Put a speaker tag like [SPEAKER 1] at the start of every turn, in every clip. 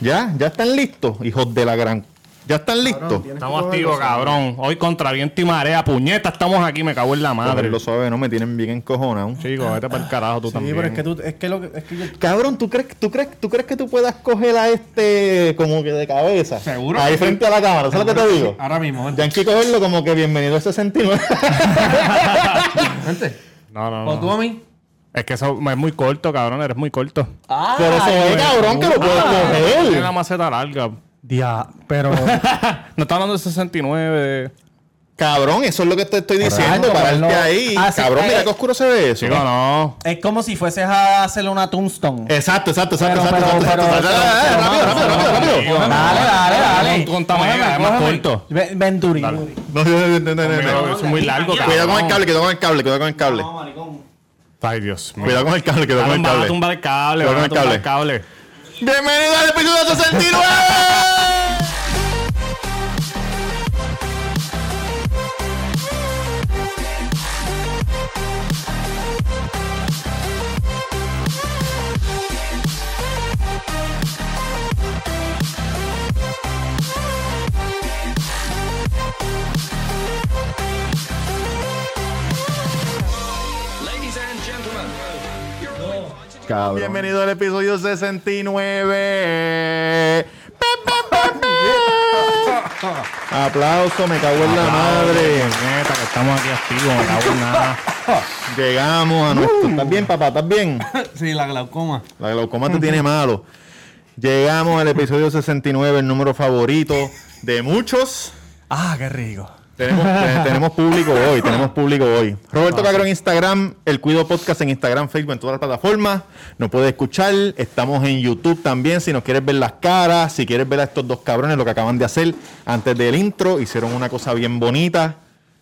[SPEAKER 1] Ya, ya están listos, hijos de la gran. Ya están listos.
[SPEAKER 2] tienes que
[SPEAKER 3] Estamos
[SPEAKER 2] cogerlo,
[SPEAKER 3] activos,
[SPEAKER 2] ¿sabes?
[SPEAKER 3] cabrón. Hoy contra viento y marea, puñeta, estamos aquí, me cago en la madre.
[SPEAKER 1] lo sabe, no me tienen bien encojonado.
[SPEAKER 3] Chico, vete para el carajo tú
[SPEAKER 2] Sí,
[SPEAKER 3] también.
[SPEAKER 2] pero es que tú, es que lo que, es que yo-
[SPEAKER 1] Cabrón, ¿tú crees, tú, crees, ¿tú crees que tú puedas coger a este como que de cabeza?
[SPEAKER 4] Seguro.
[SPEAKER 1] Ahí frente a la cámara, ¿sabes lo que te digo?
[SPEAKER 4] Ahora mismo,
[SPEAKER 2] Ah.
[SPEAKER 4] vente.
[SPEAKER 1] Yankee cogerlo como que bienvenido a 69.
[SPEAKER 4] Vente.
[SPEAKER 3] No,
[SPEAKER 2] Ah.
[SPEAKER 3] no,
[SPEAKER 4] O tú
[SPEAKER 3] no.
[SPEAKER 4] a mí.
[SPEAKER 3] Es que eso es muy corto, cabrón, eres muy corto.
[SPEAKER 4] Ah,
[SPEAKER 1] Pero se ve cabrón que lo puedes
[SPEAKER 3] Ah. Tiene
[SPEAKER 1] coger.
[SPEAKER 3] la maceta larga.
[SPEAKER 2] Dia- pero
[SPEAKER 3] No está hablando de 69. de-
[SPEAKER 1] Cabrón, eso es lo que te estoy diciendo.
[SPEAKER 2] Exacto,
[SPEAKER 1] Pararte
[SPEAKER 2] cabrón.
[SPEAKER 1] ahí.
[SPEAKER 2] Ah, sí,
[SPEAKER 1] Cabrón,
[SPEAKER 2] eh,
[SPEAKER 1] mira qué oscuro se ve eso.
[SPEAKER 3] Chico, no.
[SPEAKER 2] es como si fueses a hacerle una tombstone.
[SPEAKER 1] Exacto, exacto, exacto,
[SPEAKER 2] Pero,
[SPEAKER 1] exacto,
[SPEAKER 2] pero,
[SPEAKER 1] exacto,
[SPEAKER 2] pero,
[SPEAKER 1] exacto.
[SPEAKER 2] pero,
[SPEAKER 1] Dale,
[SPEAKER 2] pero,
[SPEAKER 1] dale, Rápido,
[SPEAKER 2] pero,
[SPEAKER 1] rápido,
[SPEAKER 3] pero,
[SPEAKER 1] rápido,
[SPEAKER 3] pero,
[SPEAKER 1] rápido.
[SPEAKER 2] Dale, dale, dale.
[SPEAKER 3] No, con tamaño, es más corto.
[SPEAKER 2] Ve- Venturi.
[SPEAKER 1] No, no, no, no, no, no, no.
[SPEAKER 3] Es muy largo, cabrón.
[SPEAKER 1] Cuidado con el cable, cuidado con el cable, cuidado con el cable.
[SPEAKER 3] Ay, Dios mío.
[SPEAKER 1] Cuidado con el cable, cuidado con
[SPEAKER 3] Cabrón,
[SPEAKER 1] el
[SPEAKER 3] Van a
[SPEAKER 1] cable.
[SPEAKER 3] tumbar el cable,
[SPEAKER 1] Cuidado
[SPEAKER 3] van a
[SPEAKER 1] con el
[SPEAKER 3] tumbar el cable.
[SPEAKER 1] Bienvenido al episodio 69.
[SPEAKER 5] Cabrón.
[SPEAKER 1] Bienvenido al episodio 69. Pe, pe, pe, pe. Aplauso, me cago en la madre.
[SPEAKER 3] Puñeta, que estamos aquí activos, me cago en nada.
[SPEAKER 1] Llegamos a nuestro. ¿Estás bien, papá? ¿Estás bien?
[SPEAKER 4] Sí, la glaucoma.
[SPEAKER 1] La glaucoma te tiene malo. Llegamos al episodio 69, el número favorito de muchos.
[SPEAKER 2] Ah, qué rico.
[SPEAKER 1] Tenemos, te- tenemos público hoy, tenemos público hoy.
[SPEAKER 2] Ah,
[SPEAKER 1] Roberto Cagro en Instagram, El Cuido Podcast en Instagram, Facebook, en todas las plataformas. Nos puedes escuchar. Estamos en YouTube también. Si nos quieres ver las caras, si quieres ver a estos dos cabrones, lo que acaban de hacer antes del intro, hicieron una cosa bien bonita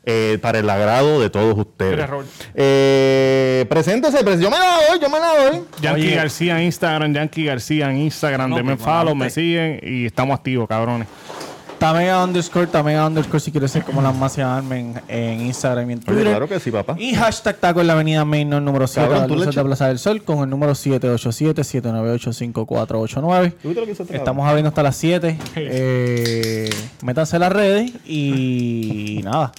[SPEAKER 1] eh, para el agrado de todos ustedes.
[SPEAKER 3] Mira, Robert.
[SPEAKER 1] Eh, preséntese, pres- yo me la doy, yo me la doy.
[SPEAKER 3] Yankee
[SPEAKER 2] Oye.
[SPEAKER 3] García en Instagram, Yankee García en Instagram,
[SPEAKER 4] No,
[SPEAKER 3] denme
[SPEAKER 4] pues,
[SPEAKER 3] follow,
[SPEAKER 4] bueno,
[SPEAKER 3] me
[SPEAKER 4] sí.
[SPEAKER 3] siguen y estamos activos, cabrones.
[SPEAKER 2] Tamega underscore, tamega underscore si quieres ser como la Macia Armen en Instagram y en
[SPEAKER 1] Oye,
[SPEAKER 2] Twitter.
[SPEAKER 1] claro que sí, papá.
[SPEAKER 2] Y hashtag taco en la avenida Main, no el número 7
[SPEAKER 1] Cabrón,
[SPEAKER 2] de
[SPEAKER 1] tú
[SPEAKER 2] la
[SPEAKER 1] le
[SPEAKER 2] de
[SPEAKER 1] echa-
[SPEAKER 2] Plaza del Sol con el número 787-798-5489.
[SPEAKER 1] ¿Tú viste lo que hizo este
[SPEAKER 2] Estamos abriendo hasta las 7. Eh, métanse a las redes y nada.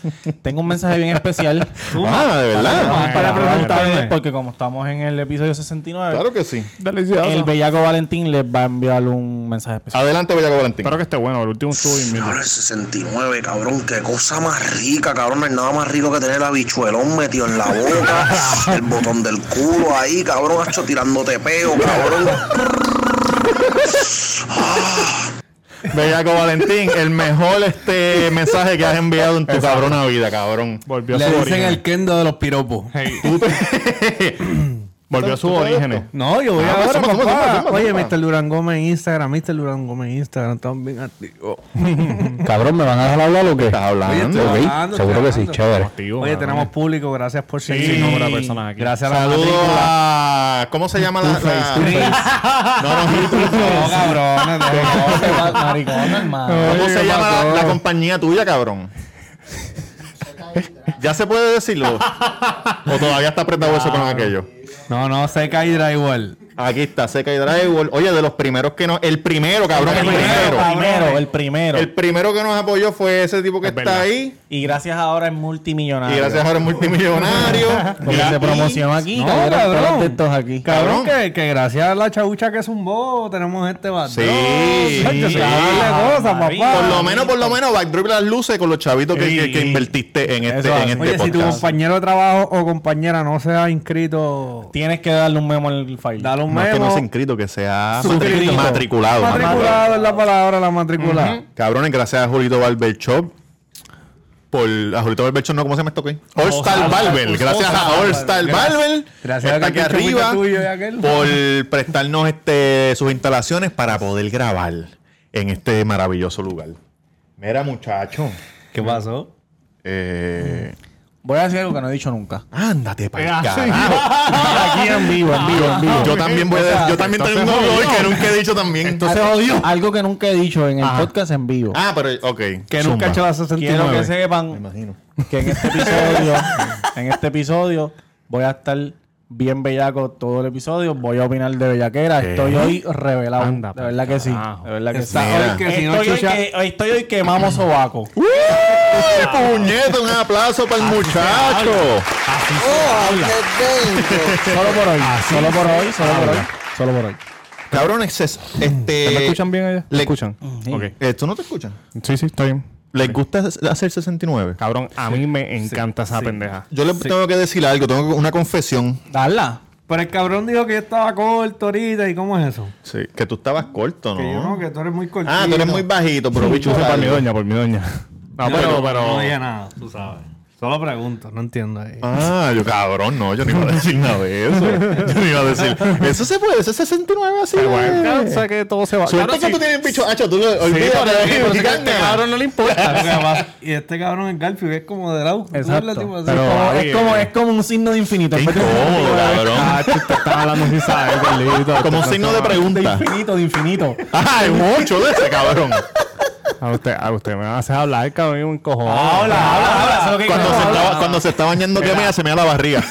[SPEAKER 2] Tengo un mensaje bien especial.
[SPEAKER 4] Uh,
[SPEAKER 1] cabrón? Ah, de verdad.
[SPEAKER 2] Vamos para
[SPEAKER 3] Ah,
[SPEAKER 2] preguntarles,
[SPEAKER 4] dale.
[SPEAKER 2] porque como estamos en el episodio 69,
[SPEAKER 1] Claro que sí.
[SPEAKER 2] el bellaco Valentín les va a enviar un mensaje especial.
[SPEAKER 1] Adelante, Bellaco Valentín.
[SPEAKER 3] Espero que esté bueno, el último estuvo bien.
[SPEAKER 6] Ahora el 69, cabrón, qué cosa más rica, cabrón. No hay nada más rico que tener el habichuelón metido en la boca, el botón del culo ahí, cabrón, hacho tirándote peo, cabrón.
[SPEAKER 1] Bellaco Valentín, el mejor este mensaje que has enviado en tu cabrona vida, cabrón.
[SPEAKER 3] Volvió a
[SPEAKER 4] Le
[SPEAKER 3] su
[SPEAKER 4] Ah, dicen
[SPEAKER 3] origen.
[SPEAKER 4] el kendo de los piropos.
[SPEAKER 1] Tú te-
[SPEAKER 3] Volvió a sus
[SPEAKER 1] ¿Tú sabes
[SPEAKER 3] orígenes.
[SPEAKER 1] esto?
[SPEAKER 4] No, yo voy
[SPEAKER 1] Ah,
[SPEAKER 4] a
[SPEAKER 1] pues
[SPEAKER 4] ahora,
[SPEAKER 1] suma, suma,
[SPEAKER 4] papá.
[SPEAKER 1] suma, suma,
[SPEAKER 4] Oye,
[SPEAKER 1] suma.
[SPEAKER 4] Mr. Durán Gómez en Instagram, Mr. Durán Gómez en Instagram, estamos bien activos.
[SPEAKER 7] Cabrón, ¿me van a dejar hablar o qué?
[SPEAKER 1] Estás hablando.
[SPEAKER 4] Oye,
[SPEAKER 7] Ok,
[SPEAKER 4] estoy hablando,
[SPEAKER 7] seguro
[SPEAKER 4] estoy
[SPEAKER 7] que sí,
[SPEAKER 4] hablando.
[SPEAKER 7] chévere.
[SPEAKER 3] Activo,
[SPEAKER 4] Oye,
[SPEAKER 3] cabrón.
[SPEAKER 4] tenemos público, gracias por
[SPEAKER 3] Sí,
[SPEAKER 4] seguir.
[SPEAKER 3] nombre de personas aquí.
[SPEAKER 4] Gracias a la
[SPEAKER 1] Saludos
[SPEAKER 4] matrícula.
[SPEAKER 1] a... ¿Cómo se llama la...? la- No, no,
[SPEAKER 4] No, cabrones, no.
[SPEAKER 1] ¿Cómo se llama la, la compañía tuya, cabrón? ¿Ya se puede decirlo? ¿O todavía está apretado eso con aquello?
[SPEAKER 4] No, no, seca y da igual.
[SPEAKER 1] Aquí está, Seca y Drywall. Oye, de los primeros que no... El primero, cabrón, el primero.
[SPEAKER 2] El primero, el primero.
[SPEAKER 1] El primero que nos apoyó fue ese tipo que
[SPEAKER 3] Es
[SPEAKER 1] está
[SPEAKER 3] verdad.
[SPEAKER 1] ahí.
[SPEAKER 2] Y gracias ahora es multimillonario.
[SPEAKER 1] Y gracias ahora es multimillonario.
[SPEAKER 2] Porque se promocionó aquí,
[SPEAKER 4] No,
[SPEAKER 2] cayeron
[SPEAKER 4] cabrón.
[SPEAKER 2] todos los textos aquí.
[SPEAKER 4] Cabrón,
[SPEAKER 1] Cabrón.
[SPEAKER 4] que, que gracias a la chaucha que es un bo, tenemos este bando.
[SPEAKER 1] Sí,
[SPEAKER 4] Chacho,
[SPEAKER 1] sí.
[SPEAKER 4] se habla de cosas,
[SPEAKER 2] María.
[SPEAKER 4] papá.
[SPEAKER 1] Por lo menos, por lo menos, backdrop las luces con los chavitos que, que- que
[SPEAKER 3] Sí.
[SPEAKER 1] invertiste en este,
[SPEAKER 2] Eso
[SPEAKER 1] en
[SPEAKER 2] así.
[SPEAKER 1] este
[SPEAKER 4] Oye, si tu
[SPEAKER 1] podcast.
[SPEAKER 4] compañero de trabajo o compañera no se ha inscrito,
[SPEAKER 2] Tienes que darle un memo al file.
[SPEAKER 4] dale un
[SPEAKER 1] no es que no
[SPEAKER 4] memo.
[SPEAKER 1] sea inscrito, que sea
[SPEAKER 2] Suscrito.
[SPEAKER 1] matriculado. matriculado.
[SPEAKER 4] matriculado es la palabra, la matriculada.
[SPEAKER 1] Cabrones, gracias a Julito Barber Shop. Por, a Julito Barber Shop, no, ¿cómo se me toqué? All Star Barber. Gracias a All Star Barber.
[SPEAKER 4] Gracias
[SPEAKER 1] Está
[SPEAKER 4] a
[SPEAKER 1] aquí
[SPEAKER 4] aquel chupito
[SPEAKER 1] arriba.
[SPEAKER 4] tuyo y aquel.
[SPEAKER 1] Por prestarnos este, sus instalaciones para poder grabar en este maravilloso lugar. Mira, muchacho.
[SPEAKER 4] ¿Qué pasó?
[SPEAKER 1] Eh,
[SPEAKER 2] Voy a decir algo que no he dicho nunca.
[SPEAKER 1] ándate
[SPEAKER 4] Eh,
[SPEAKER 1] para
[SPEAKER 3] Ah, sí.
[SPEAKER 1] carajo.
[SPEAKER 3] Aquí en vivo, en vivo, en vivo.
[SPEAKER 1] Yo también voy a yo también tengo un novio hoy que nunca he dicho también.
[SPEAKER 2] Al- Algo que nunca he dicho en el podcast en vivo.
[SPEAKER 1] ah, pero ok.
[SPEAKER 4] Que nunca he hecho la
[SPEAKER 2] Quiero
[SPEAKER 4] 69.
[SPEAKER 3] pues.
[SPEAKER 2] que sepan
[SPEAKER 1] imagino.
[SPEAKER 2] que en este episodio, en este episodio, voy a estar bien bellaco todo el episodio. Voy a opinar de bellaquera. Estoy hoy revelado.
[SPEAKER 3] Anda,
[SPEAKER 2] de verdad que sí.
[SPEAKER 3] carajo.
[SPEAKER 2] De verdad que sí.
[SPEAKER 4] Está hoy que si no
[SPEAKER 2] Estoy hoy
[SPEAKER 4] chucha-
[SPEAKER 2] que- estoy hoy que mamo sobaco.
[SPEAKER 3] Uh,
[SPEAKER 1] ¡Uy, puñeta! Un aplauso para el muchacho.
[SPEAKER 3] Así se habla.
[SPEAKER 2] Solo por hoy.
[SPEAKER 3] ah,
[SPEAKER 2] Solo por hoy. Solo por hoy. Solo por hoy.
[SPEAKER 1] Cabrones, es- este...
[SPEAKER 3] ¿Me escuchan bien allá?
[SPEAKER 1] le-
[SPEAKER 3] ¿Me escuchan?
[SPEAKER 2] sí.
[SPEAKER 3] Ok.
[SPEAKER 1] eh, ¿Tú no te escuchas?
[SPEAKER 3] Sí, sí, está bien.
[SPEAKER 1] ¿Les gusta hacer 69?
[SPEAKER 3] Cabrón, a mí me encanta esa pendeja.
[SPEAKER 1] Yo les tengo que decir algo, tengo una confesión.
[SPEAKER 2] Darla.
[SPEAKER 4] Pero el cabrón dijo que yo estaba corto ahorita. ¿Y cómo es eso?
[SPEAKER 1] Sí. Que tú estabas corto, ¿no?
[SPEAKER 4] Que yo no, que tú eres muy cortito.
[SPEAKER 1] Ah, tú eres muy bajito, pero bicho,
[SPEAKER 3] Yo sé por
[SPEAKER 1] dale.
[SPEAKER 3] mi doña, por mi doña. No, pero,
[SPEAKER 4] No
[SPEAKER 3] pero...
[SPEAKER 4] dije nada, tú sabes. Solo pregunto, no entiendo ahí.
[SPEAKER 1] Ah, yo cabrón, no, yo no iba a decir nada de eso. Yo no iba a decir, eso se puede, ese 69 así.
[SPEAKER 3] Pero bueno,
[SPEAKER 1] eh.
[SPEAKER 3] cansa que todo se va.
[SPEAKER 1] Suerte
[SPEAKER 3] Claro,
[SPEAKER 1] que
[SPEAKER 3] sí.
[SPEAKER 1] tú tienes bicho hacho, tú lo
[SPEAKER 3] Sí,
[SPEAKER 1] olvídate,
[SPEAKER 3] pero-
[SPEAKER 1] eh,
[SPEAKER 3] pero
[SPEAKER 1] no
[SPEAKER 3] sí que a este
[SPEAKER 1] ganas.
[SPEAKER 3] cabrón no le importa.
[SPEAKER 4] Lo que pasa- y este cabrón es Garfield, es como de lado.
[SPEAKER 2] Exacto.
[SPEAKER 3] Pero-
[SPEAKER 2] Como-
[SPEAKER 3] Ay,
[SPEAKER 2] es, como,
[SPEAKER 3] eh.
[SPEAKER 2] es como un signo de infinito.
[SPEAKER 1] Qué
[SPEAKER 2] En vez de-
[SPEAKER 1] incómodo,
[SPEAKER 3] Ah,
[SPEAKER 1] cabrón.
[SPEAKER 3] tú te estás hablando sin saber, Carlito.
[SPEAKER 1] Como un signo de
[SPEAKER 2] de
[SPEAKER 1] pregunta.
[SPEAKER 2] infinito, de infinito.
[SPEAKER 1] Ah, es mucho de ese cabrón.
[SPEAKER 3] A usted, a usted me hace hablar, cabrón, un cojón.
[SPEAKER 2] Habla, habla, habla. Eso es lo que
[SPEAKER 1] Cuando
[SPEAKER 2] quiero.
[SPEAKER 1] se
[SPEAKER 2] Habla.
[SPEAKER 1] está, cuando se está bañando, ¿qué me hace? Me da la barriga.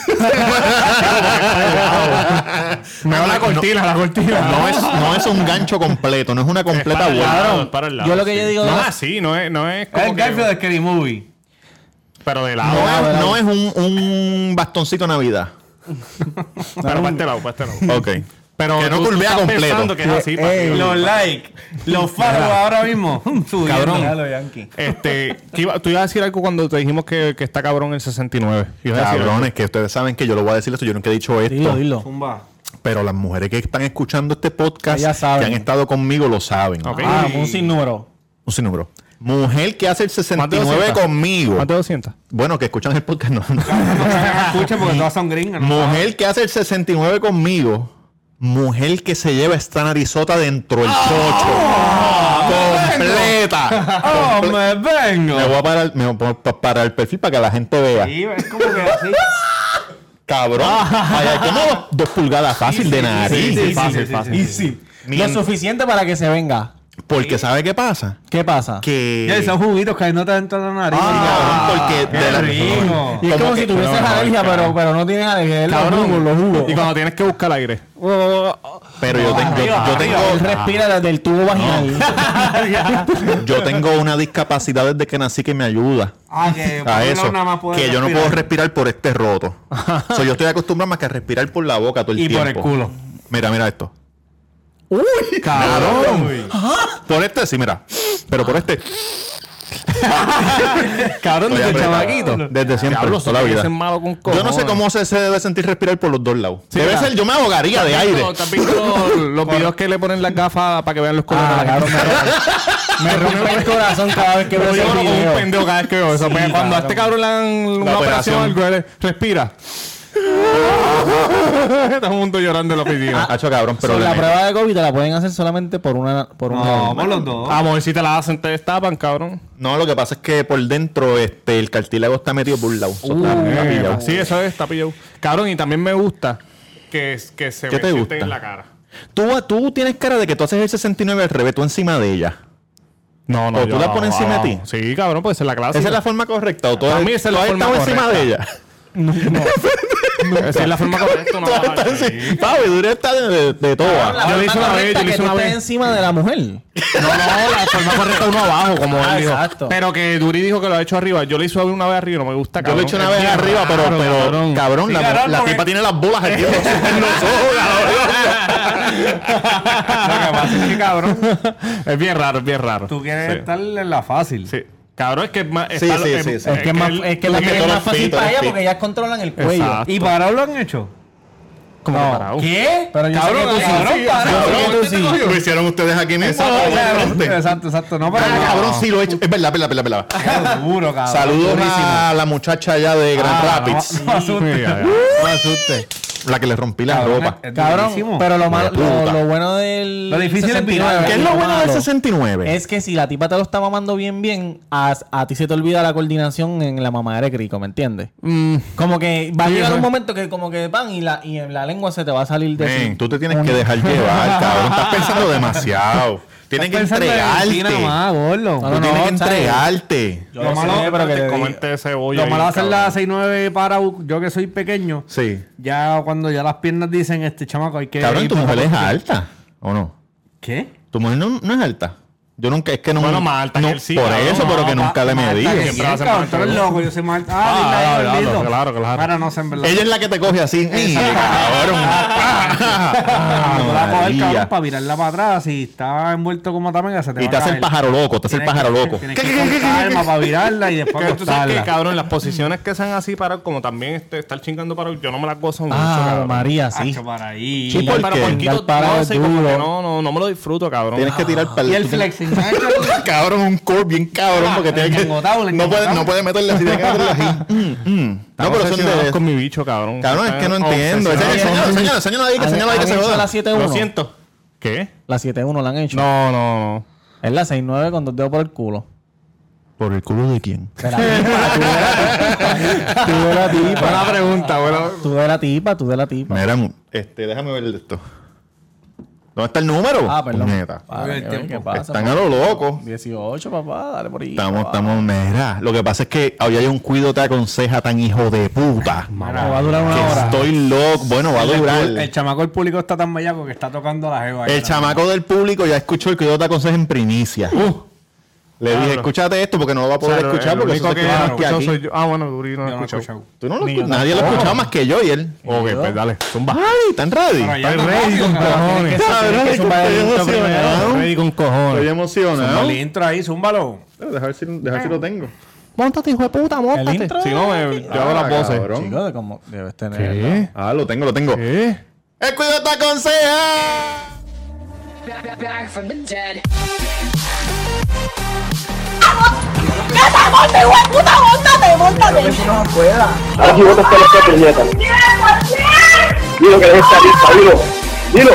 [SPEAKER 3] Me va la cortina, la cortina.
[SPEAKER 1] No es, no es un gancho completo, no es una completa vuelta.
[SPEAKER 3] lado, para el lado.
[SPEAKER 2] Yo lo que yo digo de
[SPEAKER 3] No es
[SPEAKER 2] las-
[SPEAKER 3] así, no es, no es
[SPEAKER 4] Es
[SPEAKER 3] como
[SPEAKER 4] el
[SPEAKER 3] que-
[SPEAKER 4] Garfield de Scary Movie.
[SPEAKER 3] Pero de
[SPEAKER 1] No
[SPEAKER 3] lado.
[SPEAKER 1] es, no es un, un bastoncito Navidad.
[SPEAKER 3] Pero para este lado, para este lado.
[SPEAKER 1] Ok.
[SPEAKER 3] Pero
[SPEAKER 1] Que no
[SPEAKER 3] tú
[SPEAKER 1] curvea
[SPEAKER 3] estás
[SPEAKER 1] completo.
[SPEAKER 3] pensando que es así, papi.
[SPEAKER 2] Ey,
[SPEAKER 4] Los likes, los follows ahora mismo. subiendo.
[SPEAKER 2] Mira
[SPEAKER 3] Cabrón.
[SPEAKER 2] los Yankees.
[SPEAKER 3] Este, que iba- tú ibas a decir algo cuando te dijimos que, que está cabrón el 69. Ibas a decir algo.
[SPEAKER 1] Cabrones, que ustedes saben que yo lo voy a decir esto, yo nunca he dicho esto.
[SPEAKER 2] Dilo, dilo.
[SPEAKER 4] Zumba.
[SPEAKER 1] Pero las mujeres que están escuchando este podcast,
[SPEAKER 2] Ellas saben.
[SPEAKER 1] que han estado conmigo, lo saben.
[SPEAKER 3] Ok.
[SPEAKER 2] Ah, un sinnúmero.
[SPEAKER 1] Un sinnúmero. Mujer que hace el
[SPEAKER 3] ¿Cuánto
[SPEAKER 1] 69
[SPEAKER 3] sientas?
[SPEAKER 1] conmigo.
[SPEAKER 3] Más de 200.
[SPEAKER 1] Bueno, que escuchan el podcast, no.
[SPEAKER 4] Escucha porque todas son gringas. ¿no?
[SPEAKER 1] Mujer que hace el 69 conmigo. Mujer que se lleva esta narizota dentro del chocho.
[SPEAKER 4] Ah.
[SPEAKER 1] completa.
[SPEAKER 4] ¡Oh, me vengo!
[SPEAKER 1] Me voy a parar, me voy a parar el perfil para que la gente vea.
[SPEAKER 4] Sí, es como que así.
[SPEAKER 1] Cabrón. Ay, ay, ¿cómo? Dos pulgadas fácil de nariz.
[SPEAKER 4] sí, sí,
[SPEAKER 3] fácil,
[SPEAKER 4] sí, sí,
[SPEAKER 3] fácil.
[SPEAKER 4] sí.
[SPEAKER 2] Easy. Lo
[SPEAKER 1] Mien-
[SPEAKER 2] suficiente para que se venga.
[SPEAKER 1] Porque ¿sabe qué pasa?
[SPEAKER 2] ¿Qué pasa?
[SPEAKER 1] Que...
[SPEAKER 4] Ya, y son juguitos que ahí no te entran en la nariz.
[SPEAKER 1] Ah,
[SPEAKER 4] Cabrón,
[SPEAKER 1] porque de la-
[SPEAKER 4] rico.
[SPEAKER 2] Y es como
[SPEAKER 1] que-
[SPEAKER 2] si tuvieses
[SPEAKER 3] pero,
[SPEAKER 2] alergia,
[SPEAKER 3] cabrón.
[SPEAKER 2] pero, pero no tienes alergia. Es Los jugos, los jugos.
[SPEAKER 3] Y cuando tienes que buscar el aire.
[SPEAKER 1] Pero yo, tengo- yo- yo
[SPEAKER 2] Él
[SPEAKER 1] tengo,
[SPEAKER 2] respira
[SPEAKER 3] Ah.
[SPEAKER 2] desde el tubo vaginal.
[SPEAKER 1] yo tengo una discapacidad desde que nací que me ayuda
[SPEAKER 4] Ah, que por
[SPEAKER 1] a
[SPEAKER 4] un
[SPEAKER 1] eso.
[SPEAKER 4] lado nada más puedes
[SPEAKER 1] Que yo no
[SPEAKER 4] respirar.
[SPEAKER 1] puedo respirar por este roto. So, yo estoy acostumbrado más que a respirar por la boca todo el
[SPEAKER 4] Y
[SPEAKER 1] tiempo.
[SPEAKER 4] por el culo.
[SPEAKER 1] Mira, mira esto.
[SPEAKER 2] ¡Uy!
[SPEAKER 1] ¡Cabrón! Por este sí, mira. Pero por este.
[SPEAKER 3] Cabrón,
[SPEAKER 1] estoy apretado. Desde siempre, toda la vida.
[SPEAKER 3] Es malo con
[SPEAKER 1] Yo no sé cómo se, se debe sentir respirar por los dos lados. debe
[SPEAKER 3] mira.
[SPEAKER 1] ser, yo me ahogaría de aire.
[SPEAKER 3] ¿Has visto los videos que le ponen las gafas para que vean los colores
[SPEAKER 2] Ah,
[SPEAKER 3] a la
[SPEAKER 2] cabrón,
[SPEAKER 3] gente?
[SPEAKER 2] me, me rompe el corazón cada vez que veo
[SPEAKER 3] Pero
[SPEAKER 2] ese
[SPEAKER 3] yo como
[SPEAKER 2] video.
[SPEAKER 3] un pendejo cada vez que veo eso. porque cuando a este cabrón le dan una
[SPEAKER 1] operación.
[SPEAKER 3] operación, al él respira. Todo el mundo llorando en la oficina.
[SPEAKER 1] Hacho, cabrón, pero
[SPEAKER 2] So,
[SPEAKER 1] le
[SPEAKER 2] la
[SPEAKER 1] meto.
[SPEAKER 2] prueba de COVID te la pueden hacer solamente por una... Por una
[SPEAKER 4] No, por los dos.
[SPEAKER 3] Vamos a ver si te la hacen, te destapan, cabrón.
[SPEAKER 1] No, lo que pasa es que por dentro este, el cartílago está metido por un lado. So, está- está pillado.
[SPEAKER 3] sí, eso es, está pillado. Cabrón, y también me gusta que, que se
[SPEAKER 1] ¿Qué
[SPEAKER 3] me
[SPEAKER 1] te
[SPEAKER 3] sienten
[SPEAKER 1] gusta?
[SPEAKER 3] en la cara.
[SPEAKER 1] Tú, tú tienes cara de que tú haces el 69 al revés, tú encima de ella.
[SPEAKER 3] No,
[SPEAKER 1] ¿O tú
[SPEAKER 3] yo
[SPEAKER 1] la pones encima de ti?
[SPEAKER 3] Sí, cabrón, pues esa es la clase.
[SPEAKER 1] ¿Esa es la forma correcta? ¿O tú
[SPEAKER 3] Para
[SPEAKER 1] has,
[SPEAKER 3] mí esa es
[SPEAKER 1] tú
[SPEAKER 3] la
[SPEAKER 1] has
[SPEAKER 3] forma
[SPEAKER 1] estado encima de ella?
[SPEAKER 3] Esa es la forma correcta. No,
[SPEAKER 1] Tú estás
[SPEAKER 3] no,
[SPEAKER 1] encima- Papi, tú eres tal de, de todo. ah.
[SPEAKER 2] La
[SPEAKER 3] Yo le
[SPEAKER 2] forma
[SPEAKER 3] hice una vez,
[SPEAKER 2] correcta
[SPEAKER 3] yo le hice
[SPEAKER 2] que
[SPEAKER 3] una
[SPEAKER 2] tú estés
[SPEAKER 3] vez.
[SPEAKER 2] encima de la mujer.
[SPEAKER 3] la forma correcta uno abajo, como
[SPEAKER 2] Ah,
[SPEAKER 3] él dijo.
[SPEAKER 2] exacto.
[SPEAKER 3] Pero que Duri dijo que lo ha hecho arriba. Yo lo hice una vez arriba y no me gusta,
[SPEAKER 1] Yo
[SPEAKER 3] cabrón.
[SPEAKER 1] lo he hecho una
[SPEAKER 3] Es
[SPEAKER 1] vez
[SPEAKER 3] bien
[SPEAKER 1] arriba, pero,
[SPEAKER 3] raro,
[SPEAKER 1] pero cabrón, la,
[SPEAKER 4] cabrón,
[SPEAKER 1] la
[SPEAKER 4] porque-
[SPEAKER 1] tipa tiene las bolas aquí en los en los ojos, cabrón.
[SPEAKER 4] Lo que pasa es que, cabrón,
[SPEAKER 3] Es bien raro, es bien raro.
[SPEAKER 4] tú quieres
[SPEAKER 3] Sí.
[SPEAKER 4] estar en la fácil.
[SPEAKER 3] Sí. Cabrón, es que es más.
[SPEAKER 1] Sí,
[SPEAKER 3] está-
[SPEAKER 1] sí, sí, sí.
[SPEAKER 2] Es que es más,
[SPEAKER 3] el-
[SPEAKER 2] es que la
[SPEAKER 1] es que
[SPEAKER 2] que es
[SPEAKER 1] todos
[SPEAKER 2] más
[SPEAKER 1] los
[SPEAKER 2] fácil
[SPEAKER 1] pitos,
[SPEAKER 2] para
[SPEAKER 1] los
[SPEAKER 2] ella
[SPEAKER 1] pitos.
[SPEAKER 2] porque ellas controlan el cuello.
[SPEAKER 3] Exacto.
[SPEAKER 4] ¿Y para lo han hecho?
[SPEAKER 3] como
[SPEAKER 2] No.
[SPEAKER 3] parado.
[SPEAKER 4] ¿Qué?
[SPEAKER 2] Pero yo sé
[SPEAKER 4] cabrón,
[SPEAKER 2] que tú sí.
[SPEAKER 4] cabrón,
[SPEAKER 2] Sí,
[SPEAKER 4] para.
[SPEAKER 2] cabrón,
[SPEAKER 4] Cabrón,
[SPEAKER 2] tú sí.
[SPEAKER 1] Lo hicieron ustedes aquí mismo.
[SPEAKER 4] no,
[SPEAKER 1] cabrón.
[SPEAKER 4] cabrón. Exacto, exacto. No, para
[SPEAKER 1] Ah, cabrón, sí lo he hecho. Es verdad, verdad, verdad, verdad.
[SPEAKER 4] Seguro, cabrón.
[SPEAKER 1] Saludos a la muchacha allá de Grand
[SPEAKER 4] Ah, no,
[SPEAKER 1] Rapids.
[SPEAKER 4] No, asustes.
[SPEAKER 3] Sí, ya, ya.
[SPEAKER 1] La que le rompí la ropa.
[SPEAKER 4] Es
[SPEAKER 2] Cabrón,
[SPEAKER 4] durísimo.
[SPEAKER 2] pero lo, mal-
[SPEAKER 1] Hijo de
[SPEAKER 2] lo,
[SPEAKER 1] puta.
[SPEAKER 2] lo bueno del
[SPEAKER 4] Lo difícil es
[SPEAKER 2] 69,
[SPEAKER 4] virar.
[SPEAKER 1] ¿Qué es lo bueno del
[SPEAKER 2] malo
[SPEAKER 1] 69?
[SPEAKER 2] Es que si la tipa te lo está mamando bien, bien, a, a ti se te olvida la coordinación en la mamadera de crico, ¿me entiendes? Como que va a llegar un momento que como que van y la, y en la lengua se te va a salir de
[SPEAKER 1] Men,
[SPEAKER 2] sí.
[SPEAKER 1] tú te tienes que dejar llevar, cabrón. Estás pensando demasiado. Tienes que entregarte.
[SPEAKER 4] más, gordo.
[SPEAKER 1] Tú
[SPEAKER 2] No, no,
[SPEAKER 1] tienes
[SPEAKER 2] no,
[SPEAKER 1] que
[SPEAKER 2] ¿sabes?
[SPEAKER 1] entregarte.
[SPEAKER 2] Yo lo sé, pero que te digo.
[SPEAKER 3] Comente cebolla.
[SPEAKER 4] Lo
[SPEAKER 3] ahí,
[SPEAKER 4] malo de hacer
[SPEAKER 3] cabrón.
[SPEAKER 4] la 6-9 para u- yo que soy pequeño.
[SPEAKER 1] Sí.
[SPEAKER 4] Ya cuando ya las piernas dicen, este chamaco hay que.
[SPEAKER 3] Eh,
[SPEAKER 1] Cabrón,
[SPEAKER 4] ir
[SPEAKER 1] tu
[SPEAKER 3] pues,
[SPEAKER 4] para-
[SPEAKER 1] mujer es alta, ¿o no?
[SPEAKER 4] ¿Qué?
[SPEAKER 1] Tu mujer no, no es alta. Yo nunca, es que no
[SPEAKER 3] Bueno, más alta
[SPEAKER 1] no-
[SPEAKER 3] que él sí,
[SPEAKER 1] Por
[SPEAKER 3] cabrón,
[SPEAKER 1] eso, pero que
[SPEAKER 4] Ma-
[SPEAKER 1] nunca le
[SPEAKER 4] Marta,
[SPEAKER 1] medí.
[SPEAKER 4] que
[SPEAKER 3] Siempre
[SPEAKER 4] sí,
[SPEAKER 3] hace
[SPEAKER 4] cabrón,
[SPEAKER 3] Marta,
[SPEAKER 4] tú eres
[SPEAKER 3] boludo.
[SPEAKER 4] loco, yo soy Marta.
[SPEAKER 3] Ah,
[SPEAKER 4] Ah, dile ahí,
[SPEAKER 3] claro,
[SPEAKER 4] gordito.
[SPEAKER 3] claro, claro.
[SPEAKER 4] Ahora no sé, en verdad.
[SPEAKER 1] Ella es la que te coge así. ¡Ni, cabrón!
[SPEAKER 4] Ah, no la coger,
[SPEAKER 1] María.
[SPEAKER 4] cabrón, para virarla para atrás. Si está envuelto como tamega, se te
[SPEAKER 1] Y
[SPEAKER 4] va
[SPEAKER 1] te
[SPEAKER 4] a
[SPEAKER 1] hace el
[SPEAKER 4] caer.
[SPEAKER 1] pájaro loco, te hace el
[SPEAKER 4] Tienes
[SPEAKER 1] pájaro
[SPEAKER 4] que-
[SPEAKER 1] loco.
[SPEAKER 4] Tienes que ir con calma para virarla y después
[SPEAKER 3] Que tú sabes que,
[SPEAKER 4] acostarla.
[SPEAKER 3] cabrón, las posiciones que sean así para, como también este, estar chingando para, yo no me las gozo mucho,
[SPEAKER 2] Ah,
[SPEAKER 3] cabrón.
[SPEAKER 2] María, sí.
[SPEAKER 4] Hacho, para ahí.
[SPEAKER 1] Sí, pues,
[SPEAKER 3] Chingar
[SPEAKER 1] ¿por
[SPEAKER 3] para
[SPEAKER 1] qué?
[SPEAKER 3] puerquitos,
[SPEAKER 2] Chingar para
[SPEAKER 3] no sé, como
[SPEAKER 2] duro.
[SPEAKER 3] que no, no, no me lo disfruto, cabrón.
[SPEAKER 1] Tienes que tirar para
[SPEAKER 4] Y el flexing. ¿sabes qué?
[SPEAKER 1] Cabrón, un core bien cabrón,
[SPEAKER 4] Ah,
[SPEAKER 1] porque
[SPEAKER 4] el
[SPEAKER 1] tiene que.
[SPEAKER 4] engotado, el
[SPEAKER 1] No puede,
[SPEAKER 4] engotado.
[SPEAKER 1] no puede meterle así, tiene que meterle así. Mm, mm.
[SPEAKER 3] Ah,
[SPEAKER 1] No, pero son
[SPEAKER 3] obsesionados
[SPEAKER 1] de.
[SPEAKER 3] con mi bicho, cabrón.
[SPEAKER 1] Cabrón, es que no
[SPEAKER 3] Están
[SPEAKER 1] entiendo. Enséñalo,
[SPEAKER 3] obsesionados.
[SPEAKER 1] enséñalo, enséñalo ahí, que
[SPEAKER 2] ¿Han-
[SPEAKER 1] enséñalo ahí que
[SPEAKER 2] han
[SPEAKER 1] se
[SPEAKER 2] hecho
[SPEAKER 1] joda.
[SPEAKER 2] la 7-1?
[SPEAKER 3] Lo siento. ¿Qué?
[SPEAKER 2] La 7-1 la han hecho.
[SPEAKER 3] No, no,
[SPEAKER 2] Es la 6-9 con dos dedos por el culo.
[SPEAKER 1] ¿Por el culo de quién?
[SPEAKER 2] De la tipa, tú de la
[SPEAKER 3] no.
[SPEAKER 2] tipa.
[SPEAKER 3] Buena pregunta, bueno.
[SPEAKER 2] Tú de la tipa, tú de la tipa.
[SPEAKER 1] Mira, mu- este, déjame ver esto. ¿Dónde está el número?
[SPEAKER 2] Ah, perdón.
[SPEAKER 1] Puñeta.
[SPEAKER 2] Padre,
[SPEAKER 4] El tiempo.
[SPEAKER 2] ¿Qué pasa?
[SPEAKER 1] Están
[SPEAKER 2] papá?
[SPEAKER 1] a lo loco.
[SPEAKER 2] 18, papá, dale por ahí.
[SPEAKER 1] Estamos,
[SPEAKER 2] papá.
[SPEAKER 1] estamos, mira. Lo que pasa es que hoy hay un cuido te aconseja tan hijo de puta.
[SPEAKER 2] Mamá, va a durar una
[SPEAKER 1] que
[SPEAKER 2] hora.
[SPEAKER 1] estoy loco. Bueno, va a durar.
[SPEAKER 4] El chamaco del público está tan bellaco que está tocando la jeva. ahí,
[SPEAKER 1] El
[SPEAKER 4] cabrón.
[SPEAKER 1] chamaco del público ya escuchó el cuidado te aconseja en primicia.
[SPEAKER 3] Uh.
[SPEAKER 1] Le dije,
[SPEAKER 3] Claro.
[SPEAKER 1] escúchate esto porque no lo va a poder escuchar porque eso
[SPEAKER 3] único
[SPEAKER 1] se
[SPEAKER 3] que
[SPEAKER 1] escucha
[SPEAKER 3] no
[SPEAKER 1] más que
[SPEAKER 3] escuchó
[SPEAKER 1] aquí.
[SPEAKER 3] soy Oh. yo. Ah, bueno, Duri no
[SPEAKER 4] Yo
[SPEAKER 3] lo
[SPEAKER 4] no lo he
[SPEAKER 3] escuchó.
[SPEAKER 4] escuchado.
[SPEAKER 1] Tú no lo escu- Nadie lo ha escuchado más que yo y él.
[SPEAKER 3] Ok, pues dale. Zumba.
[SPEAKER 1] Ay, tan ready.
[SPEAKER 4] Pero ya
[SPEAKER 3] Estoy
[SPEAKER 4] no
[SPEAKER 3] ready
[SPEAKER 4] rápido,
[SPEAKER 3] con
[SPEAKER 4] cabrón,
[SPEAKER 3] cojones.
[SPEAKER 1] Cabrón, estoy emocionado.
[SPEAKER 3] Ready con
[SPEAKER 1] Estoy
[SPEAKER 3] cojones.
[SPEAKER 1] emocionado.
[SPEAKER 4] Zumba el intro ahí, zúmbalo.
[SPEAKER 1] Deja ver si, deja ver si lo tengo.
[SPEAKER 7] Móntate, hijo de puta,
[SPEAKER 2] El
[SPEAKER 7] móntate.
[SPEAKER 2] intro.
[SPEAKER 3] Si no, me, yo hago
[SPEAKER 1] Ah,
[SPEAKER 3] las voces.
[SPEAKER 1] cabrón.
[SPEAKER 2] Chico, de cómo debes tener.
[SPEAKER 3] ¿Qué?
[SPEAKER 1] Ah, lo tengo, lo tengo.
[SPEAKER 3] ¿Qué?
[SPEAKER 1] ¡El cuidado te aconseja!
[SPEAKER 5] back, back, back from the dead.
[SPEAKER 8] Aquí vos estás loca, puñeta. Dilo que eres estadista, dilo. Dilo.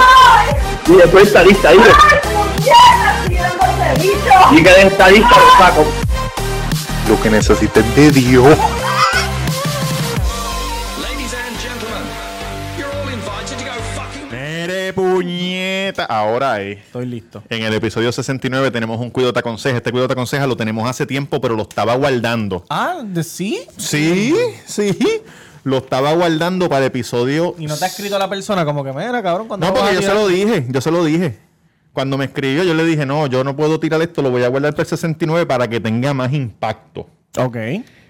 [SPEAKER 8] Dilo, tú eres estadista, dilo. Y que eres estadista, lo saco.
[SPEAKER 1] Lo que necesites de Dios. Mere puñeta. Ahora es.
[SPEAKER 2] Estoy listo.
[SPEAKER 1] En el episodio 69 tenemos un cuido te aconseja. Este cuido te aconseja lo tenemos hace tiempo, pero lo estaba guardando.
[SPEAKER 2] Ah, ¿de sí?
[SPEAKER 1] Sí, sí. Lo estaba guardando para el episodio.
[SPEAKER 2] Y no te ha escrito la persona como que, mira, cabrón, cuando
[SPEAKER 1] No, porque yo se lo dije, yo se lo dije. Cuando me escribió, yo le dije, no, yo no puedo tirar esto, lo voy a guardar para el 69 para que tenga más impacto.
[SPEAKER 2] Ok.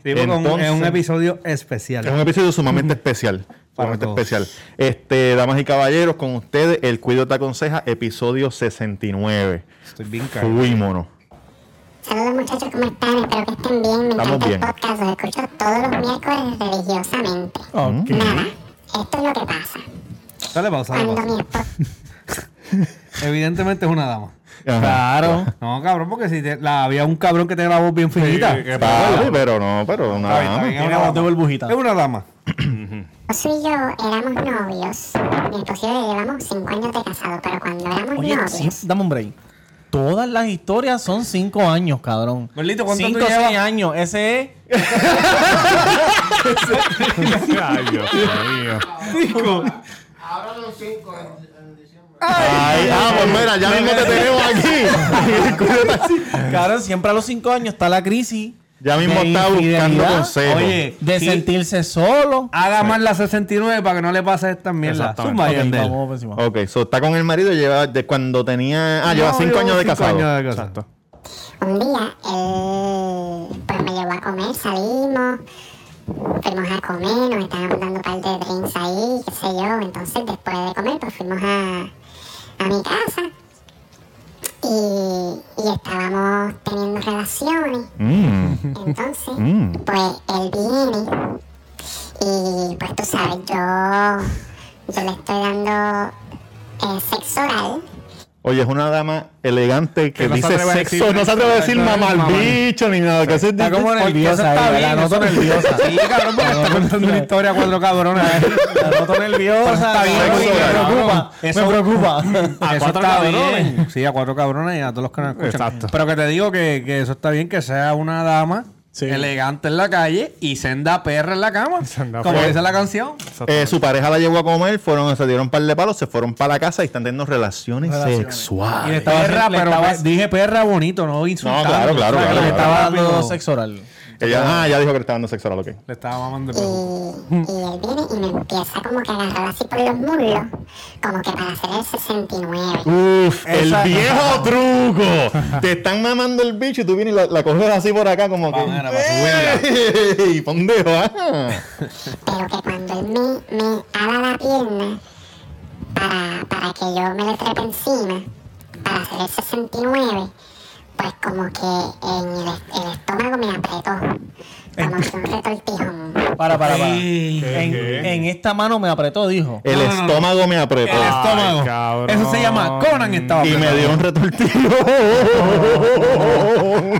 [SPEAKER 4] Sí, porque es un- es un
[SPEAKER 1] Entonces-
[SPEAKER 4] episodio
[SPEAKER 1] Es un
[SPEAKER 4] especial.
[SPEAKER 1] episodio sumamente especial.
[SPEAKER 4] Para
[SPEAKER 1] sumamente
[SPEAKER 4] todos.
[SPEAKER 1] especial. Este, damas y caballeros, con ustedes, el Cuido te aconseja, episodio 69.
[SPEAKER 4] Estoy bien caro.
[SPEAKER 1] Fuímonos.
[SPEAKER 9] Saludos muchachos, ¿cómo están? Espero que estén bien. Me
[SPEAKER 1] Estamos
[SPEAKER 9] encanta
[SPEAKER 1] bien.
[SPEAKER 9] el podcast, los escucho todos los miércoles religiosamente.
[SPEAKER 2] Ok.
[SPEAKER 9] Nada, esto es lo que pasa.
[SPEAKER 4] Dale pausa, dale
[SPEAKER 9] Cuando
[SPEAKER 4] pausa.
[SPEAKER 9] mi esposo
[SPEAKER 4] Evidentemente es una dama.
[SPEAKER 2] Claro.
[SPEAKER 4] No, cabrón, porque si te- la, había un cabrón que tenía la voz bien finita.
[SPEAKER 3] Sí, que-
[SPEAKER 1] Papi, pero no, pero
[SPEAKER 4] Está bien,
[SPEAKER 1] nada
[SPEAKER 4] está
[SPEAKER 1] más.
[SPEAKER 4] bien,
[SPEAKER 2] Tiene
[SPEAKER 4] es una
[SPEAKER 2] voz de
[SPEAKER 4] dama.
[SPEAKER 2] burbujita.
[SPEAKER 4] Es una dama.
[SPEAKER 9] y yo éramos novios, mi esposo y yo llevamos 5 años de casado, pero cuando éramos
[SPEAKER 2] Oye, sí,
[SPEAKER 9] novios,
[SPEAKER 2] dame un break. Todas las historias son cinco años, cabrón.
[SPEAKER 4] Gordito, ¿cuánto tú
[SPEAKER 2] cinco o
[SPEAKER 4] llevas?
[SPEAKER 2] seis años. Ese es.
[SPEAKER 3] Ay, Dios mío.
[SPEAKER 1] Ay, ah, pues mira, ya mismo te tenemos aquí. El Cuido te aconseja.
[SPEAKER 2] Cabrón, siempre a los cinco años está la crisis.
[SPEAKER 1] Ya mismo
[SPEAKER 2] de
[SPEAKER 1] está buscando
[SPEAKER 2] infidelidad,
[SPEAKER 1] consejos.
[SPEAKER 4] Oye,
[SPEAKER 2] De
[SPEAKER 4] sí.
[SPEAKER 2] sentirse solo.
[SPEAKER 4] Haga más la 69 para que no le pase esta mierda.
[SPEAKER 3] Exactamente.
[SPEAKER 4] Zumba,
[SPEAKER 2] Ok,
[SPEAKER 4] Yandel.
[SPEAKER 2] vamos por encima.
[SPEAKER 1] Ok, so está con el marido lleva de cuando tenía. Ah, lleva
[SPEAKER 4] No,
[SPEAKER 1] cinco
[SPEAKER 4] llevo
[SPEAKER 1] años de
[SPEAKER 4] cinco
[SPEAKER 1] casado.
[SPEAKER 4] años de casado.
[SPEAKER 1] Exacto.
[SPEAKER 9] un día él pues me llevó a comer, salimos, fuimos a comer, nos estaban dando un par de drinks ahí, qué sé yo. Entonces después de comer, pues fuimos a, a mi casa y, y estábamos teniendo relaciones.
[SPEAKER 1] Mm.
[SPEAKER 9] Entonces,
[SPEAKER 1] Mm.
[SPEAKER 9] pues él viene y pues tú sabes, yo, yo le estoy dando eh, sexo oral
[SPEAKER 1] Oye, es una dama elegante que,
[SPEAKER 3] Que no se
[SPEAKER 1] dice
[SPEAKER 3] atreve a decir-
[SPEAKER 1] sexo, no se atreve a decir
[SPEAKER 3] no,
[SPEAKER 1] mamá
[SPEAKER 3] mamá.
[SPEAKER 1] al bicho ni nada. Que eso es
[SPEAKER 2] Está como
[SPEAKER 1] difícil. Porque eso
[SPEAKER 2] nerviosa
[SPEAKER 1] está
[SPEAKER 2] ahí,
[SPEAKER 1] bien,
[SPEAKER 2] ¿verdad?
[SPEAKER 1] eso-
[SPEAKER 2] Noto nerviosa. Sí, cabrón, porque está contando una historia cuatro cabrones. La noto nerviosa.
[SPEAKER 1] bien,
[SPEAKER 2] cabrón,
[SPEAKER 1] eso
[SPEAKER 2] me
[SPEAKER 1] es.
[SPEAKER 2] preocupa. Me preocupa.
[SPEAKER 4] A
[SPEAKER 3] Eso está
[SPEAKER 4] cuatro cabrones.
[SPEAKER 3] bien.
[SPEAKER 4] Sí, a cuatro cabrones y a todos los que nos escuchan.
[SPEAKER 3] Exacto.
[SPEAKER 4] Pero que te digo que, que eso está bien que sea una dama
[SPEAKER 2] Sí.
[SPEAKER 4] elegante en la calle y senda perra en la cama.
[SPEAKER 3] Senda
[SPEAKER 4] como
[SPEAKER 3] perra.
[SPEAKER 4] dice la canción.
[SPEAKER 1] Eh, su pareja la llevó a comer, fueron, se dieron un par de palos, se fueron para la casa y están teniendo relaciones,
[SPEAKER 4] Y le
[SPEAKER 1] sexuales.
[SPEAKER 4] estaba,
[SPEAKER 2] Perra,
[SPEAKER 4] le
[SPEAKER 2] pero
[SPEAKER 4] estaba-
[SPEAKER 2] vas-
[SPEAKER 4] dije perra bonito, no insultando.
[SPEAKER 1] claro, claro,
[SPEAKER 4] O sea, que
[SPEAKER 1] claro,
[SPEAKER 4] le
[SPEAKER 1] claro.
[SPEAKER 4] estaba
[SPEAKER 2] dando
[SPEAKER 4] dando
[SPEAKER 2] sexo oral.
[SPEAKER 1] Ella, ah, ya dijo que le estaba dando sexo oral, ok.
[SPEAKER 4] Le estaba mamando
[SPEAKER 9] Y,
[SPEAKER 1] Oh.
[SPEAKER 9] y él viene y me empieza como que a agarrar así por los muslos, como que para hacer el 69.
[SPEAKER 1] Uf, el
[SPEAKER 4] Esa-
[SPEAKER 1] viejo truco. Te están mamando el bicho y tú vienes y la, la coges así por acá como que.
[SPEAKER 4] mira,
[SPEAKER 1] ¡Ey! Pendejo, ah.
[SPEAKER 9] pero que cuando él me, me ala la pierna para, para que yo me le trepe encima, para hacer el 69, pues como que en el, est- el estómago me apretó, como que un retortijón.
[SPEAKER 2] Para, para, para.
[SPEAKER 4] Sí.
[SPEAKER 2] En, en esta mano me apretó, dijo.
[SPEAKER 1] El
[SPEAKER 4] No, no, no.
[SPEAKER 1] estómago me apretó.
[SPEAKER 4] el estómago.
[SPEAKER 3] cabrón.
[SPEAKER 4] Eso se llama Conan estaba
[SPEAKER 1] y me
[SPEAKER 4] apretado.
[SPEAKER 1] dio un retortillo.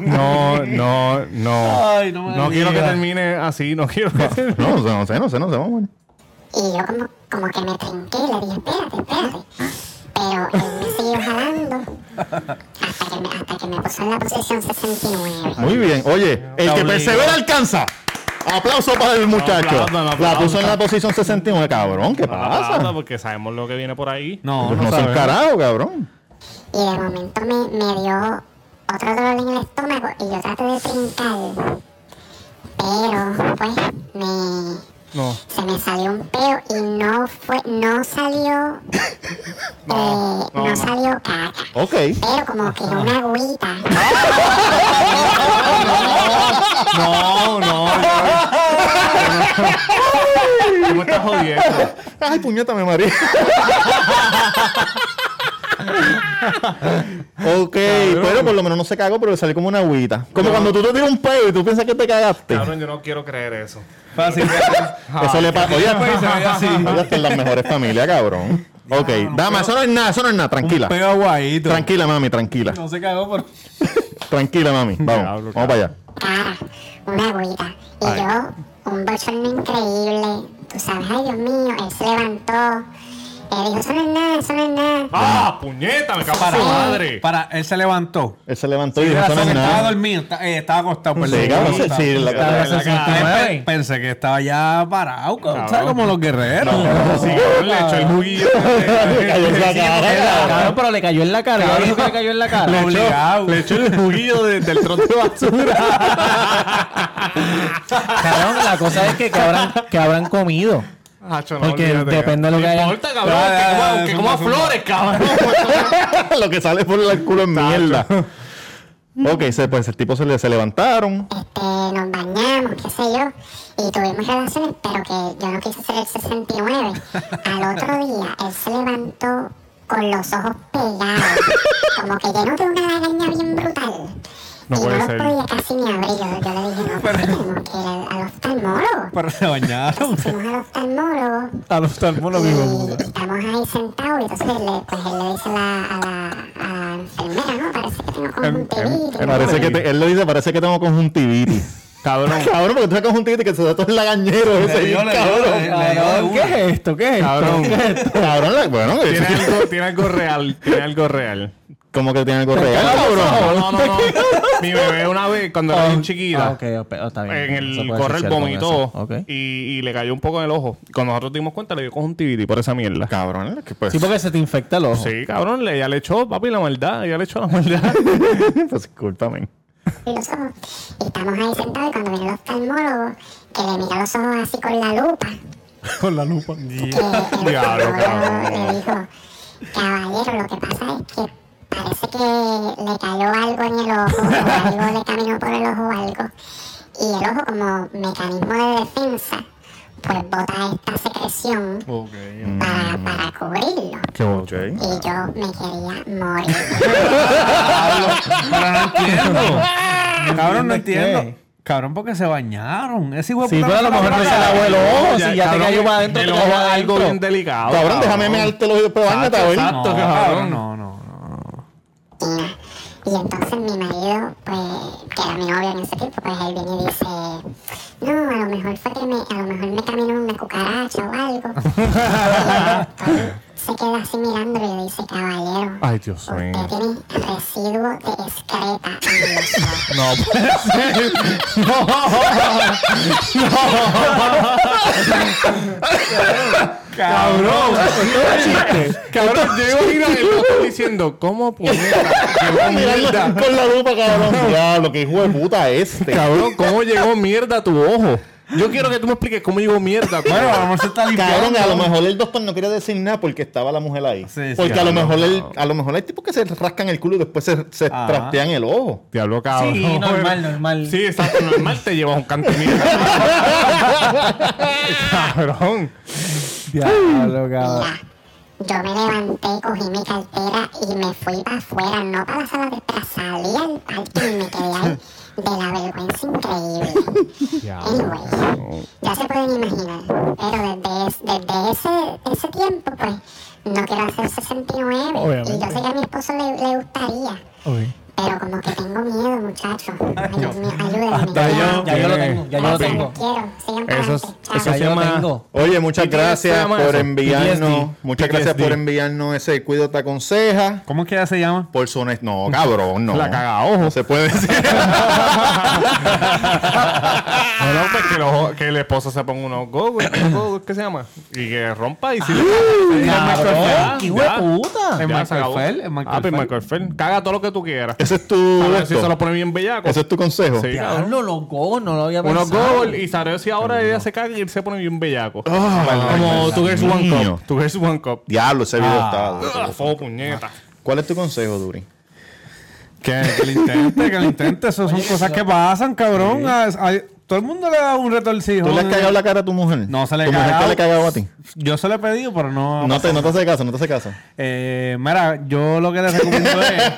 [SPEAKER 3] No, no, no.
[SPEAKER 4] Ay, no me
[SPEAKER 3] No quiero que
[SPEAKER 4] digas.
[SPEAKER 3] termine así, no quiero que termine.
[SPEAKER 1] No, no, sé, no sé, no sé, no sé. vamos.
[SPEAKER 9] Y yo como, como que me trinqué y le dije, espérate, espérate. Pero él me siguió jalando hasta que me, hasta que me puso en la posición 69.
[SPEAKER 1] Muy bien. Oye, el que
[SPEAKER 3] obligado.
[SPEAKER 1] persevera alcanza. Aplauso para el muchacho.
[SPEAKER 3] aplaudan,
[SPEAKER 1] La
[SPEAKER 3] aplaudan.
[SPEAKER 1] puso en la posición 69, cabrón. ¿Qué pasa?
[SPEAKER 3] Porque sabemos lo que viene por ahí.
[SPEAKER 4] No,
[SPEAKER 1] Pues
[SPEAKER 4] no,
[SPEAKER 1] No son
[SPEAKER 4] sabes.
[SPEAKER 1] carajo, cabrón.
[SPEAKER 9] Y de momento me, me dio otro dolor en el estómago y yo traté de trincar. Pero pues me
[SPEAKER 3] No.
[SPEAKER 9] se me salió un peo y no fue, no salió, eh, no salió caca.
[SPEAKER 1] Ok.
[SPEAKER 9] Pero como que una agüita.
[SPEAKER 3] No, no. no. Tú me estás jodiendo.
[SPEAKER 1] Ay, puñeta, me mareé. ok, pero por lo menos no se cagó, pero le salió como una agüita. Como cuando tú te tiras un peo y tú piensas que te cagaste.
[SPEAKER 3] Cabrón, yo no quiero creer eso.
[SPEAKER 4] Fácil.
[SPEAKER 1] Eso le pasa. Oye,
[SPEAKER 4] y se veía así.
[SPEAKER 1] oye, hasta en las mejores familias, cabrón. Ok, dama, eso no es nada, eso no es nada. Tranquila.
[SPEAKER 4] Pega guayito.
[SPEAKER 1] Tranquila, mami, tranquila.
[SPEAKER 4] No se cagó, pero.
[SPEAKER 1] Tranquila, mami. Vamos,
[SPEAKER 3] Diablo,
[SPEAKER 1] vamos para allá.
[SPEAKER 9] cara, una agüita. Y yo, un bochorno increíble. Tú sabes, ay Dios mío, él se levantó. Él dijo, eso no es nada, eso no es nada.
[SPEAKER 3] ¡Ah, puñeta! ¡Me cago en
[SPEAKER 4] Para,
[SPEAKER 3] su madre!
[SPEAKER 4] Para, él se levantó.
[SPEAKER 1] Él se levantó y dijo,
[SPEAKER 4] Tiene
[SPEAKER 1] eso no
[SPEAKER 4] razón,
[SPEAKER 1] es
[SPEAKER 4] estaba
[SPEAKER 1] nada.
[SPEAKER 4] dormido, está- eh, estaba acostado. perdón.
[SPEAKER 1] Sí, cabrón, sí,
[SPEAKER 4] Estaba-
[SPEAKER 1] sí, la-
[SPEAKER 4] estaba-
[SPEAKER 1] la-
[SPEAKER 4] estaba-
[SPEAKER 2] la-
[SPEAKER 4] estaba-
[SPEAKER 2] la-
[SPEAKER 4] Pensé que estaba ya parado, co- ¿sabes? Como los guerreros.
[SPEAKER 3] Sí, cabrón, le echó el juguillo.
[SPEAKER 1] Cayó en la cara.
[SPEAKER 2] Claro, pero le cayó en la cara. Claro que le cayó en la cara.
[SPEAKER 4] Obligado.
[SPEAKER 3] Le echó el juguillo de- del trote de
[SPEAKER 2] Cabrón, la cosa es que, que, habrán, que habrán comido.
[SPEAKER 3] basura.
[SPEAKER 2] Porque depende de lo que Ah,
[SPEAKER 3] No
[SPEAKER 2] hayan-
[SPEAKER 3] importa, cabrón.
[SPEAKER 4] Ya, ya,
[SPEAKER 3] que
[SPEAKER 4] ya,
[SPEAKER 3] coma- Que coma
[SPEAKER 4] zumba, zumba.
[SPEAKER 3] flores, cabrón.
[SPEAKER 1] Lo que sale por el culo es mierda. Ok, se- pues el tipo se, le- se levantaron.
[SPEAKER 9] Este, nos bañamos, qué sé yo. Y tuvimos relaciones, pero que yo no quise hacer el 69. Al otro día, él se levantó con los ojos pegados. Como que lleno de una lagaña bien brutal.
[SPEAKER 3] No
[SPEAKER 9] y
[SPEAKER 3] puede
[SPEAKER 9] no
[SPEAKER 3] ser.
[SPEAKER 9] los podía casi ni abrir. Yo, yo le dije, no, pues, tenemos que ir al, al oftalmólogo.
[SPEAKER 4] Pero se bañaron.
[SPEAKER 9] Fuimos al oftalmólogo.
[SPEAKER 4] Al oftalmólogo
[SPEAKER 2] Uh,
[SPEAKER 9] Y estamos ahí sentados y entonces le, pues él le dice la- a la, a la enfermera, ¿no? Parece que tengo conjuntivitis.
[SPEAKER 1] Parece que te- él le dice, parece que tengo conjuntivitis. Ah,
[SPEAKER 3] Cabrón.
[SPEAKER 1] cabrón, porque tú tienes conjuntivitis que se da todo el lagañero. ese,
[SPEAKER 4] dio, le dio,
[SPEAKER 1] cabrón.
[SPEAKER 4] le- le dio de
[SPEAKER 2] Cabrón, ¿qué
[SPEAKER 4] una.
[SPEAKER 2] es esto? ¿Qué es esto?
[SPEAKER 3] Cabrón.
[SPEAKER 2] ¿Qué es esto?
[SPEAKER 1] Cabrón, la- bueno,
[SPEAKER 3] Tiene algo, tiene algo real, tiene algo real.
[SPEAKER 1] como que tiene algo
[SPEAKER 2] Te
[SPEAKER 1] real,
[SPEAKER 2] cago,
[SPEAKER 1] cabrón.
[SPEAKER 3] No, no, no. Mi bebé una vez, cuando era bien chiquita,
[SPEAKER 2] Ah, ok, ok, oh, está bien.
[SPEAKER 3] en
[SPEAKER 2] Se
[SPEAKER 3] el
[SPEAKER 2] puede
[SPEAKER 3] correr
[SPEAKER 2] asociar con
[SPEAKER 3] vomitó
[SPEAKER 2] eso. Ok.
[SPEAKER 3] y, y le cayó un poco en el ojo. Cuando nosotros dimos cuenta, le dio conjuntivitis por esa mierda.
[SPEAKER 1] Cabrón, que pues.
[SPEAKER 2] Sí, porque se te infecta el ojo.
[SPEAKER 3] Sí, cabrón, le, ya le echó, papi, la maldad, ya le echó la maldad.
[SPEAKER 1] pues discúlpame.
[SPEAKER 9] y los ojos. Y estamos ahí sentados y cuando viene el oftalmólogo, que le mira los ojos así con la lupa,
[SPEAKER 4] Con la lupa.
[SPEAKER 9] que el
[SPEAKER 3] Diablo,
[SPEAKER 9] oftalmólogo le dijo, caballero, lo que pasa es que parece que le cayó algo en el ojo, o algo le caminó por el ojo o algo. Y el ojo como mecanismo de defensa, pues bota esta secreción para, para cubrirlo.
[SPEAKER 1] Qué okay.
[SPEAKER 9] Y yo me quería morir.
[SPEAKER 4] Pero no entiendo. Cabrón, no
[SPEAKER 2] ¿Entiendes
[SPEAKER 4] entiendo. Cabrón, porque se bañaron. Ese hijo de
[SPEAKER 2] Sí,
[SPEAKER 4] puta
[SPEAKER 2] pero a lo mejor no
[SPEAKER 4] para
[SPEAKER 2] se
[SPEAKER 4] acá.
[SPEAKER 2] lavó el
[SPEAKER 3] Ya,
[SPEAKER 2] ojo. Si ya te
[SPEAKER 3] cabrón,
[SPEAKER 2] cayó para adentro,
[SPEAKER 3] el
[SPEAKER 2] te
[SPEAKER 3] ojo
[SPEAKER 2] cayó
[SPEAKER 3] es algo
[SPEAKER 2] adentro.
[SPEAKER 3] bien delicado.
[SPEAKER 1] Cabrón, déjame mearte los oídos, pero bañate,
[SPEAKER 3] Exacto,
[SPEAKER 1] hoy.
[SPEAKER 3] exacto,
[SPEAKER 4] No,
[SPEAKER 3] cabrón.
[SPEAKER 4] cabrón, no, no, no.
[SPEAKER 9] entonces mi marido, pues, que era mi novio en ese tiempo, pues él viene y dice, no, a lo mejor fue que me, a lo mejor me caminó una cucaracha o algo. Y entonces se queda así mirando y le dice, caballero,
[SPEAKER 3] Ay, Dios
[SPEAKER 9] usted
[SPEAKER 3] mío.
[SPEAKER 9] tiene residuo de excreta en los ojos".
[SPEAKER 3] No, puede ser. Cabrón. Cabrón, yo imagino el doctor diciendo, ¿cómo puñeta llegó mierda?
[SPEAKER 1] Con la lupa, cabrón. Ya, lo que hijo de puta este.
[SPEAKER 3] Cabrón, ¿cómo llegó mierda a tu ojo? Yo quiero que tú me expliques cómo llegó mierda.
[SPEAKER 2] Bueno, a lo
[SPEAKER 3] Bueno,
[SPEAKER 2] mejor se está
[SPEAKER 1] Cabrón,
[SPEAKER 2] limpiando.
[SPEAKER 1] a lo mejor el doctor no quería decir nada porque estaba la mujer ahí.
[SPEAKER 4] Sí, sí,
[SPEAKER 1] porque a, lo
[SPEAKER 3] cabrón,
[SPEAKER 1] mejor el,
[SPEAKER 3] no.
[SPEAKER 1] a lo mejor hay tipos que se rascan el culo y después se, se
[SPEAKER 3] Ah.
[SPEAKER 2] Ajá.
[SPEAKER 1] trastean el ojo.
[SPEAKER 3] diablo, cabrón.
[SPEAKER 2] Sí, normal, normal.
[SPEAKER 3] Sí, exacto, normal te llevas un canto de mierda. Cabrón.
[SPEAKER 2] Diablo, cabrón.
[SPEAKER 9] Mira, yo me levanté, cogí mi cartera y me fui para afuera, no para la sala de espera, salí al parque y me quedé ahí de la vergüenza increíble. Anyway, ya se pueden imaginar, pero desde, es- desde ese, ese tiempo, pues, no quiero hacer 69 y yo sé que a mi esposo le, le gustaría. Pero como que tengo miedo, muchachos. Ay, Dios mío, ayúdenme.
[SPEAKER 3] Hasta yo.
[SPEAKER 2] Ya yo lo tengo, ya yo lo
[SPEAKER 3] Papi.
[SPEAKER 2] tengo.
[SPEAKER 9] Quiero, sigan para
[SPEAKER 3] Eso,
[SPEAKER 9] adelante.
[SPEAKER 3] es-
[SPEAKER 9] Chao.
[SPEAKER 3] eso se
[SPEAKER 2] Ya yo
[SPEAKER 3] llama...
[SPEAKER 2] tengo.
[SPEAKER 1] Oye, muchas
[SPEAKER 3] ¿Y qué se
[SPEAKER 1] gracias
[SPEAKER 3] llama
[SPEAKER 1] por
[SPEAKER 3] eso?
[SPEAKER 1] enviarnos.
[SPEAKER 3] PTSD.
[SPEAKER 1] Muchas gracias por enviarnos ese cuido te aconseja.
[SPEAKER 4] ¿Cómo es que ella se llama?
[SPEAKER 1] Por su honest- No, cabrón, no.
[SPEAKER 3] La cagaojo.
[SPEAKER 1] No se puede decir.
[SPEAKER 3] Bueno, pues que, los- que el esposo se ponga unos gogos, gogos, ¿qué se llama? Y que rompa y si le
[SPEAKER 2] Cabrón, qué hijo de puta.
[SPEAKER 3] Es
[SPEAKER 4] Michael Phelps, es Michael
[SPEAKER 3] Ah, pues
[SPEAKER 4] Phelps.
[SPEAKER 3] Michael Phelps. Caga todo lo que tú quieras.
[SPEAKER 1] Ese es tu.
[SPEAKER 3] A ver si
[SPEAKER 1] esto.
[SPEAKER 3] se lo pone bien bellaco.
[SPEAKER 1] Ese es tu consejo.
[SPEAKER 3] Sí, cabrón.
[SPEAKER 2] Diablo, los gogos, no lo había pensado.
[SPEAKER 3] Unos gogos y sabré si ahora ella se caga y él se pone bien bellaco.
[SPEAKER 1] Ah,
[SPEAKER 3] Como Two Girls One
[SPEAKER 1] niño.
[SPEAKER 3] Cup. Two Girls One Cup.
[SPEAKER 1] Diablo, ese video
[SPEAKER 3] Ah,
[SPEAKER 1] está.
[SPEAKER 3] fuego, puñeta.
[SPEAKER 1] ¿Cuál es tu consejo, Duri?
[SPEAKER 4] Que, que lo intente, que lo intente. Eso son cosas que pasan, cabrón. A- a- todo el mundo le da un retorcijo.
[SPEAKER 1] ¿Tú le has cagado la cara a tu mujer?
[SPEAKER 4] No, se le he
[SPEAKER 1] ¿Tu mujer
[SPEAKER 4] cagado.
[SPEAKER 1] qué le ha cagado a ti?
[SPEAKER 4] Yo se lo he pedido, pero no.
[SPEAKER 1] No te, no te hace caso, no te hace caso.
[SPEAKER 4] Eh, mira, yo lo que le recomiendo es.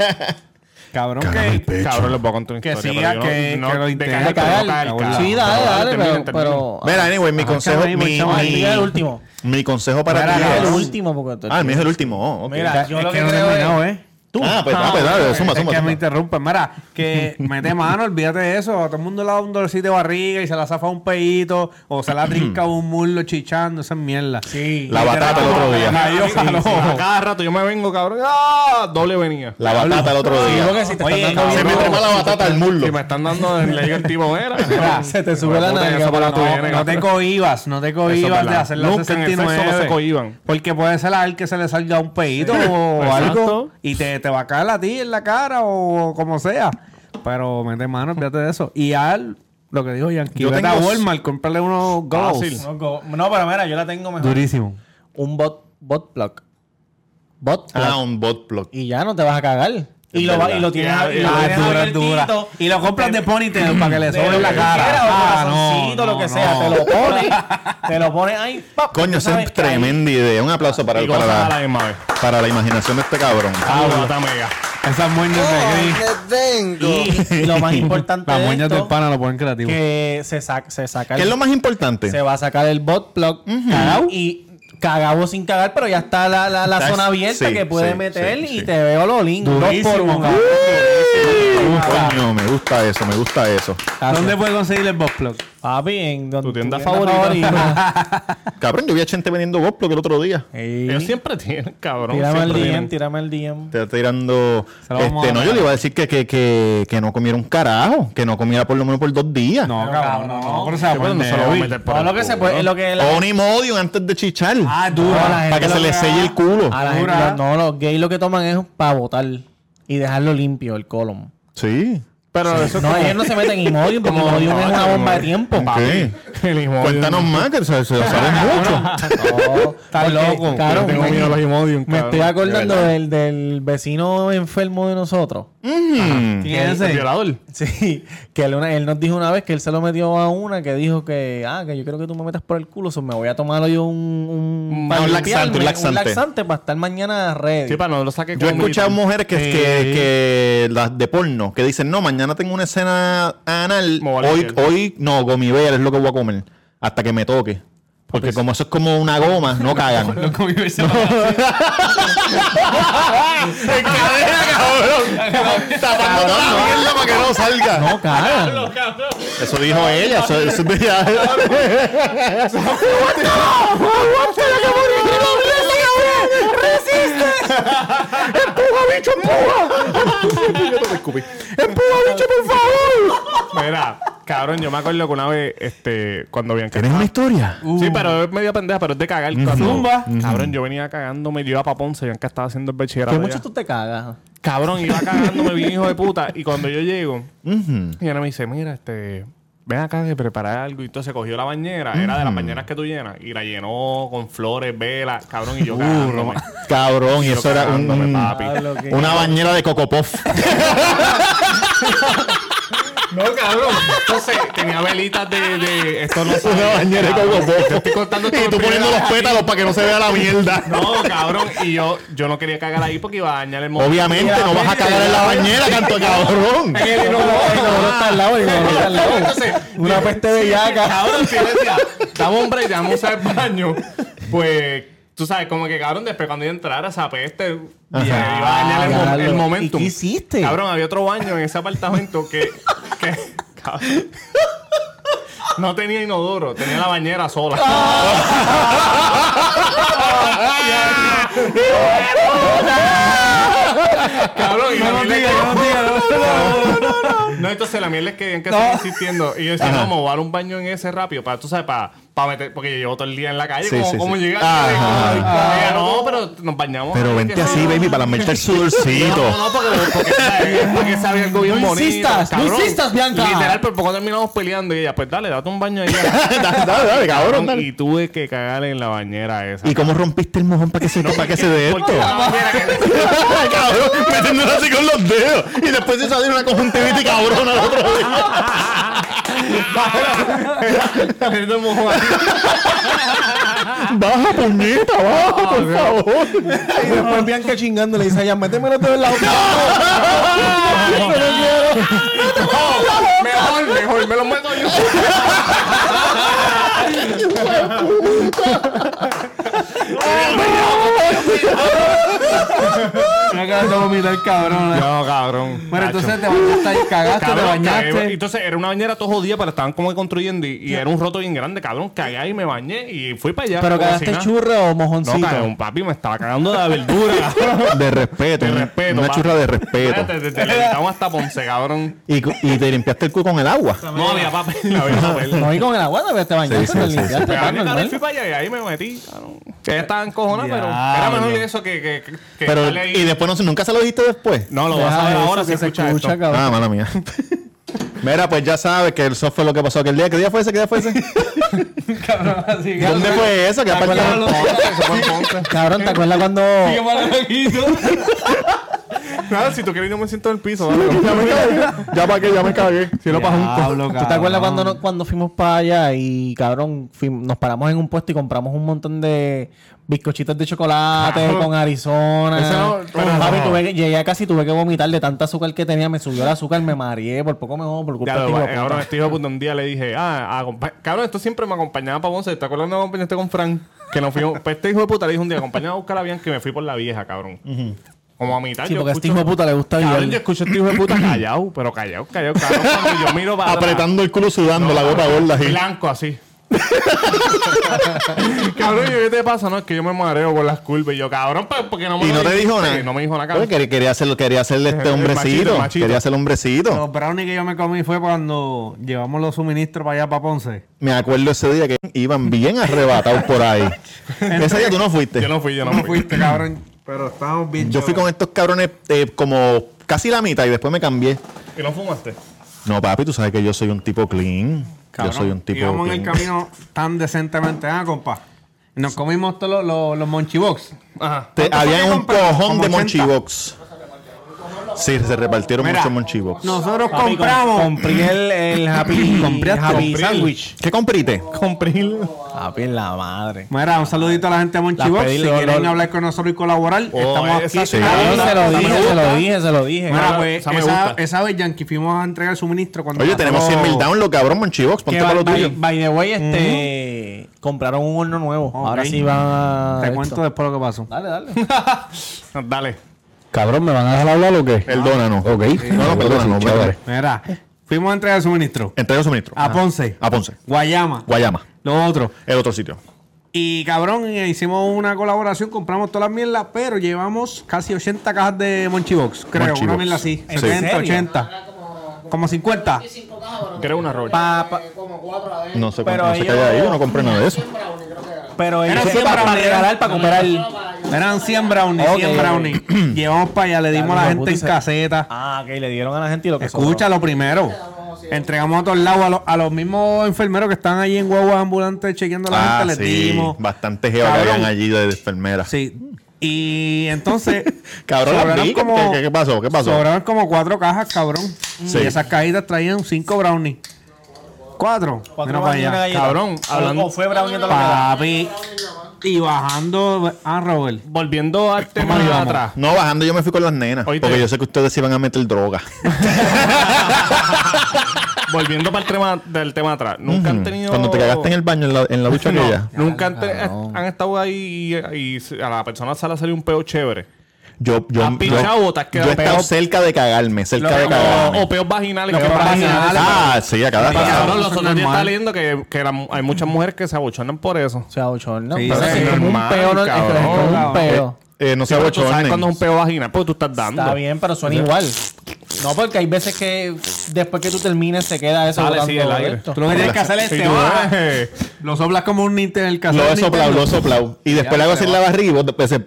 [SPEAKER 4] Cabrón, que.
[SPEAKER 3] Cabrón, les voy a contar una
[SPEAKER 4] Que
[SPEAKER 3] historia.
[SPEAKER 4] siga,
[SPEAKER 3] pero yo
[SPEAKER 4] que-
[SPEAKER 3] no,
[SPEAKER 4] que lo
[SPEAKER 3] no,
[SPEAKER 4] intente.
[SPEAKER 3] De
[SPEAKER 2] De
[SPEAKER 3] cagar,
[SPEAKER 2] cagar.
[SPEAKER 3] pero no calca.
[SPEAKER 2] Sí, dale,
[SPEAKER 3] Cabrón,
[SPEAKER 2] dale,
[SPEAKER 3] termina,
[SPEAKER 2] pero-
[SPEAKER 3] termina.
[SPEAKER 2] pero.
[SPEAKER 1] Mira, anyway, mi consejo.
[SPEAKER 4] cabrón,
[SPEAKER 1] Mi,
[SPEAKER 4] chaval,
[SPEAKER 1] mi-
[SPEAKER 2] Diga el último.
[SPEAKER 1] mi consejo para
[SPEAKER 4] Mira,
[SPEAKER 1] ti
[SPEAKER 4] cabrón.
[SPEAKER 2] El
[SPEAKER 1] es-
[SPEAKER 2] último, porque.
[SPEAKER 1] Ah, el mío es el último. Oh, ok.
[SPEAKER 2] Mira, yo
[SPEAKER 4] es
[SPEAKER 2] lo
[SPEAKER 4] que
[SPEAKER 2] que
[SPEAKER 4] no he
[SPEAKER 2] creo
[SPEAKER 4] terminado,
[SPEAKER 2] es.
[SPEAKER 4] ¿eh?
[SPEAKER 2] Tú.
[SPEAKER 1] Ah, pues, ah, pues,
[SPEAKER 2] bueno,
[SPEAKER 1] dale, suma,
[SPEAKER 4] es
[SPEAKER 1] suma,
[SPEAKER 4] que me
[SPEAKER 1] suma.
[SPEAKER 4] interrumpen. Mira, que mete mano, olvídate de eso. A todo el mundo le da un dolorcito de barriga y se la zafa un peito o se la trinca un muslo chichando, esa mierda. Sí.
[SPEAKER 1] La batata el otro día.
[SPEAKER 3] Ah, yo,
[SPEAKER 4] Sí,
[SPEAKER 3] cabrón,
[SPEAKER 4] sí.
[SPEAKER 3] a cada rato yo me vengo, cabrón. ¡Ah! Doble venía.
[SPEAKER 1] La batata el otro
[SPEAKER 2] Sí,
[SPEAKER 1] día.
[SPEAKER 2] porque si te
[SPEAKER 4] Oye,
[SPEAKER 2] están
[SPEAKER 4] cabrón,
[SPEAKER 2] dando
[SPEAKER 1] Se me
[SPEAKER 2] bien-
[SPEAKER 1] trema la batata al muslo.
[SPEAKER 3] Si me están dando, le digo el tipo, era.
[SPEAKER 4] Mira,
[SPEAKER 2] Ah, se te sube la
[SPEAKER 3] Puta,
[SPEAKER 2] nalga,
[SPEAKER 3] eso para
[SPEAKER 2] pero
[SPEAKER 3] tu
[SPEAKER 2] no,
[SPEAKER 3] nene,
[SPEAKER 4] No te
[SPEAKER 3] cabrón.
[SPEAKER 4] cohibas, no te
[SPEAKER 3] Eso es
[SPEAKER 4] cohibas
[SPEAKER 3] verdad.
[SPEAKER 4] de hacer la
[SPEAKER 3] Nunca en el sexo
[SPEAKER 4] 69.
[SPEAKER 3] no se cohíban.
[SPEAKER 4] Porque puede ser al que se le salga un peito o
[SPEAKER 3] exacto.
[SPEAKER 4] algo y te, te va a caer a ti en la cara o como sea. Pero mete mano, olvídate de eso. Y al, lo que dijo Yankee,
[SPEAKER 1] Yo
[SPEAKER 4] vete a
[SPEAKER 1] tengo-
[SPEAKER 4] Walmart, cómprale unos
[SPEAKER 3] Fácil.
[SPEAKER 4] goggles.
[SPEAKER 2] No, go- No, pero mira, yo la tengo mejor.
[SPEAKER 4] Durísimo.
[SPEAKER 2] Un bot, bot plug. Bot plug.
[SPEAKER 1] Ah, un bot plug.
[SPEAKER 2] Y ya no te vas a cagar. Y lo, va- y lo tienes,
[SPEAKER 3] Ya,
[SPEAKER 2] y lo
[SPEAKER 3] ya,
[SPEAKER 2] tienes
[SPEAKER 4] Ah, dura,
[SPEAKER 2] abiertito.
[SPEAKER 4] dura. Y lo compras de ponytail para que le
[SPEAKER 2] Sobre
[SPEAKER 4] sobre en la cara.
[SPEAKER 2] Ah,
[SPEAKER 4] Ah,
[SPEAKER 2] no, lo que
[SPEAKER 4] no,
[SPEAKER 2] sea,
[SPEAKER 4] no.
[SPEAKER 2] te lo pones, te lo pones ahí. pap,
[SPEAKER 1] Coño,
[SPEAKER 2] tú
[SPEAKER 1] esa
[SPEAKER 2] sabes
[SPEAKER 1] es
[SPEAKER 2] que ahí-
[SPEAKER 1] tremenda idea. Un aplauso para,
[SPEAKER 3] Y
[SPEAKER 1] para,
[SPEAKER 3] gozada a la
[SPEAKER 1] la,
[SPEAKER 3] misma vez.
[SPEAKER 1] para la imaginación de este cabrón.
[SPEAKER 3] Ah, batata mega.
[SPEAKER 4] Esas muñecas de gris.
[SPEAKER 2] Y, y lo más importante
[SPEAKER 4] Las
[SPEAKER 2] de
[SPEAKER 4] muñecas del
[SPEAKER 2] esto,
[SPEAKER 4] pana lo ponen creativo.
[SPEAKER 2] que se saca, se saca
[SPEAKER 1] ¿Qué es
[SPEAKER 2] el-
[SPEAKER 1] lo más importante?
[SPEAKER 2] se va a sacar el bot plug cagao, y cagado sin cagar, pero ya está la, la, la
[SPEAKER 1] Está-
[SPEAKER 2] zona abierta
[SPEAKER 1] sí,
[SPEAKER 2] que puede
[SPEAKER 1] sí,
[SPEAKER 2] meter
[SPEAKER 1] sí,
[SPEAKER 2] y
[SPEAKER 1] sí.
[SPEAKER 2] te veo lo lindo. Dos por
[SPEAKER 4] Durísimo,
[SPEAKER 2] uno.
[SPEAKER 4] cabrón.
[SPEAKER 1] Coño, me gusta eso, me gusta eso.
[SPEAKER 2] Gracias.
[SPEAKER 4] ¿Dónde puede conseguir el box plug?
[SPEAKER 2] Papi, en donde
[SPEAKER 3] Tu tienda favorita.
[SPEAKER 1] Cabrón, yo vi a gente vendiendo bot plug el otro día.
[SPEAKER 3] Ellos
[SPEAKER 2] Ey,
[SPEAKER 3] siempre tienen, cabrón.
[SPEAKER 2] Tírame el
[SPEAKER 3] siempre
[SPEAKER 2] DM,
[SPEAKER 3] tienen.
[SPEAKER 2] tírame el DM.
[SPEAKER 1] Te está tirando.
[SPEAKER 4] Se lo vamos
[SPEAKER 1] Este,
[SPEAKER 4] a
[SPEAKER 1] no,
[SPEAKER 4] dar.
[SPEAKER 1] yo le iba a decir que, que, que, que no comiera un carajo, que no comiera por lo menos por dos días.
[SPEAKER 4] No, cabrón, no, no. Pero se va a
[SPEAKER 3] Sí, pero no se
[SPEAKER 4] poner
[SPEAKER 3] lo va a
[SPEAKER 4] débil.
[SPEAKER 3] meter por
[SPEAKER 2] Todo
[SPEAKER 3] el
[SPEAKER 2] lo que se puede, lo que la-
[SPEAKER 1] O un imodio antes de chichar.
[SPEAKER 4] Ah, duro.
[SPEAKER 1] para Oh, que se le selle el culo.
[SPEAKER 2] a la gente-
[SPEAKER 4] Dura.
[SPEAKER 2] no, los gays lo que toman es para botar y dejarlo limpio el colon.
[SPEAKER 1] Sí.
[SPEAKER 3] Pero eso es
[SPEAKER 2] No,
[SPEAKER 3] como-
[SPEAKER 2] ellos no se meten en Imodium porque
[SPEAKER 3] Como-
[SPEAKER 2] Imodium es una
[SPEAKER 3] no,
[SPEAKER 2] bomba de
[SPEAKER 3] no.
[SPEAKER 2] tiempo.
[SPEAKER 1] ¿Qué?
[SPEAKER 3] El Imodium.
[SPEAKER 1] Cuéntanos más, que se, se saben mucho.
[SPEAKER 2] No, Oh, porque,
[SPEAKER 4] loco.
[SPEAKER 2] claro,
[SPEAKER 3] Yo tengo
[SPEAKER 2] me-
[SPEAKER 3] miedo a los Imodium,
[SPEAKER 2] Me
[SPEAKER 3] cabrón.
[SPEAKER 2] estoy acordando del, del vecino enfermo de nosotros.
[SPEAKER 1] Mm.
[SPEAKER 4] ¿Quién es
[SPEAKER 3] El
[SPEAKER 4] ese?
[SPEAKER 3] violador.
[SPEAKER 2] Sí, que él, una- él nos dijo una vez que él se lo metió a una que dijo que, ah, que yo quiero que tú me metas por el culo, so me voy a tomar yo un, un,
[SPEAKER 1] Un
[SPEAKER 2] para
[SPEAKER 1] laxante,
[SPEAKER 2] limpiarme,
[SPEAKER 1] un laxante.
[SPEAKER 2] para estar mañana ready.
[SPEAKER 3] Sí, para no lo saque
[SPEAKER 1] Yo he
[SPEAKER 3] como
[SPEAKER 1] escuchado
[SPEAKER 3] militar.
[SPEAKER 1] mujeres que,
[SPEAKER 3] Sí.
[SPEAKER 1] que, que las de porno que dicen, no, mañana tengo una escena anal,
[SPEAKER 3] Me voy a
[SPEAKER 1] hoy,
[SPEAKER 3] limpiar".
[SPEAKER 1] hoy no, gomibel es lo que voy a comer, hasta que me toque. Porque como eso es como una goma, no cagan.
[SPEAKER 4] Loco, vive ese-
[SPEAKER 1] En cadena, cabrón. Tapando toda la mierda para que no salga.
[SPEAKER 2] No, cagan.
[SPEAKER 1] Eso dijo ella. Eso, eso es de
[SPEAKER 3] Mira, cabrón, yo me acuerdo que una vez, este, cuando Bianca.
[SPEAKER 1] ¿Tienes una historia?
[SPEAKER 2] Uh.
[SPEAKER 3] Sí, pero es media pendeja, pero es de cagar. Cuando, Cabrón, yo venía cagándome, yo iba para Ponce, Bianca estaba haciendo el bachillerato.
[SPEAKER 2] Que
[SPEAKER 3] allá.
[SPEAKER 2] mucho tú te cagas.
[SPEAKER 3] Cabrón, iba cagándome bien, hijo de puta. Y cuando yo llego, y ella me dice, mira, este, ven acá que preparé algo. Y entonces cogió la bañera, era de las bañeras que tú llenas, y la llenó con flores, velas, cabrón, y yo cagándome.
[SPEAKER 1] Cabrón, y
[SPEAKER 3] Yo
[SPEAKER 1] Uh, eso era un- mm.
[SPEAKER 3] cagándome,
[SPEAKER 1] un-
[SPEAKER 3] papi.
[SPEAKER 1] una bañera de cocopof.
[SPEAKER 3] No, cabrón. Entonces, tenía velitas de, de esto no sabe.
[SPEAKER 1] Una bañera de
[SPEAKER 3] Cabrón,
[SPEAKER 1] cocopof.
[SPEAKER 3] te estoy contando esto
[SPEAKER 1] Y tú
[SPEAKER 3] por
[SPEAKER 1] poniendo los
[SPEAKER 3] primera vez.
[SPEAKER 1] pétalos para que no se vea la mierda.
[SPEAKER 3] No, cabrón. Y yo, yo no quería cagar ahí porque iba a dañar el momento.
[SPEAKER 1] Obviamente no vas a cagar en la bañera, canto cabrón.
[SPEAKER 3] El
[SPEAKER 2] El inodoro está al lado, el inodoro está al lado.
[SPEAKER 3] Entonces, eh,
[SPEAKER 2] Una peste de yaca.
[SPEAKER 3] cabrón, si yo decía, dame un break, dame usar el baño. Pues, tú sabes, como que cabrón, después cuando yo entrara, esa peste y iba a dañar el, mom- el
[SPEAKER 2] Diablo.
[SPEAKER 3] momentum.
[SPEAKER 2] ¿Y qué hiciste?
[SPEAKER 3] Cabrón, había otro baño en ese apartamento que. que cabrón, no tenía inodoro, tenía la bañera sola.
[SPEAKER 2] Ah,
[SPEAKER 3] cabrón, y la mierda es que- no, entonces la mierda es que bien que estaba insistiendo. Y yo decía, no, me voy a dar un baño en ese rápido. Para, tú sabes, para, para meter. Porque yo llevo todo el día en la calle.
[SPEAKER 1] Sí,
[SPEAKER 3] como
[SPEAKER 1] sí,
[SPEAKER 3] como
[SPEAKER 1] sí.
[SPEAKER 3] llegar?
[SPEAKER 1] Ajá.
[SPEAKER 3] Ay, ay, no, pero nos bañamos.
[SPEAKER 1] Pero
[SPEAKER 3] ahí,
[SPEAKER 1] vente
[SPEAKER 3] que
[SPEAKER 1] así,
[SPEAKER 3] sí.
[SPEAKER 1] baby, para meterte el
[SPEAKER 3] No,
[SPEAKER 1] sudorcito.
[SPEAKER 3] no, porque, porque, sabe- porque sabía algo bien
[SPEAKER 2] No
[SPEAKER 3] bonito.
[SPEAKER 2] insistas, no
[SPEAKER 3] cabrón.
[SPEAKER 2] insistas, Bianca.
[SPEAKER 3] Literal, pero poco terminamos peleando. Y ella, pues dale, date un baño ahí.
[SPEAKER 1] Dale, dale, cabrón, dale.
[SPEAKER 3] Y tuve que cagar en la bañera esa.
[SPEAKER 1] ¿Y cómo rompiste el mojón para que se, para que se dé esto?
[SPEAKER 3] Porque la bañera que-
[SPEAKER 1] cabrón, metiéndolo así con los dedos. Y después se salió una conjuntivitis cabrón al otro día.
[SPEAKER 3] Perdiendo el mojón así.
[SPEAKER 1] Baja, puñeta,
[SPEAKER 3] Ah,
[SPEAKER 1] baja, por favor.
[SPEAKER 2] Y después Bianca chingando le dice a ella, métemelo todo en la boca.
[SPEAKER 3] No, mejor, mejor, me lo meto yo.
[SPEAKER 4] Me acabas de vomitar, cabrón.
[SPEAKER 3] No, cabrón.
[SPEAKER 4] Bueno, entonces te bañaste ahí, cagaste, te
[SPEAKER 3] Cabrón, cagué.
[SPEAKER 4] bañaste.
[SPEAKER 3] Entonces era una bañera todo jodida, pero estaban como que construyendo y, y era un roto bien grande, cabrón. Cagué y me bañé y fui para allá.
[SPEAKER 2] Pero
[SPEAKER 3] como si
[SPEAKER 2] cagaste
[SPEAKER 3] nada.
[SPEAKER 2] churro o
[SPEAKER 3] No,
[SPEAKER 2] mojoncito.
[SPEAKER 3] cabrón, papi, me estaba cagando de la verdura.
[SPEAKER 1] De respeto.
[SPEAKER 3] De respeto.
[SPEAKER 1] Una
[SPEAKER 3] papi.
[SPEAKER 1] churra de respeto.
[SPEAKER 3] Te, te, te levantamos hasta Ponce, cabrón.
[SPEAKER 1] Y, cu- y te limpiaste el culo con el agua.
[SPEAKER 3] No había papel, no había papel.
[SPEAKER 2] No, y con el agua te bañaste,
[SPEAKER 1] Sí, sí,
[SPEAKER 2] te
[SPEAKER 1] sí,
[SPEAKER 2] limpiaste,
[SPEAKER 3] Me
[SPEAKER 2] está
[SPEAKER 3] bañé, cabrón, y fui
[SPEAKER 2] normal.
[SPEAKER 3] para allá y ahí me metí. cabrón. Que ya estaba encojonada, pero era mejor eso que, que, que que
[SPEAKER 1] Pero,
[SPEAKER 3] estarle ahí.
[SPEAKER 1] y después no, se- nunca se lo dijiste después.
[SPEAKER 3] No, lo vas a ver
[SPEAKER 2] Deja
[SPEAKER 3] ahora si
[SPEAKER 2] eso que se
[SPEAKER 3] escuchas
[SPEAKER 2] escucha,
[SPEAKER 3] esto.
[SPEAKER 2] cabrón.
[SPEAKER 1] Ah, mala mía. Mira, pues ya sabes que eso fue lo que pasó aquel día. ¿Qué día fue ese? ¿Qué día fue ese?
[SPEAKER 4] Cabrón, así que.
[SPEAKER 1] ¿Dónde fue eso? ¿Qué aparte?
[SPEAKER 4] acuerdas?
[SPEAKER 2] Cabrón, ¿te acuerdas cuando
[SPEAKER 4] Sigue para el loquito.
[SPEAKER 3] Nada, si tú quieres, yo me siento en el piso. dale.
[SPEAKER 1] Ya para que ya me cagué. Si no, para
[SPEAKER 4] Diablo,
[SPEAKER 2] ¿Tú te acuerdas
[SPEAKER 4] cabrón.
[SPEAKER 2] cuando, no- cuando fuimos para allá y, cabrón, fui- nos paramos en un puesto y compramos un montón de bizcochitos de chocolate
[SPEAKER 3] Cabrón.
[SPEAKER 2] con Arizona?
[SPEAKER 3] Ese no- pero
[SPEAKER 2] Papi,
[SPEAKER 3] no.
[SPEAKER 2] tuve que- llegué acá casi tuve que vomitar de tanta azúcar que tenía. Me subió el azúcar, me mareé, por poco me jodo, por culpa
[SPEAKER 3] Ya,
[SPEAKER 2] de este hijo de
[SPEAKER 3] cabrón,
[SPEAKER 2] puta.
[SPEAKER 3] este hijo de puta, un día le dije, ah, acompa- cabrón, esto siempre me acompañaba para Ponce. ¿Te acuerdas cuando me acompañaste con Frank? Que nos fuimos. Pues este hijo de puta le dije un día, acompáñame a buscar a Bianca que me fui por la vieja, cabrón. Como a mitad.
[SPEAKER 2] Sí,
[SPEAKER 3] yo
[SPEAKER 2] porque a este
[SPEAKER 3] escucho-
[SPEAKER 2] hijo de puta le gusta
[SPEAKER 3] Cabrón, yo
[SPEAKER 2] vivir.
[SPEAKER 3] escucho a este hijo de puta callado, pero callado, callado, cabrón. Cuando yo miro para atrás,
[SPEAKER 1] Apretando el culo, sudando la boca gorda. así.
[SPEAKER 3] Blanco así. cabrón, ¿y qué te pasa? No, es que yo me mareo con las curvas. Y yo, cabrón, pues, porque no me
[SPEAKER 1] Y
[SPEAKER 3] lo
[SPEAKER 1] no te dijo
[SPEAKER 3] dijiste?
[SPEAKER 1] nada.
[SPEAKER 3] No me dijo nada,
[SPEAKER 1] Oye,
[SPEAKER 3] cabrón.
[SPEAKER 1] quería, quería hacerlo, quería hacerle este
[SPEAKER 3] El machito, el
[SPEAKER 1] hombrecito.
[SPEAKER 3] machito.
[SPEAKER 1] Quería hacer el hombrecito.
[SPEAKER 4] Los brownies que yo me comí fue cuando llevamos los suministros para allá, para Ponce.
[SPEAKER 1] Me acuerdo ese día que iban bien arrebatados por ahí. ese día tú no fuiste.
[SPEAKER 3] Yo no fui, yo no, fui.
[SPEAKER 4] fuiste, cabrón. Pero estábamos bien
[SPEAKER 1] Yo fui con estos cabrones eh, como casi la mitad y después me cambié.
[SPEAKER 3] ¿Y no fumaste?
[SPEAKER 1] No, papi, tú sabes que yo soy un tipo clean.
[SPEAKER 4] Cabrón,
[SPEAKER 1] yo soy un tipo
[SPEAKER 4] Íbamos en el
[SPEAKER 1] clean.
[SPEAKER 4] camino tan decentemente, ah, compa. Nos comimos todos los, los, los monchibox.
[SPEAKER 3] Ajá.
[SPEAKER 1] Te-
[SPEAKER 4] ¿Cuánto fue
[SPEAKER 1] había
[SPEAKER 4] que
[SPEAKER 1] un
[SPEAKER 4] compramos?
[SPEAKER 1] cojón
[SPEAKER 4] Como
[SPEAKER 1] de
[SPEAKER 4] 80.
[SPEAKER 1] monchibox. Sí, se repartieron
[SPEAKER 4] Mira,
[SPEAKER 1] muchos monchibox.
[SPEAKER 4] Nosotros
[SPEAKER 2] Papi, com-
[SPEAKER 4] compramos.
[SPEAKER 2] Compré el, el Happy,
[SPEAKER 4] Compraste.
[SPEAKER 2] happy
[SPEAKER 4] Compré el-
[SPEAKER 2] Sandwich.
[SPEAKER 1] ¿Qué compriste?
[SPEAKER 2] Papi, la madre.
[SPEAKER 4] Mira, un saludito a la gente de
[SPEAKER 2] Las
[SPEAKER 4] Monchibox.
[SPEAKER 2] pedí,
[SPEAKER 4] Si
[SPEAKER 2] lo-
[SPEAKER 4] quieren
[SPEAKER 2] lo-
[SPEAKER 4] hablar con nosotros y colaborar, estamos aquí.
[SPEAKER 3] esa sí.
[SPEAKER 2] Cabrón,
[SPEAKER 4] Ah,
[SPEAKER 2] se lo
[SPEAKER 4] esa me
[SPEAKER 2] dije, se
[SPEAKER 4] gusta.
[SPEAKER 2] lo dije, se lo dije.
[SPEAKER 4] Mira, pues,
[SPEAKER 3] esa me
[SPEAKER 4] esa,
[SPEAKER 3] gusta.
[SPEAKER 4] esa vez Yankee fuimos a entregar el suministro cuando.
[SPEAKER 1] Oye, tenemos 100 mil
[SPEAKER 4] down
[SPEAKER 1] downloads, cabrón, monchibox. Ponte
[SPEAKER 2] Que
[SPEAKER 1] para
[SPEAKER 2] by,
[SPEAKER 1] lo tuyo.
[SPEAKER 2] by- by the way, este compraron un horno nuevo. Ahora sí van a.
[SPEAKER 4] Te
[SPEAKER 2] esto.
[SPEAKER 4] cuento después lo que pasó.
[SPEAKER 2] Dale, dale.
[SPEAKER 3] Dale.
[SPEAKER 7] Cabrón, ¿me van a dejar hablar o qué?
[SPEAKER 1] Perdónanos.
[SPEAKER 7] Ok.
[SPEAKER 1] No, no, perdónanos.
[SPEAKER 7] Chévere.
[SPEAKER 4] Mira, fuimos a entregar el suministro.
[SPEAKER 1] Entrega suministro.
[SPEAKER 4] A Ponce.
[SPEAKER 1] A Ponce.
[SPEAKER 4] Guayama.
[SPEAKER 1] Guayama.
[SPEAKER 4] Lo otro.
[SPEAKER 1] El otro sitio.
[SPEAKER 4] Y cabrón, eh, hicimos una colaboración, compramos todas las mierdas, pero llevamos casi 80 cajas de Monchibox, creo,
[SPEAKER 1] Monchi
[SPEAKER 4] una
[SPEAKER 1] Box.
[SPEAKER 4] mierda así.
[SPEAKER 1] Sí.
[SPEAKER 4] 70,
[SPEAKER 2] ¿En serio?
[SPEAKER 4] 80. Como 50.
[SPEAKER 3] Creo una roll.
[SPEAKER 2] Pa- pa-
[SPEAKER 1] No sé cuánto
[SPEAKER 2] Pero
[SPEAKER 1] no sé qué
[SPEAKER 2] ellos-
[SPEAKER 1] hay ahí. Yo no compré nada de eso.
[SPEAKER 2] pero
[SPEAKER 4] Era
[SPEAKER 2] ellos
[SPEAKER 4] siempre
[SPEAKER 2] para,
[SPEAKER 4] para
[SPEAKER 2] regalar, para comprar el...
[SPEAKER 4] Eran 100 brownies,
[SPEAKER 2] Ok,
[SPEAKER 4] 100
[SPEAKER 2] ok.
[SPEAKER 4] brownies. Llevamos para allá, le dimos a la
[SPEAKER 2] Claro,
[SPEAKER 4] gente en
[SPEAKER 2] puta,
[SPEAKER 4] caseta.
[SPEAKER 2] Ah, ok, le dieron a la gente y lo que
[SPEAKER 4] Escucha
[SPEAKER 2] sobró.
[SPEAKER 4] lo primero. Entregamos a todos lados, a, los- a los mismos enfermeros que están allí en guagua ambulante chequeando a la
[SPEAKER 1] Ah,
[SPEAKER 4] gente, les dimos.
[SPEAKER 1] Bastante jeva que
[SPEAKER 4] Cabrón.
[SPEAKER 1] habían allí de enfermera.
[SPEAKER 4] Sí. Y entonces.
[SPEAKER 1] Cabrón, las vi, ¿qué- qué- qué pasó? ¿Qué pasó?
[SPEAKER 4] Sobraron como cuatro cajas, cabrón.
[SPEAKER 1] Sí.
[SPEAKER 4] Y esas cajitas traían cinco brownies. Cuatro.
[SPEAKER 2] Cuatro
[SPEAKER 4] Mira para
[SPEAKER 2] brownies y una
[SPEAKER 4] allá.
[SPEAKER 2] galleta.
[SPEAKER 3] Cabrón,
[SPEAKER 2] O-
[SPEAKER 3] hablando-
[SPEAKER 2] o fue brownie todo lo que da.
[SPEAKER 4] Papi. Y bajando a Robert.
[SPEAKER 3] Volviendo al tema de atrás.
[SPEAKER 1] No, bajando yo me fui con las nenas.
[SPEAKER 3] Oíste.
[SPEAKER 1] Porque yo sé que ustedes se iban a meter droga.
[SPEAKER 3] Volviendo para el tema del tema atrás. Nunca han tenido.
[SPEAKER 1] Cuando te cagaste en el baño, en la, en la ducha
[SPEAKER 3] No,
[SPEAKER 1] aquella. Ah,
[SPEAKER 3] Nunca han, te- han estado ahí y, y a la persona se le ha salido un peo chévere.
[SPEAKER 1] Yo, yo,
[SPEAKER 3] ¿Has
[SPEAKER 1] yo-
[SPEAKER 3] pinchado o te has
[SPEAKER 1] yo
[SPEAKER 3] quedado
[SPEAKER 1] he estado
[SPEAKER 3] pegado?
[SPEAKER 1] cerca de cagarme, cerca de
[SPEAKER 3] O,
[SPEAKER 1] cagarme.
[SPEAKER 3] o peos vaginales.
[SPEAKER 4] Los
[SPEAKER 3] que
[SPEAKER 4] peos
[SPEAKER 3] pasan.
[SPEAKER 4] vaginales.
[SPEAKER 1] Ah, sí, a cada
[SPEAKER 3] Y cabrón,
[SPEAKER 1] rato.
[SPEAKER 4] Eso
[SPEAKER 3] los
[SPEAKER 4] es
[SPEAKER 3] otros días
[SPEAKER 4] normal.
[SPEAKER 3] está leyendo que, que la- hay muchas mujeres que se abochonan por eso.
[SPEAKER 2] O sea, bochorno.
[SPEAKER 4] Sí,
[SPEAKER 2] pero
[SPEAKER 4] sí,
[SPEAKER 2] es como un
[SPEAKER 3] normal,
[SPEAKER 2] peo, no, es
[SPEAKER 3] cabrón,
[SPEAKER 2] como un
[SPEAKER 4] cabrón.
[SPEAKER 2] peo.
[SPEAKER 1] Eh, eh, no se
[SPEAKER 3] Pero tú sabes cuando es
[SPEAKER 1] abochonen.
[SPEAKER 3] un peo vaginal, porque tú estás dando.
[SPEAKER 2] Está bien, pero suena igual. No, porque hay veces que después que tú termines se queda eso
[SPEAKER 3] Sale, sí,
[SPEAKER 2] botando
[SPEAKER 3] el aire.
[SPEAKER 2] esto.
[SPEAKER 4] Tú lo que tienes que hacer es
[SPEAKER 3] Sí,
[SPEAKER 4] te
[SPEAKER 3] tú,
[SPEAKER 4] bajas.
[SPEAKER 3] eh.
[SPEAKER 4] Lo soplas como un Nintendo en el caso
[SPEAKER 1] Lo
[SPEAKER 4] del
[SPEAKER 1] he soplado,
[SPEAKER 4] Nintendo.
[SPEAKER 1] lo he soplado. Y después le hago así en la barriga y vos después se-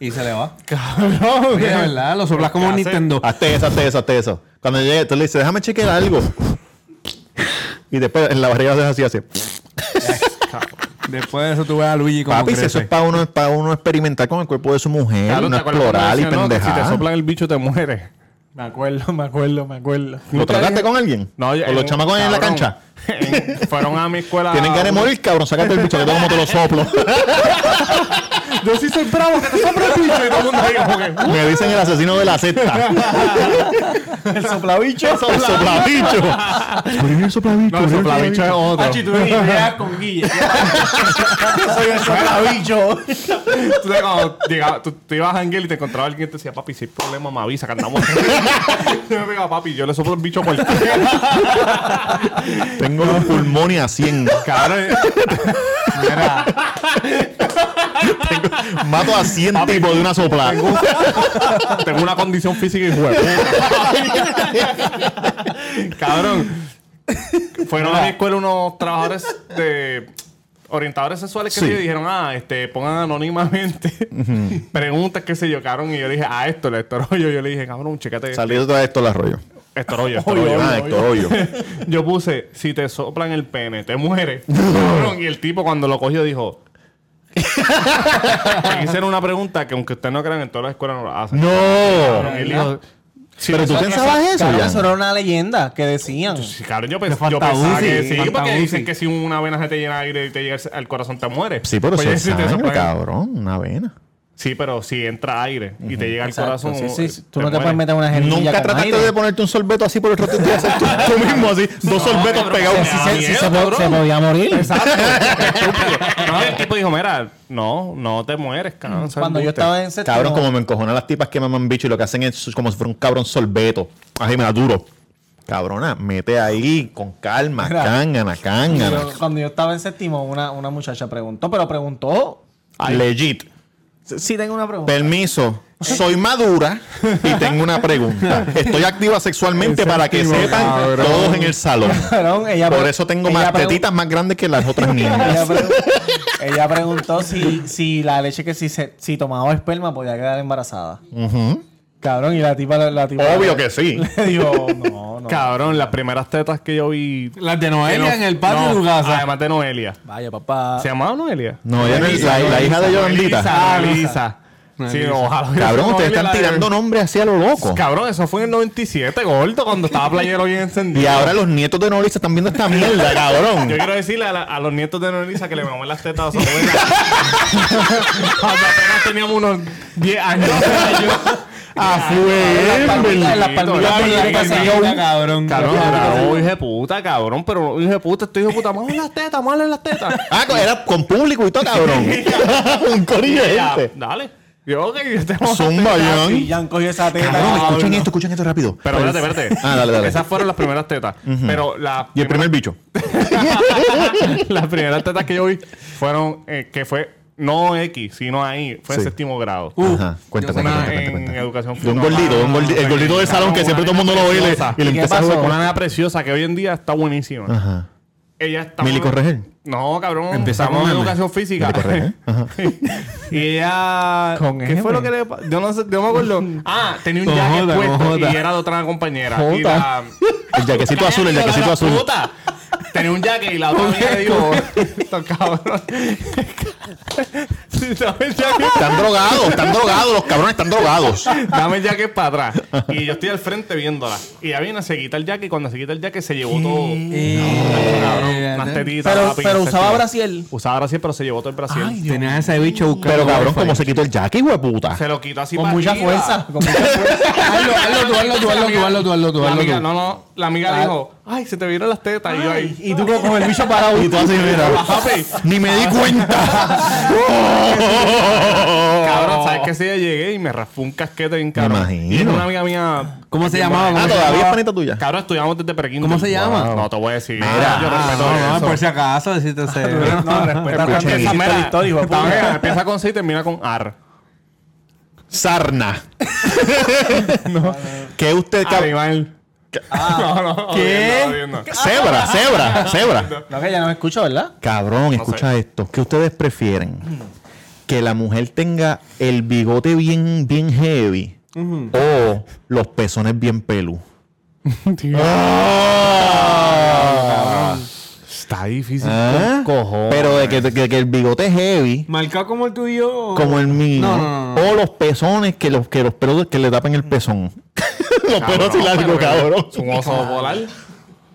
[SPEAKER 4] Y se le va. Cabrón. De verdad, lo soplas como un
[SPEAKER 3] ¿Qué hace?
[SPEAKER 4] Nintendo.
[SPEAKER 1] Hazte eso, hazte eso, hazte eso. Cuando llegue, tú le dices, déjame chequear algo. Y después en la barriga haces así, así.
[SPEAKER 4] Después de eso tú ves a Luigi como
[SPEAKER 1] Papi, si
[SPEAKER 4] crece.
[SPEAKER 1] eso es para uno, para uno experimentar con el cuerpo de su mujer,
[SPEAKER 3] eh? Claro,
[SPEAKER 1] no
[SPEAKER 3] ¿te acuerdas cuando
[SPEAKER 1] explorar y
[SPEAKER 3] decían, no, que Si te
[SPEAKER 1] pendejar.
[SPEAKER 3] soplan el bicho, te mueres.
[SPEAKER 2] Me acuerdo, me acuerdo, me acuerdo.
[SPEAKER 1] ¿Lo trataste con alguien?
[SPEAKER 3] No, yo-
[SPEAKER 1] ¿Con los
[SPEAKER 3] eh,
[SPEAKER 1] chamacos en la
[SPEAKER 3] cabrón. Ah,
[SPEAKER 1] cancha?
[SPEAKER 3] Fueron a mi escuela.
[SPEAKER 1] Tienen ganas de morir, cabrón. Sácate el bicho que tengo como te lo soplo.
[SPEAKER 3] Yo sí soy bravo, que te sopla el bicho. Y todo el mundo ahí como que.
[SPEAKER 1] Me dicen el asesino de la secta.
[SPEAKER 2] El soplabicho.
[SPEAKER 1] el soplabicho. Por ahí el soplabicho. por
[SPEAKER 3] No, el
[SPEAKER 1] ahí
[SPEAKER 3] soplabicho es otro.
[SPEAKER 2] Pachi, tú ni idea con Guille. soy el soplabicho.
[SPEAKER 3] Tú sabes cuando llegaba- tú te ibas a Ángel y te encontraba alguien que te decía, papi, si hay problema, me avisa, que andamos. yo me pegaba, papi, yo le soplo el bicho por el
[SPEAKER 1] Tengo los pulmones a 100.
[SPEAKER 3] Cabrón,
[SPEAKER 1] Mato a 100 tipos de una sopla.
[SPEAKER 3] tengo una condición física y juego. Cabrón. Fueron a mi escuela unos trabajadores de orientadores sexuales que
[SPEAKER 1] Sí.
[SPEAKER 3] sí. dijeron, ah, este, pongan anónimamente preguntas, qué sé yo, cabrón. Y yo le dije, ah, esto, el estorollo. Yo le dije, cabrón, chécate.
[SPEAKER 1] Salido otra vez todo el arroyo.
[SPEAKER 3] Estorollo,
[SPEAKER 1] Arroyo,
[SPEAKER 3] estorollo.
[SPEAKER 1] ah, Héctor Hoyo.
[SPEAKER 3] Yo puse, si te soplan el pene, te mueres. Cabrón, y el tipo cuando lo cogió dijo... Me hicieron una pregunta que aunque ustedes no crean, en todas las escuelas no la hacen.
[SPEAKER 1] No.
[SPEAKER 3] Cabrón, y él dijo, si
[SPEAKER 1] Pero
[SPEAKER 3] te
[SPEAKER 1] tú
[SPEAKER 3] soplan-
[SPEAKER 1] pensabas eso,
[SPEAKER 2] Cabrón,
[SPEAKER 1] ya.
[SPEAKER 2] eso era una leyenda que decían.
[SPEAKER 3] Sí, cabrón, yo, pens- yo
[SPEAKER 4] falta
[SPEAKER 3] pensaba
[SPEAKER 4] Uzi,
[SPEAKER 3] que
[SPEAKER 4] le
[SPEAKER 3] sí,
[SPEAKER 4] falta
[SPEAKER 3] porque
[SPEAKER 4] Uzi.
[SPEAKER 3] dicen que si una vena se te llena de aire y te llega al corazón te mueres.
[SPEAKER 1] Sí, pero
[SPEAKER 3] Pues
[SPEAKER 1] eso es
[SPEAKER 3] si te
[SPEAKER 1] sangre,
[SPEAKER 3] soplan-
[SPEAKER 1] cabrón. Una vena.
[SPEAKER 3] Sí, pero si entra aire y te llega al
[SPEAKER 2] Exacto,
[SPEAKER 3] corazón. eh,
[SPEAKER 2] sí, sí, sí. Tú no te
[SPEAKER 3] mueres.
[SPEAKER 2] puedes meter una jeringuilla
[SPEAKER 1] Nunca
[SPEAKER 2] con
[SPEAKER 1] trataste
[SPEAKER 2] aire.
[SPEAKER 1] de ponerte un sorbeto así por el rato y hacer tú, tú mismo así. Dos sorbetos pegados.
[SPEAKER 2] Si
[SPEAKER 3] Ah,
[SPEAKER 2] se, si
[SPEAKER 3] mierda,
[SPEAKER 2] se po-
[SPEAKER 3] cabrón.
[SPEAKER 2] se podía morir.
[SPEAKER 3] Estúpido. No, el tipo dijo, mira, no, no te mueres, cabrón. eso es
[SPEAKER 2] Cuando yo
[SPEAKER 3] embuste".
[SPEAKER 2] estaba en séptimo.
[SPEAKER 1] Cabrón, como me encojonan las tipas que maman bicho y lo que hacen es como si fuera un cabrón sorbeto. Así me da duro. Cabrona, mete ahí con calma,
[SPEAKER 2] Mira.
[SPEAKER 1] cángana, cángana.
[SPEAKER 2] Yo- cuando yo estaba en séptimo, una, una muchacha preguntó, pero preguntó.
[SPEAKER 1] Legit.
[SPEAKER 2] Sí, tengo una pregunta.
[SPEAKER 1] Permiso. Soy madura y tengo una pregunta. Estoy activa sexualmente para que sepan todos en el salón.
[SPEAKER 2] Cabrón, ella
[SPEAKER 1] Por
[SPEAKER 2] pre-
[SPEAKER 1] eso tengo
[SPEAKER 2] ella
[SPEAKER 1] más
[SPEAKER 2] pregun-
[SPEAKER 1] tetitas más grandes que las otras
[SPEAKER 2] Ella,
[SPEAKER 1] niñas.
[SPEAKER 2] pregun- ella preguntó si, si la leche que si, se- si tomaba esperma podía quedar embarazada. Cabrón, y la tipa. La, la tipa
[SPEAKER 1] Obvio que sí.
[SPEAKER 2] Le digo, no, no.
[SPEAKER 3] Cabrón, las primeras tetas que yo vi.
[SPEAKER 4] Las de Noelia en el patio de tu casa.
[SPEAKER 3] Además de Noelia.
[SPEAKER 2] Vaya, papá.
[SPEAKER 3] ¿Se llamaba Noelia?
[SPEAKER 1] No, ella no es la, la hija de Yolandita.
[SPEAKER 4] Ah,
[SPEAKER 3] Elisa. Elisa. Sí, ojalá. hubiese
[SPEAKER 1] Cabrón, ustedes
[SPEAKER 3] sido Noelia
[SPEAKER 1] están
[SPEAKER 3] la de-
[SPEAKER 1] tirando nombres así a lo loco.
[SPEAKER 3] Cabrón, eso fue en el 97, gordo, cuando estaba playero bien encendido.
[SPEAKER 1] Y ahora los nietos de Nolisa están viendo esta mierda,
[SPEAKER 3] Yo
[SPEAKER 1] cabrón.
[SPEAKER 3] quiero decirle a, la- a los nietos de Noelisa que le mamé las tetas a su abuela. Cuando apenas teníamos unos 10 años.
[SPEAKER 1] Ah, fue,
[SPEAKER 3] Las palmitas,
[SPEAKER 1] bendito.
[SPEAKER 3] las palmitas,
[SPEAKER 1] Las
[SPEAKER 3] mira,
[SPEAKER 1] palmitas,
[SPEAKER 3] mira,
[SPEAKER 1] señor.
[SPEAKER 4] Mira, cabrón.
[SPEAKER 3] Cabrón, era oh, hijo de puta, cabrón, pero hijo de puta, estoy hijo de puta, mame las tetas, mame las tetas.
[SPEAKER 1] Ah, co- era con público y todo, cabrón. Un corillo de
[SPEAKER 3] Ya,
[SPEAKER 1] gente.
[SPEAKER 3] dale. Yo, ok, yo te voy a-
[SPEAKER 1] Zumba,
[SPEAKER 2] Y
[SPEAKER 1] Jan.
[SPEAKER 2] Jan cogió esa teta.
[SPEAKER 1] Cabrón,
[SPEAKER 2] cabrón.
[SPEAKER 1] escuchen esto, escuchen esto rápido.
[SPEAKER 3] Pero espérate, espérate.
[SPEAKER 1] Ah, dale, dale.
[SPEAKER 3] Esas fueron las primeras tetas. Pero la
[SPEAKER 1] Y el primer bicho.
[SPEAKER 3] las primeras tetas que yo vi fueron eh, que fue no X, sino ahí. Fue en
[SPEAKER 1] Sí. Uh,
[SPEAKER 3] séptimo grado.
[SPEAKER 1] Ajá. Cuenta, cuenta,
[SPEAKER 3] Una
[SPEAKER 1] cuenta, cuenta,
[SPEAKER 3] en
[SPEAKER 1] cuenta.
[SPEAKER 3] educación
[SPEAKER 1] De un
[SPEAKER 3] física.
[SPEAKER 1] gordito, de un gordi- el gordito del salón que
[SPEAKER 3] Una
[SPEAKER 1] siempre todo el mundo
[SPEAKER 3] nena
[SPEAKER 1] lo ve y le-
[SPEAKER 3] preciosa.
[SPEAKER 1] y le
[SPEAKER 3] ¿Y qué
[SPEAKER 1] empieza a
[SPEAKER 3] pasó?
[SPEAKER 1] jugar.
[SPEAKER 3] Una nena preciosa que hoy en día está buenísima.
[SPEAKER 1] Ajá.
[SPEAKER 3] Ella está.
[SPEAKER 1] Mili Corregel.
[SPEAKER 3] No, cabrón.
[SPEAKER 1] Empieza
[SPEAKER 3] Empezamos
[SPEAKER 1] con
[SPEAKER 3] en
[SPEAKER 1] M.
[SPEAKER 3] educación física.
[SPEAKER 1] Mili Corregel, ajá.
[SPEAKER 3] y ella.
[SPEAKER 2] ¿eh? Con
[SPEAKER 3] ¿Qué
[SPEAKER 2] M.
[SPEAKER 3] fue lo que le pa- Yo no sé, yo me acuerdo. Ah, tenía un
[SPEAKER 2] Con
[SPEAKER 3] jacket
[SPEAKER 2] J, con
[SPEAKER 3] puesto
[SPEAKER 2] J.
[SPEAKER 3] y era de otra compañera. Y
[SPEAKER 2] J.
[SPEAKER 3] la-
[SPEAKER 1] El jaquecito azul, el
[SPEAKER 3] Cállate,
[SPEAKER 1] jaquecito
[SPEAKER 3] hijo de
[SPEAKER 1] azul.
[SPEAKER 3] la puta. Tenía un jaque y la otra amiga le dijo, "Estos cabrones". Dame el jaque.
[SPEAKER 1] Están drogados, están drogados, los cabrones están drogados.
[SPEAKER 3] Dame el jaque para atrás. Y yo estoy al frente viéndola. Y ella viene, se quita el jaque y cuando se quita el jaque se llevó todo. Nacho, cabrón, unas tetitas,
[SPEAKER 2] Pero-
[SPEAKER 3] papi,
[SPEAKER 2] pero
[SPEAKER 3] ese
[SPEAKER 2] usaba
[SPEAKER 3] tío.
[SPEAKER 2] brasier.
[SPEAKER 3] Usaba brasier, pero se llevó todo el brasier.
[SPEAKER 4] Tenías ese bicho buscando.
[SPEAKER 1] Pero cabrón, ¿cómo se quitó el jacket, hueputa?
[SPEAKER 3] se lo quitó así
[SPEAKER 2] Con
[SPEAKER 3] para
[SPEAKER 2] mucha
[SPEAKER 3] arriba.
[SPEAKER 2] fuerza. Con mucha fuerza.
[SPEAKER 4] Hazlo, hazlo tú, hazlo tú, hazlo tú, hazlo tú, hazlo tú, Ah.
[SPEAKER 3] La
[SPEAKER 4] hazlo
[SPEAKER 3] amiga,
[SPEAKER 4] tú.
[SPEAKER 3] no, no. La amiga dijo, ay, se te vieron las tetas. y yo ahí.
[SPEAKER 2] y tú con con el bicho parado.
[SPEAKER 1] Y tú así, mira.
[SPEAKER 3] Papi,
[SPEAKER 1] Ni me di cuenta. Oh.
[SPEAKER 3] Cabrón, ¿sabes qué? Si yo llegué y me raspó un casquete bien cabrón.
[SPEAKER 1] imagino.
[SPEAKER 3] Y era una amiga mía.
[SPEAKER 4] ¿Cómo se llamaba?
[SPEAKER 1] Ah,
[SPEAKER 4] ¿Cómo se
[SPEAKER 1] todavía es
[SPEAKER 4] llamaba?
[SPEAKER 1] panita tuya.
[SPEAKER 3] Cabrón, estudiamos desde prequín.
[SPEAKER 4] ¿Cómo se llama?
[SPEAKER 3] No te voy a decir.
[SPEAKER 1] Mira.
[SPEAKER 3] yo
[SPEAKER 4] Ah,
[SPEAKER 3] respeto
[SPEAKER 4] no,
[SPEAKER 3] eso.
[SPEAKER 4] no, por si acaso, decirte ese.
[SPEAKER 2] No, respeta
[SPEAKER 1] Escuchen
[SPEAKER 2] tanto el
[SPEAKER 1] esto.
[SPEAKER 2] sistema
[SPEAKER 3] Mira,
[SPEAKER 2] histórico.
[SPEAKER 3] esta amiga empieza con C y termina con AR.
[SPEAKER 1] Sarna. ¿Qué usted, cabrón?
[SPEAKER 3] Animal. No, no.
[SPEAKER 2] ¿Qué?
[SPEAKER 3] jodiendo, jodiendo.
[SPEAKER 1] Cebra, cebra, cebra.
[SPEAKER 2] No, que ya no me escucha, ¿verdad?
[SPEAKER 1] Cabrón, escucha esto. ¿Qué ustedes prefieren?
[SPEAKER 3] Mm.
[SPEAKER 1] Que la mujer tenga el bigote bien, bien heavy o los pezones bien pelú. Ah.
[SPEAKER 3] Está difícil.
[SPEAKER 1] Ah, Pero de que, de que- que el bigote es heavy,
[SPEAKER 4] Marcado como el tuyo.
[SPEAKER 1] como el mío,
[SPEAKER 4] No, no, no,
[SPEAKER 1] o los pezones que los que los pelos que le tapan el pezón. los pelos sí largos, cabrón.
[SPEAKER 3] Mm. Es un
[SPEAKER 4] Ah,
[SPEAKER 3] oso polar.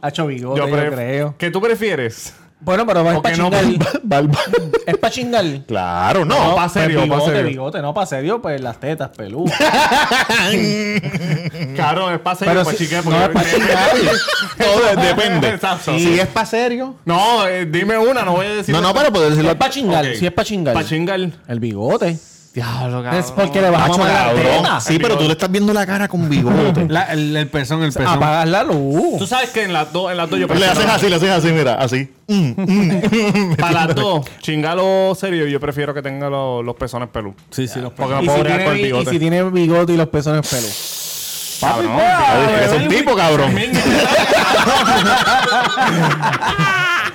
[SPEAKER 2] Hacho bigote, yo,
[SPEAKER 3] pref-
[SPEAKER 2] creo.
[SPEAKER 3] ¿Qué tú prefieres?
[SPEAKER 2] Bueno, pero es
[SPEAKER 3] O que
[SPEAKER 2] para
[SPEAKER 3] no-
[SPEAKER 2] chingar.
[SPEAKER 1] Barba-
[SPEAKER 2] Es para chingar.
[SPEAKER 1] Claro, no.
[SPEAKER 3] pa'
[SPEAKER 2] pues,
[SPEAKER 3] serio, pa'
[SPEAKER 2] bigote,
[SPEAKER 3] serio.
[SPEAKER 2] bigote, no para serio, pues las tetas, peludas.
[SPEAKER 4] Mm.
[SPEAKER 3] Cabrón, es pase
[SPEAKER 2] Pero
[SPEAKER 3] y pues
[SPEAKER 2] si-
[SPEAKER 3] chique,
[SPEAKER 2] no,
[SPEAKER 3] porque-
[SPEAKER 2] es pa' chingar.
[SPEAKER 1] Todo depende.
[SPEAKER 3] Exacto.
[SPEAKER 1] Si es para serio.
[SPEAKER 3] No, eh, dime una, no voy a decir.
[SPEAKER 1] No, no, pero puedes decirlo.
[SPEAKER 2] es para chingar,
[SPEAKER 3] Ok.
[SPEAKER 2] si es para chingar.
[SPEAKER 3] Para chingar.
[SPEAKER 2] el bigote.
[SPEAKER 3] Diablo,
[SPEAKER 2] Es porque le vas a
[SPEAKER 1] Macho,
[SPEAKER 2] mamar la
[SPEAKER 1] cabrón.
[SPEAKER 2] teta.
[SPEAKER 1] Sí, pero tú le estás viendo la cara con bigote.
[SPEAKER 4] La- el, el pezón, el pezón.
[SPEAKER 2] Apagas la luz.
[SPEAKER 3] Tú sabes que en las dos, en las dos yo
[SPEAKER 1] le
[SPEAKER 3] prefiero-
[SPEAKER 1] haces así, le haces así, mira, así. Mm, mm.
[SPEAKER 3] Para las dos, chingalo serio, yo prefiero que tenga lo- los pezones pelú.
[SPEAKER 4] Sí, sí, los
[SPEAKER 3] Porque no
[SPEAKER 2] Y
[SPEAKER 3] puedo
[SPEAKER 2] si,
[SPEAKER 3] bregar con
[SPEAKER 2] tiene,
[SPEAKER 3] el
[SPEAKER 2] bi- y
[SPEAKER 3] bigote.
[SPEAKER 2] si tiene bigote y los pezones peludos.
[SPEAKER 3] Cabrón,
[SPEAKER 1] Ay,
[SPEAKER 3] pues,
[SPEAKER 1] que Es un tipo, cabrón.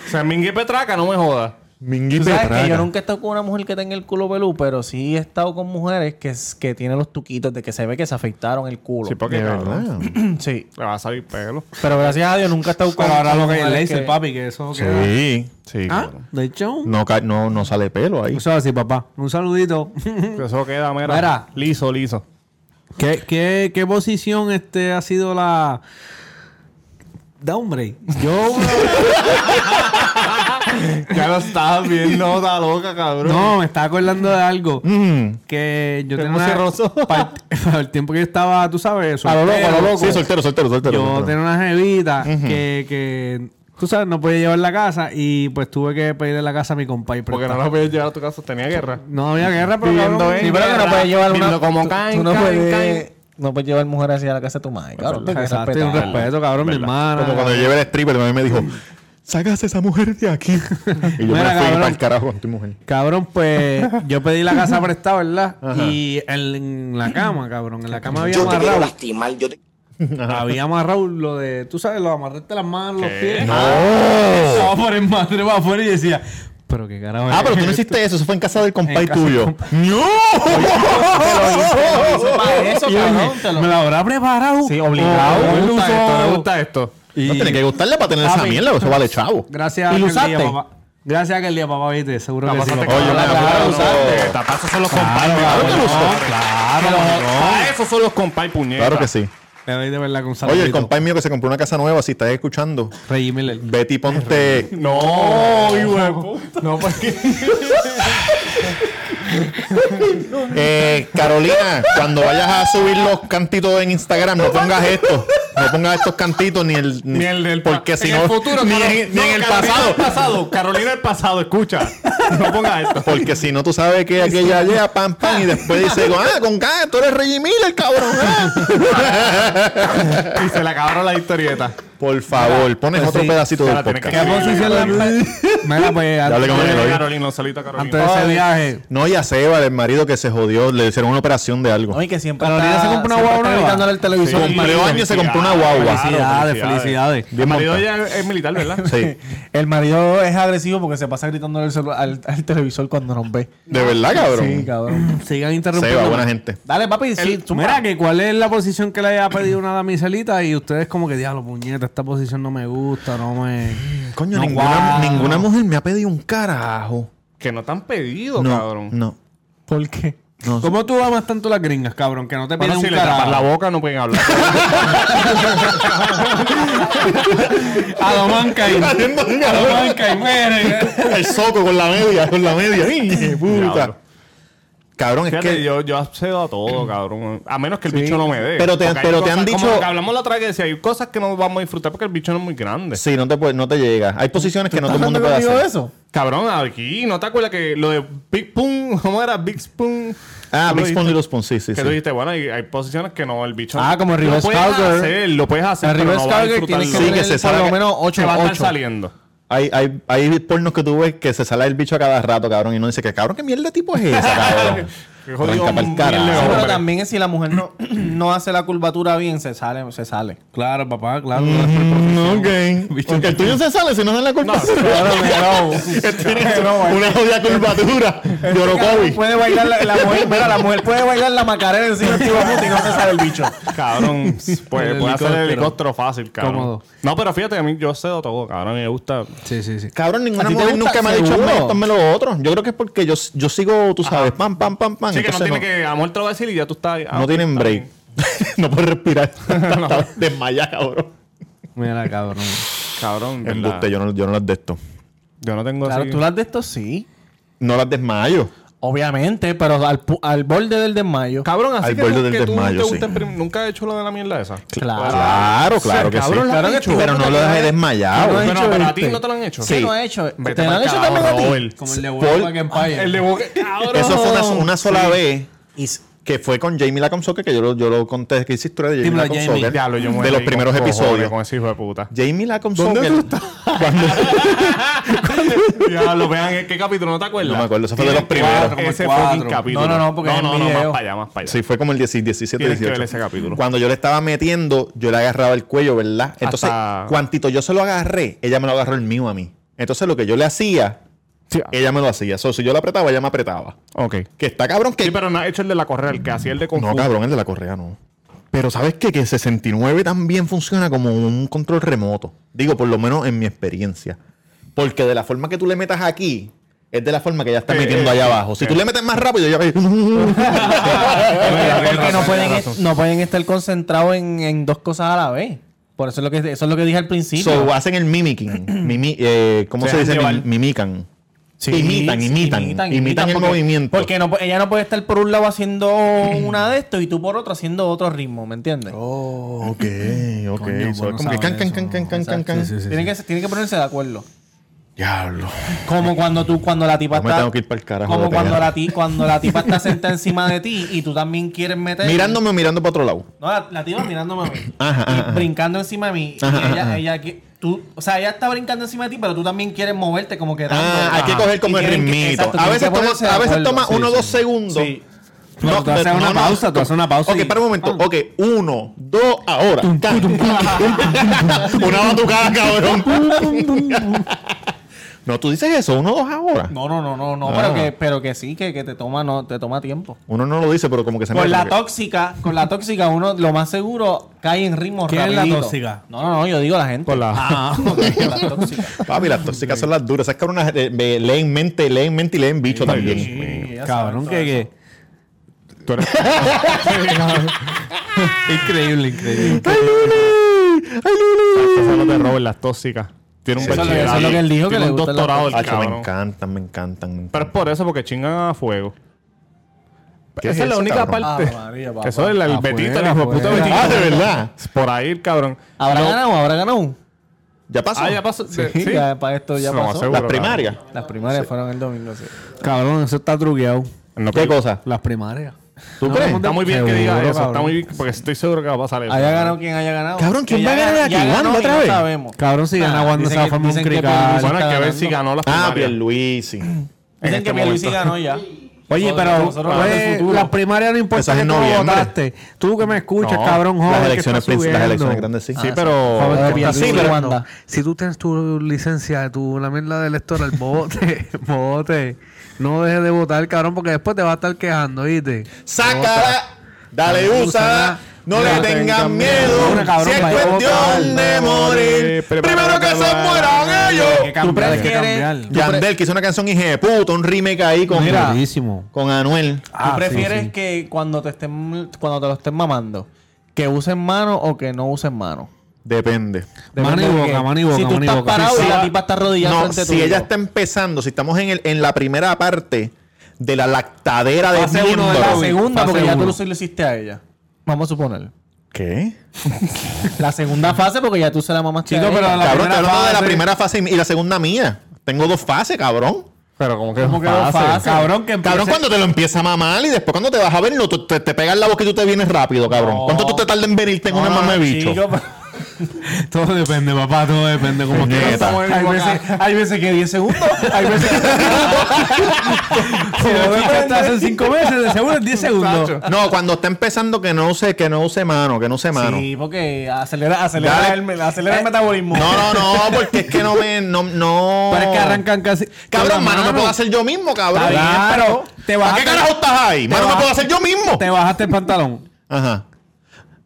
[SPEAKER 3] O sea, Mingue Petraca, no me jodas.
[SPEAKER 1] Mingui
[SPEAKER 2] Tú sabes que yo
[SPEAKER 1] Petraca.
[SPEAKER 2] nunca he estado con una mujer que tenga el culo peludo, pero sí he estado con mujeres que, s- que tienen los tuquitos de que se ve que se afeitaron el culo.
[SPEAKER 3] Sí,
[SPEAKER 2] Sí,
[SPEAKER 3] porque
[SPEAKER 1] De
[SPEAKER 3] cabrón.
[SPEAKER 1] verdad.
[SPEAKER 3] Le va a salir pelo.
[SPEAKER 2] pero gracias a Dios nunca he estado con
[SPEAKER 4] Pero ahora lo que
[SPEAKER 2] con
[SPEAKER 4] es el
[SPEAKER 2] mujeres
[SPEAKER 4] laser, papi, que eso. queda-
[SPEAKER 1] Sí, sí.
[SPEAKER 4] Ah,
[SPEAKER 1] cabrón.
[SPEAKER 4] de hecho.
[SPEAKER 1] No, ca- no, no sale pelo ahí.
[SPEAKER 4] Eso así, papá. Un saludito.
[SPEAKER 3] Eso queda, mira,
[SPEAKER 4] Mira.
[SPEAKER 3] liso, liso.
[SPEAKER 4] ¿Qué, qué, qué posición este ha sido la. Da hombre. Yo.
[SPEAKER 3] Ya lo estabas viendo, está loca, cabrón.
[SPEAKER 4] no, me estaba acordando de algo.
[SPEAKER 1] Mm.
[SPEAKER 4] Que yo
[SPEAKER 3] Te
[SPEAKER 4] tenía.
[SPEAKER 3] puse roso.
[SPEAKER 4] Para el tiempo que yo estaba, tú sabes, eso.
[SPEAKER 1] A lo loco, a lo loco. Sí, soltero, soltero, soltero.
[SPEAKER 4] Yo
[SPEAKER 1] soltero.
[SPEAKER 4] tenía una jevita que, que, tú sabes, no podía llevar la casa y pues tuve que pedirle la casa a mi compa. y
[SPEAKER 3] Porque no
[SPEAKER 4] prestar.
[SPEAKER 3] lo podías llevar a tu casa, tenía guerra.
[SPEAKER 4] No había guerra, pero
[SPEAKER 3] Viviendo
[SPEAKER 4] cabrón,
[SPEAKER 3] en-
[SPEAKER 2] Sí, pero que no puedes llevar
[SPEAKER 3] Viendo
[SPEAKER 2] una...
[SPEAKER 3] como
[SPEAKER 2] tú-
[SPEAKER 3] caen,
[SPEAKER 2] tú no,
[SPEAKER 3] caen,
[SPEAKER 2] puedes,
[SPEAKER 3] caen.
[SPEAKER 2] no puedes llevar mujer hacia la casa de tu madre, cabrón. Tienes que
[SPEAKER 4] Exacto, y un
[SPEAKER 2] respetarla.
[SPEAKER 4] respeto, cabrón, mi hermana.
[SPEAKER 1] Como cuando yo llevé el stripper, a mí me dijo, sacas a esa mujer de aquí. Y yo
[SPEAKER 4] Mira,
[SPEAKER 1] me fui
[SPEAKER 4] cabrón.
[SPEAKER 1] para el carajo con tu mujer.
[SPEAKER 4] Cabrón, pues yo pedí la casa prestada, ¿verdad? Y en, en la cama, cabrón, en la cama había
[SPEAKER 6] Yo te quiero
[SPEAKER 4] amarrado.
[SPEAKER 6] lastimar, yo te...
[SPEAKER 4] Había amarrado lo de, tú sabes, lo amarraste las manos, los
[SPEAKER 3] ¿Qué?
[SPEAKER 4] pies. Ah,
[SPEAKER 3] No.
[SPEAKER 4] Estaba por el madre para afuera y decía, pero qué carajo.
[SPEAKER 1] Ah,
[SPEAKER 4] es
[SPEAKER 1] pero tú no
[SPEAKER 4] esto?".
[SPEAKER 1] hiciste eso, eso fue en casa del compay
[SPEAKER 4] En casa del
[SPEAKER 1] tuyo. ¡No!
[SPEAKER 2] Para eso,
[SPEAKER 4] Y yo
[SPEAKER 2] cabrón,
[SPEAKER 4] dije,
[SPEAKER 2] te lo-
[SPEAKER 4] Me la habrá preparado.
[SPEAKER 2] Sí, obligado.
[SPEAKER 4] O él
[SPEAKER 3] me gusta
[SPEAKER 4] usó-
[SPEAKER 3] esto, me gusta esto.
[SPEAKER 4] Y-
[SPEAKER 1] No tiene que gustarle para tener esa
[SPEAKER 4] Papi.
[SPEAKER 1] mierda, eso vale chavo.
[SPEAKER 4] Gracias
[SPEAKER 2] ¿Y
[SPEAKER 4] a
[SPEAKER 2] lo
[SPEAKER 4] aquel día,
[SPEAKER 2] usaste?
[SPEAKER 4] papá. Gracias a aquel día, papá, viste, seguro que sí.
[SPEAKER 3] Tapazote,
[SPEAKER 4] papá.
[SPEAKER 1] Oye,
[SPEAKER 3] cabrón,
[SPEAKER 1] me
[SPEAKER 3] la
[SPEAKER 1] abrazo.
[SPEAKER 3] usaste. Tapazos son los compay.
[SPEAKER 1] claro que
[SPEAKER 3] cabrón.
[SPEAKER 1] lo usaste.
[SPEAKER 3] Claro, Para eso son los compay puñetas.
[SPEAKER 1] Claro que sí.
[SPEAKER 4] Le doy de verdad con
[SPEAKER 1] Oye, el compay mío que se compró una casa nueva, si estás escuchando,
[SPEAKER 4] Reggie Miller.
[SPEAKER 1] Betty Ponte.
[SPEAKER 3] No, hijo de puta. No, porque.
[SPEAKER 1] Eh, Carolina, cuando vayas a subir los cantitos en Instagram, no pongas esto. No pongas estos cantitos ni el.
[SPEAKER 3] Ni el del
[SPEAKER 1] Porque
[SPEAKER 3] pa-
[SPEAKER 1] si
[SPEAKER 3] en
[SPEAKER 1] no.
[SPEAKER 3] el futuro,
[SPEAKER 1] ni
[SPEAKER 3] Caro-
[SPEAKER 1] en, ni
[SPEAKER 3] no,
[SPEAKER 1] en el
[SPEAKER 3] Carolina del
[SPEAKER 1] pasado.
[SPEAKER 3] pasado. Carolina el pasado, escucha. No ponga esto.
[SPEAKER 1] Porque si no, tú sabes que aquella llega pam, pam, y después dice, ah, con K, tú eres Reggie Miller, cabrón. ah".
[SPEAKER 3] Y se le acabaron las historietas.
[SPEAKER 1] Por favor, pones
[SPEAKER 4] Pues
[SPEAKER 1] otro
[SPEAKER 4] sí.
[SPEAKER 1] pedacito del
[SPEAKER 3] Ahora tiene
[SPEAKER 1] podcast.
[SPEAKER 3] que-
[SPEAKER 4] ¿Qué posición le Mira, pues
[SPEAKER 1] Ya hablé con
[SPEAKER 4] antes,
[SPEAKER 1] él hoy.
[SPEAKER 3] Carolina, un saludito a Carolina.
[SPEAKER 4] antes de ese viaje.
[SPEAKER 1] No, ya Seba, el marido que se jodió, le hicieron una operación de algo.
[SPEAKER 2] Oye, que siempre
[SPEAKER 4] Carolina
[SPEAKER 2] está-
[SPEAKER 4] se compró una
[SPEAKER 2] siempre
[SPEAKER 4] guagua
[SPEAKER 2] está
[SPEAKER 4] nueva.
[SPEAKER 2] gritándole al televisor.
[SPEAKER 1] Sí.
[SPEAKER 2] al marido.
[SPEAKER 1] Cumplió años, se compró una guagua.
[SPEAKER 4] Felicidades, felicidades.
[SPEAKER 3] Mi marido ya es, es militar, ¿verdad?
[SPEAKER 1] Sí.
[SPEAKER 2] El marido es agresivo porque se pasa gritándole al, celu- al- al televisor cuando nos ve.
[SPEAKER 1] De verdad, cabrón.
[SPEAKER 2] Sí, cabrón.
[SPEAKER 4] Sigan interrumpiendo.
[SPEAKER 1] Seba, buena gente.
[SPEAKER 2] Dale, papi, sí, zumba.
[SPEAKER 4] Mira, que cuál es la posición que le haya pedido una damiselita y ustedes como que, diablo, puñeta, esta posición no me gusta, no me...
[SPEAKER 1] Coño,
[SPEAKER 4] No,
[SPEAKER 1] ninguna,
[SPEAKER 4] wow.
[SPEAKER 1] ninguna mujer me ha pedido un carajo.
[SPEAKER 3] Que no te han pedido,
[SPEAKER 1] No,
[SPEAKER 3] Oh, cabrón.
[SPEAKER 1] no,
[SPEAKER 2] ¿Por qué?
[SPEAKER 1] no.
[SPEAKER 4] ¿Cómo tú amas tanto las gringas, cabrón? Que no te piden
[SPEAKER 3] Bueno, si
[SPEAKER 4] un
[SPEAKER 3] le
[SPEAKER 4] carajo.
[SPEAKER 3] tapas la boca, no pueden hablar.
[SPEAKER 4] A lo manca y... A lo manca y muere.
[SPEAKER 1] El soco con la media, con la media. ¡Ih, puta!
[SPEAKER 3] Diablo.
[SPEAKER 1] Cabrón, es
[SPEAKER 3] Fíjate,
[SPEAKER 1] que.
[SPEAKER 3] yo, yo accedo a todo, cabrón. A menos que el bicho no me dé.
[SPEAKER 1] Pero te-
[SPEAKER 3] Porque hay
[SPEAKER 1] pero te han
[SPEAKER 3] cosas-
[SPEAKER 1] dicho-
[SPEAKER 3] Como lo que hablamos la otra vez, que decía, hay cosas que no vamos a disfrutar porque el bicho no es muy grande.
[SPEAKER 1] Sí, no te, puede- no te llega. Hay posiciones que no todo el
[SPEAKER 2] ¿Estás
[SPEAKER 1] mundo puede
[SPEAKER 2] hablando conmigo de
[SPEAKER 1] hacer.
[SPEAKER 2] eso?
[SPEAKER 3] Cabrón, aquí, ¿no te acuerdas que lo de Big Spoon, ¿cómo era? Big Spoon.
[SPEAKER 1] Ah,
[SPEAKER 3] Tú lo
[SPEAKER 1] Big Spoon,
[SPEAKER 3] dijiste.
[SPEAKER 1] Little Spoon, sí, sí.
[SPEAKER 3] Que
[SPEAKER 1] sí.
[SPEAKER 3] tú dijiste, bueno, hay, hay posiciones que no, el bicho.
[SPEAKER 2] Ah, como el
[SPEAKER 3] Lo
[SPEAKER 2] Reverse
[SPEAKER 3] puedes
[SPEAKER 2] Cowgirl.
[SPEAKER 3] hacer, lo puedes hacer.
[SPEAKER 2] El
[SPEAKER 3] pero
[SPEAKER 2] Reverse
[SPEAKER 3] no vas a
[SPEAKER 2] Cowgirl tiene
[SPEAKER 3] disfrutarlo.
[SPEAKER 1] Sí, que
[SPEAKER 2] que
[SPEAKER 1] se
[SPEAKER 2] tener
[SPEAKER 1] salga-
[SPEAKER 2] por lo menos 8
[SPEAKER 3] Te va a estar
[SPEAKER 2] 8.
[SPEAKER 3] saliendo.
[SPEAKER 1] Hay, hay, hay pornos que tú ves que se sale el bicho a cada rato, cabrón, y no dice que cabrón, ¿qué mierda de tipo es esa, cabrón?
[SPEAKER 3] Qué jodido
[SPEAKER 1] Arranca pa'l carajo.
[SPEAKER 3] mierda,
[SPEAKER 2] Sí, pero
[SPEAKER 3] hombre.
[SPEAKER 2] también es si la mujer no, no hace la curvatura bien, se sale, se sale.
[SPEAKER 4] Claro, papá, claro.
[SPEAKER 1] Mm, ok. Porque el tuyo se sale si no es la culpa. Este Una jodida curvatura. Yorokovic.
[SPEAKER 2] Puede bailar la, la mujer, mira, la mujer puede bailar la macarena encima del tío Amuti y no se sale el bicho.
[SPEAKER 3] Cabrón, pues, puede,
[SPEAKER 4] El
[SPEAKER 3] puede hacer el
[SPEAKER 4] helicóptero.
[SPEAKER 3] helicóptero fácil, cabrón.
[SPEAKER 4] Cómodo.
[SPEAKER 3] No, pero fíjate, a mí yo cedo todo, cabrón. Me gusta.
[SPEAKER 4] Sí, sí, sí.
[SPEAKER 1] Cabrón, ninguna
[SPEAKER 2] ¿A ti te
[SPEAKER 1] mujer
[SPEAKER 2] gusta?
[SPEAKER 1] nunca me ha dicho
[SPEAKER 2] Seguro.
[SPEAKER 1] "Hazme esto, hazme lo otro. Yo creo que es porque yo, yo sigo, tú sabes, pam, pam, pam, pam.
[SPEAKER 3] Sí, que no
[SPEAKER 1] entonces
[SPEAKER 3] tiene que. A muerte lo va a decir y ya tú estás. ah,
[SPEAKER 1] no tienen
[SPEAKER 3] está
[SPEAKER 1] break.
[SPEAKER 3] bien.
[SPEAKER 1] no puedes respirar. Estás desmayada, cabrón.
[SPEAKER 4] Mira, cabrón.
[SPEAKER 3] Cabrón, ¿verdad?
[SPEAKER 1] Embuste, yo no, yo no las de esto.
[SPEAKER 3] Yo no tengo
[SPEAKER 2] Claro,
[SPEAKER 3] así.
[SPEAKER 2] tú las de estos sí.
[SPEAKER 1] No las desmayo.
[SPEAKER 2] Obviamente, pero al, pu- al borde del desmayo.
[SPEAKER 3] Cabrón, así
[SPEAKER 1] Al
[SPEAKER 3] que,
[SPEAKER 1] borde
[SPEAKER 3] tú,
[SPEAKER 1] del
[SPEAKER 3] que tú
[SPEAKER 1] desmayo,
[SPEAKER 3] te
[SPEAKER 1] sí.
[SPEAKER 3] gusta en prim- Nunca he hecho lo de la mierda esa.
[SPEAKER 2] Claro.
[SPEAKER 1] Claro, claro que sí.
[SPEAKER 3] cabrón, las
[SPEAKER 1] Claro
[SPEAKER 3] has
[SPEAKER 1] que
[SPEAKER 3] hecho.
[SPEAKER 1] sí, Pero no lo dejé desmayado.
[SPEAKER 2] No
[SPEAKER 3] Pero,
[SPEAKER 2] hecho
[SPEAKER 3] pero a
[SPEAKER 2] este.
[SPEAKER 3] ti no te lo han hecho.
[SPEAKER 1] Sí.
[SPEAKER 2] ¿Qué no ha hecho?
[SPEAKER 3] Vete
[SPEAKER 2] ¿Te lo han
[SPEAKER 3] pa'l
[SPEAKER 2] hecho
[SPEAKER 3] carajo,
[SPEAKER 2] también a ti?
[SPEAKER 3] Robert.
[SPEAKER 4] Como el de
[SPEAKER 1] Paul-
[SPEAKER 4] Wolfpack Empire.
[SPEAKER 3] El de boca. Cabrón.
[SPEAKER 1] Eso fue una, una sola vez. y s- que fue con Jamie Lacombe Soccer, que yo lo, yo lo conté, que hice historia de Jamie
[SPEAKER 4] Dímelo,
[SPEAKER 1] Lacombe
[SPEAKER 4] Jamie.
[SPEAKER 1] Soccer.
[SPEAKER 3] Diablo, yo me
[SPEAKER 1] de los
[SPEAKER 3] reí
[SPEAKER 1] primeros
[SPEAKER 3] con cojones
[SPEAKER 1] episodios.
[SPEAKER 3] Con ese hijo de puta.
[SPEAKER 1] Jamie Lacombe Soccer. Cuando,
[SPEAKER 3] Diablo, vean, ¿qué capítulo? ¿No te acuerdas?
[SPEAKER 1] No me acuerdo, ese fue de
[SPEAKER 3] Tienes
[SPEAKER 1] los
[SPEAKER 3] que
[SPEAKER 1] primeros.
[SPEAKER 3] ver
[SPEAKER 4] Como
[SPEAKER 3] Ese
[SPEAKER 4] cuatro.
[SPEAKER 3] fucking capítulo.
[SPEAKER 2] No, no, no, porque
[SPEAKER 3] No,
[SPEAKER 2] es
[SPEAKER 3] no,
[SPEAKER 2] en
[SPEAKER 3] no, más
[SPEAKER 2] video.
[SPEAKER 3] para allá, más para allá.
[SPEAKER 1] Sí, fue como el 10 17,
[SPEAKER 3] Tienes que
[SPEAKER 1] 18.
[SPEAKER 3] ver ese capítulo.
[SPEAKER 1] Cuando yo le estaba metiendo, yo le agarraba el cuello, ¿verdad? Entonces,
[SPEAKER 3] Hasta-
[SPEAKER 1] cuantito yo se lo agarré, ella me lo agarró el mío a mí. Entonces, lo que yo le hacía,
[SPEAKER 3] Sí.
[SPEAKER 1] ella me lo hacía. So, si yo la apretaba, ella me apretaba.
[SPEAKER 3] Ok.
[SPEAKER 1] Que está cabrón que...
[SPEAKER 3] Sí, pero no ha hecho el de la correa, el que hacía el de
[SPEAKER 1] No,
[SPEAKER 3] confuso.
[SPEAKER 1] cabrón, el de la correa no. Pero ¿sabes qué? Que 69 también funciona como un control remoto. Digo, por lo menos en mi experiencia. Porque de la forma que tú le metas aquí, es de la forma que ella está
[SPEAKER 3] Eh,
[SPEAKER 1] metiendo
[SPEAKER 3] eh,
[SPEAKER 1] allá abajo. Si
[SPEAKER 3] eh.
[SPEAKER 1] tú le metes más rápido, ella...
[SPEAKER 2] Porque no pueden, no pueden estar concentrados en, en dos cosas a la vez. Por eso es lo que, eso es lo que dije al principio.
[SPEAKER 1] So, uh, hacen el mimicking. Mimi- eh, ¿Cómo
[SPEAKER 3] Se
[SPEAKER 1] se, dice?
[SPEAKER 3] dejan
[SPEAKER 1] Mim-
[SPEAKER 3] llevar.
[SPEAKER 1] Mimican.
[SPEAKER 2] Sí,
[SPEAKER 1] imitan,
[SPEAKER 2] sí,
[SPEAKER 1] imitan, imitan el
[SPEAKER 2] porque-
[SPEAKER 1] movimiento.
[SPEAKER 2] Porque no, pu- ella no puede estar por un lado haciendo una de esto y tú por otro haciendo otro ritmo, ¿me entiendes?
[SPEAKER 3] Oh,
[SPEAKER 4] Oh,
[SPEAKER 1] Ok, ok.
[SPEAKER 4] Coño,
[SPEAKER 1] So, es
[SPEAKER 4] bueno,
[SPEAKER 1] como que can, can,
[SPEAKER 4] saben eso.
[SPEAKER 1] can, can, can, can, can.
[SPEAKER 4] Sí, sí, sí.
[SPEAKER 2] tienen, Que, tienen que ponerse de acuerdo.
[SPEAKER 1] Diablo.
[SPEAKER 2] Como cuando tú, cuando la tipa
[SPEAKER 1] Yo me
[SPEAKER 2] está.
[SPEAKER 1] tengo que ir pa'l carajo
[SPEAKER 2] como
[SPEAKER 1] de
[SPEAKER 2] cuando
[SPEAKER 1] pegar.
[SPEAKER 2] la, ti- cuando la tipa está sentada encima de ti y tú también quieres meter.
[SPEAKER 1] Mirándome o mirando para otro lado.
[SPEAKER 2] No, la, la tipa mirándome a mí.
[SPEAKER 1] Ajá,
[SPEAKER 2] y
[SPEAKER 1] ajá, ajá.
[SPEAKER 2] brincando encima de mí. Y
[SPEAKER 1] Ajá,
[SPEAKER 2] ella,
[SPEAKER 1] ajá, ajá.
[SPEAKER 2] ella qui- tú, o sea, ella está brincando encima de ti, pero tú también quieres moverte como que.
[SPEAKER 1] Ah, hay que coger como el ritmito. a veces toma, a veces toma uno o dos segundos.
[SPEAKER 2] Sí.
[SPEAKER 4] No, tú haces una pausa, tú haces una pausa
[SPEAKER 1] Ok,
[SPEAKER 4] y-
[SPEAKER 1] para un momento. Ok, uno, dos, ahora. una batucada, cabrón. no, tú dices eso, uno, dos, ahora.
[SPEAKER 2] No, no, no, no, no,
[SPEAKER 1] Ah.
[SPEAKER 2] pero que, pero que sí, que, que te toma, no, te toma tiempo.
[SPEAKER 1] Uno no lo dice, pero como que se
[SPEAKER 2] Con la
[SPEAKER 1] como que-
[SPEAKER 2] tóxica, con la tóxica, uno lo más seguro cae en ritmo
[SPEAKER 4] ¿Quién es la
[SPEAKER 2] rapidito.
[SPEAKER 4] tóxica?
[SPEAKER 2] No, no, no, yo digo la gente.
[SPEAKER 3] Con la-
[SPEAKER 2] Ah, ok, la tóxica.
[SPEAKER 1] Papi, las tóxicas son las duras. Esas cabronas eh, me- leen mente, leen mente y leen bicho también.
[SPEAKER 2] Sí, ya
[SPEAKER 4] Cabrón,
[SPEAKER 2] saben
[SPEAKER 4] que...
[SPEAKER 2] todo
[SPEAKER 4] que... increíble, increíble.
[SPEAKER 3] Eso no te roben las tóxicas. Tiene un
[SPEAKER 1] Eso es lo- eso
[SPEAKER 3] bachillerato,
[SPEAKER 1] es lo que
[SPEAKER 2] él dijo,
[SPEAKER 3] Tiene
[SPEAKER 2] que
[SPEAKER 3] un
[SPEAKER 2] le gustan las
[SPEAKER 3] doctorado el
[SPEAKER 1] Hacho, me
[SPEAKER 3] cabrón.
[SPEAKER 1] encantan, me encantan, me encantan.
[SPEAKER 3] Pero es por eso, porque chingan a fuego.
[SPEAKER 1] ¿Qué
[SPEAKER 3] Esa es, la
[SPEAKER 1] eso,
[SPEAKER 3] única
[SPEAKER 1] cabrón?
[SPEAKER 3] parte.
[SPEAKER 2] Ah, María, papá.
[SPEAKER 3] eso es la- el
[SPEAKER 4] Afuera,
[SPEAKER 3] betito, el hijo de puta
[SPEAKER 4] afuera.
[SPEAKER 3] betito.
[SPEAKER 1] Ah, de verdad.
[SPEAKER 3] Por ahí, cabrón.
[SPEAKER 2] ¿Habrá
[SPEAKER 3] No,
[SPEAKER 2] ganado? ¿Habrá ganado?
[SPEAKER 1] ¿Ya pasó?
[SPEAKER 3] Ah, ya pasó.
[SPEAKER 2] Sí,
[SPEAKER 3] Sí.
[SPEAKER 2] ya para esto ya
[SPEAKER 3] Lo más
[SPEAKER 2] pasó.
[SPEAKER 3] seguro,
[SPEAKER 1] Las
[SPEAKER 3] cabrón.
[SPEAKER 1] primarias. Ah,
[SPEAKER 2] Las primarias fueron el domingo, sí.
[SPEAKER 4] Cabrón, eso está truqueado.
[SPEAKER 3] No,
[SPEAKER 1] ¿Qué
[SPEAKER 3] pero-
[SPEAKER 1] cosa?
[SPEAKER 4] Las primarias.
[SPEAKER 1] ¿Tú
[SPEAKER 4] No,
[SPEAKER 1] crees?
[SPEAKER 4] no,
[SPEAKER 3] Está muy bien que
[SPEAKER 4] Seguro,
[SPEAKER 3] digas eso. Está
[SPEAKER 4] cabrón.
[SPEAKER 3] muy bien porque estoy seguro que va a pasar eso.
[SPEAKER 2] Haya ganado quien haya ganado.
[SPEAKER 1] Cabrón, ¿quién
[SPEAKER 2] Que
[SPEAKER 1] va a
[SPEAKER 2] ya
[SPEAKER 1] ganar
[SPEAKER 2] gana-
[SPEAKER 1] aquí?
[SPEAKER 2] ya ganó
[SPEAKER 1] ¿Wanda
[SPEAKER 2] y
[SPEAKER 1] otra
[SPEAKER 2] no
[SPEAKER 1] vez?
[SPEAKER 2] sabemos.
[SPEAKER 4] Cabrón, si gana
[SPEAKER 2] Ah,
[SPEAKER 4] cuando se
[SPEAKER 2] dicen
[SPEAKER 4] va a
[SPEAKER 2] que-
[SPEAKER 4] formar un
[SPEAKER 2] dicen que
[SPEAKER 4] crical.
[SPEAKER 2] Pierluisi-
[SPEAKER 3] Bueno, hay que ver si
[SPEAKER 2] ganando.
[SPEAKER 3] ganó las
[SPEAKER 1] Ah,
[SPEAKER 3] primarias.
[SPEAKER 1] Pierluisi.
[SPEAKER 2] Dicen
[SPEAKER 3] este
[SPEAKER 2] que Pierluisi
[SPEAKER 3] momento.
[SPEAKER 2] ganó ya.
[SPEAKER 4] Oye,
[SPEAKER 2] Nosotros-
[SPEAKER 4] pero
[SPEAKER 2] nosotros
[SPEAKER 4] pues,
[SPEAKER 2] hablando del futuro.
[SPEAKER 4] las primarias no
[SPEAKER 1] Esa
[SPEAKER 4] importa
[SPEAKER 1] es
[SPEAKER 4] que
[SPEAKER 1] en
[SPEAKER 4] tú
[SPEAKER 1] noviembre.
[SPEAKER 4] votaste. Tú que me escuchas,
[SPEAKER 3] No,
[SPEAKER 4] Este cabrón, joven.
[SPEAKER 1] Ah. Las
[SPEAKER 4] que
[SPEAKER 1] elecciones,
[SPEAKER 4] está
[SPEAKER 1] princip- las
[SPEAKER 4] subiendo.
[SPEAKER 1] elecciones grandes, sí.
[SPEAKER 3] Sí, pero.
[SPEAKER 4] Joven,
[SPEAKER 2] Ah,
[SPEAKER 4] que
[SPEAKER 2] bien,
[SPEAKER 4] está
[SPEAKER 2] sí, pero-
[SPEAKER 4] subiendo. Si tú tienes tu licencia, tu la mierda del electoral, vote, vote. No dejes de votar, cabrón, porque después te vas a estar quejando, ¿viste?
[SPEAKER 1] ¡Sácala! Dale,
[SPEAKER 4] Úsala.
[SPEAKER 1] úsala. No le
[SPEAKER 4] No
[SPEAKER 1] tengas
[SPEAKER 4] tengas
[SPEAKER 1] miedo.
[SPEAKER 4] miedo, cabrón,
[SPEAKER 1] Si es
[SPEAKER 4] vaya a
[SPEAKER 1] cuestión
[SPEAKER 4] votar,
[SPEAKER 1] de morir. Primero que se mueran ellos.
[SPEAKER 2] ¿Tú
[SPEAKER 4] cambiar, hay que
[SPEAKER 2] prefieres,
[SPEAKER 4] cambiar.
[SPEAKER 1] Yandel, que hizo una canción hija de puta, un remake ahí con,
[SPEAKER 4] Mira. Ah,
[SPEAKER 1] con- con Anuel.
[SPEAKER 2] ¿Tú prefieres que cuando te estén cuando te lo estén mamando, que usen mano o que no usen mano?
[SPEAKER 1] Depende.
[SPEAKER 4] Mano y
[SPEAKER 2] Depende de
[SPEAKER 4] boca,
[SPEAKER 2] qué.
[SPEAKER 4] mano y boca,
[SPEAKER 2] Si tú
[SPEAKER 4] mano y
[SPEAKER 2] estás
[SPEAKER 4] boca.
[SPEAKER 1] Sí,
[SPEAKER 2] parado y
[SPEAKER 1] sí.
[SPEAKER 2] la tipa está arrodillada
[SPEAKER 1] No,
[SPEAKER 2] frente
[SPEAKER 1] si
[SPEAKER 2] tuyo.
[SPEAKER 1] ella está empezando, si estamos en, el, en la primera parte de la lactadera de
[SPEAKER 4] Fase uno
[SPEAKER 2] La
[SPEAKER 4] de
[SPEAKER 1] miembros.
[SPEAKER 4] Uy,
[SPEAKER 2] segunda,
[SPEAKER 4] fase
[SPEAKER 2] porque ya tú
[SPEAKER 4] uno.
[SPEAKER 2] lo se lo hiciste a ella. Vamos a suponer.
[SPEAKER 1] ¿Qué?
[SPEAKER 2] La segunda fase, porque ya tú se la mamaste
[SPEAKER 4] Chico,
[SPEAKER 2] a ella.
[SPEAKER 4] pero la-
[SPEAKER 1] eh, Cabrón,
[SPEAKER 4] primera
[SPEAKER 1] te hablando de la
[SPEAKER 4] fase.
[SPEAKER 1] primera fase y y la segunda mía. Tengo dos fases, cabrón.
[SPEAKER 3] Pero como que.
[SPEAKER 2] ¿Cómo que dos
[SPEAKER 3] fácil.
[SPEAKER 2] fases?
[SPEAKER 4] Cabrón, que empiece-
[SPEAKER 1] Cabrón, cuando te lo empieza a mamar y después cuando te vas a ver, no, tú- te, te pegas la boca y tú te vienes rápido, cabrón. ¿Cuánto tú te tardas en venirte en una mamá de bicho?
[SPEAKER 2] Chico, pero-
[SPEAKER 4] Todo depende, papá, todo depende. Como
[SPEAKER 1] Puñeta.
[SPEAKER 4] quieras.
[SPEAKER 2] Hay veces, hay veces que 10 segundos, hay veces que
[SPEAKER 4] Si lo fichaste hace 5 meses, de seguro en 10 segundos.
[SPEAKER 1] No, cuando está empezando que no use, que no use mano, que no use mano.
[SPEAKER 2] Sí, porque acelera, acelera,
[SPEAKER 1] Dale.
[SPEAKER 2] el, me- acelera
[SPEAKER 4] Eh,
[SPEAKER 2] el metabolismo.
[SPEAKER 1] No, no, no, porque es que no me, no, no.
[SPEAKER 4] Pero es que arrancan casi.
[SPEAKER 1] Cabrón,
[SPEAKER 4] con la
[SPEAKER 1] mano, me puedo hacer yo mismo, cabrón.
[SPEAKER 4] Está bien, pero te
[SPEAKER 1] ¿Para
[SPEAKER 4] bajaste-
[SPEAKER 1] qué carajo estás ahí? Mano, me
[SPEAKER 4] bajaste-
[SPEAKER 1] puedo hacer yo mismo.
[SPEAKER 4] Te Eh, bajaste el pantalón.
[SPEAKER 1] Ajá.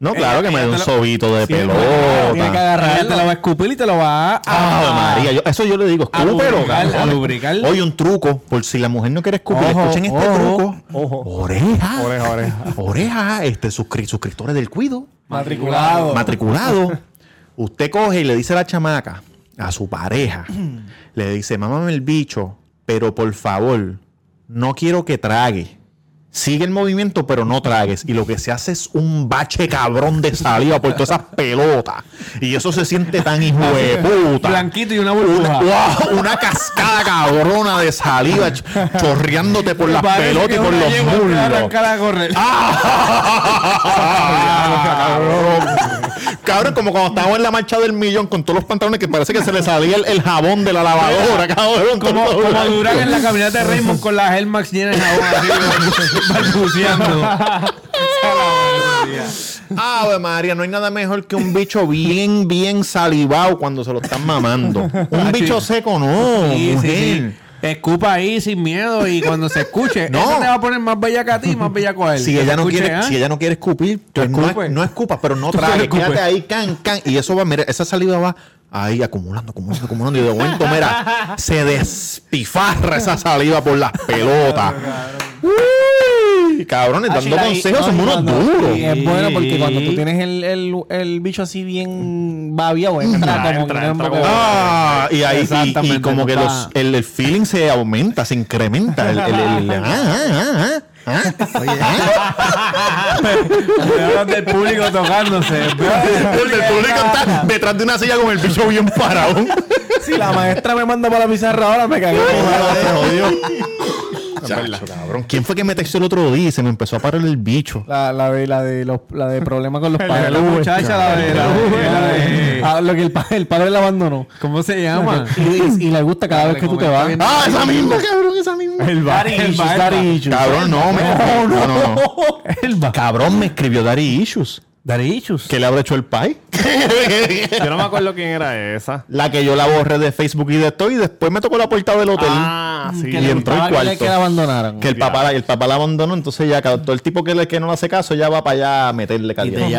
[SPEAKER 1] No, claro que me da un
[SPEAKER 4] ella te
[SPEAKER 1] sobito de
[SPEAKER 4] Tienes que
[SPEAKER 1] pelota.
[SPEAKER 4] agarrar. Te lo va a escupir y te lo va a.
[SPEAKER 1] Ah, María, yo- eso yo le digo,
[SPEAKER 4] A
[SPEAKER 1] escúpelo,
[SPEAKER 4] lubricar,
[SPEAKER 1] cabrón.
[SPEAKER 4] a lubricar.
[SPEAKER 1] Oye, un truco, por si la mujer no quiere escupir,
[SPEAKER 4] Ojo,
[SPEAKER 1] escuchen este
[SPEAKER 4] ojo,
[SPEAKER 1] truco.
[SPEAKER 4] ojo.
[SPEAKER 1] Oreja.
[SPEAKER 3] Oreja, oreja.
[SPEAKER 1] Oreja, este, suscri- suscriptores del cuido.
[SPEAKER 2] Matriculado.
[SPEAKER 1] matriculado, usted coge y le dice a la chamaca, a su pareja, le dice, mámame el bicho, pero por favor, no quiero que trague. Sigue el movimiento, pero no tragues. Y lo que se hace es un bache cabrón de saliva por todas esas pelotas. Y eso se siente tan hijo de puta.
[SPEAKER 4] Blanquito y una burbuja.
[SPEAKER 1] Una, wow, una cascada cabrona de saliva ch- chorreándote por las
[SPEAKER 4] Parece
[SPEAKER 1] pelotas y
[SPEAKER 4] que
[SPEAKER 1] por
[SPEAKER 4] una
[SPEAKER 1] los
[SPEAKER 4] yegua te va a
[SPEAKER 1] muslos.
[SPEAKER 4] arrancar a correr.
[SPEAKER 1] Ah, cabrón. Cabrón, como cuando estábamos en la marcha del millón con todos los pantalones que parece que se le salía el, el jabón de la lavadora, cabrón.
[SPEAKER 4] Como,
[SPEAKER 1] todo
[SPEAKER 4] como
[SPEAKER 1] blanco.
[SPEAKER 4] Durán en la caminata de Raymond con las Air Max llenas de jabón así, balbuceando.
[SPEAKER 1] Ave María, no hay nada mejor que un bicho bien, bien salivado cuando se lo están mamando. Un bicho seco, no.
[SPEAKER 4] Sí, sí,
[SPEAKER 1] mujer.
[SPEAKER 4] sí. Escupa ahí sin miedo y cuando se escuche,
[SPEAKER 1] No.
[SPEAKER 4] eso te va a poner más bella que a ti y más bella que a él.
[SPEAKER 1] Si
[SPEAKER 4] Que
[SPEAKER 1] ella,
[SPEAKER 4] se
[SPEAKER 1] no
[SPEAKER 4] escuche,
[SPEAKER 1] quiere,
[SPEAKER 4] ¿ah?
[SPEAKER 1] si ella no quiere escupir, pues no,
[SPEAKER 4] escupe.
[SPEAKER 1] no escupa, pero no
[SPEAKER 4] Tú
[SPEAKER 1] trague.
[SPEAKER 4] escupe.
[SPEAKER 1] Quédate ahí, can, can. Y eso va, mira, esa salida va ahí acumulando, acumulando, acumulando. Y de momento, mira, se despifarra esa saliva por las pelotas. Uy, cabrones,
[SPEAKER 4] Ah,
[SPEAKER 1] dando
[SPEAKER 2] Chila, y-
[SPEAKER 1] consejos,
[SPEAKER 2] Ah,
[SPEAKER 1] son
[SPEAKER 2] no, y
[SPEAKER 1] unos
[SPEAKER 2] cuando-
[SPEAKER 1] duros.
[SPEAKER 2] y
[SPEAKER 4] eh,
[SPEAKER 2] es bueno porque cuando tú tienes el, el, el bicho así bien babiado, entra, como
[SPEAKER 3] entra,
[SPEAKER 2] que tiene un
[SPEAKER 3] entra
[SPEAKER 2] poco-
[SPEAKER 3] como-
[SPEAKER 1] Ah, y ahí y- y,
[SPEAKER 4] Exactamente,
[SPEAKER 1] como que
[SPEAKER 4] papá.
[SPEAKER 1] los, el, el feeling se aumenta, se incrementa. El, el, el- ah, ah, ah, ah.
[SPEAKER 4] Me hablan del público tocándose.
[SPEAKER 1] El del público está detrás de una silla con el bicho bien parado.
[SPEAKER 2] Si la maestra me manda para la pizarra ahora, me cagué.
[SPEAKER 1] Chacho, cabrón. ¿Quién fue que me textó el otro día y se me empezó a parar el bicho?
[SPEAKER 2] La, la de la de los la de problemas con los padres.
[SPEAKER 4] La muchacha, la de la de- la de-
[SPEAKER 2] Ah, lo que el, pa- el padre la abandonó.
[SPEAKER 4] ¿Cómo se llama?
[SPEAKER 2] Y, y- y le gusta cada
[SPEAKER 4] La
[SPEAKER 2] vez que tú te
[SPEAKER 4] recomienda
[SPEAKER 2] vas.
[SPEAKER 4] bien.
[SPEAKER 1] ¡Ah, esa misma, cabrón! ¡Esa misma!
[SPEAKER 3] El bar.
[SPEAKER 2] Issues, daddy issues.
[SPEAKER 1] Cabrón, no, me- no, no, no. Cabrón, me escribió Daddy Issues.
[SPEAKER 4] Darichus.
[SPEAKER 1] ¿Qué le habrá hecho el pai?
[SPEAKER 3] Yo no me acuerdo quién era esa.
[SPEAKER 1] la que yo la borré de Facebook y de todo y después me tocó la puerta del hotel.
[SPEAKER 3] Ah, sí.
[SPEAKER 1] y entró el
[SPEAKER 2] Estaba que le-
[SPEAKER 1] cuarto.
[SPEAKER 2] que la abandonaron.
[SPEAKER 1] Que el papá, la, el papá la abandonó, entonces ya cabrón, todo el tipo que, le, que no le hace caso ya va para allá a meterle caliente.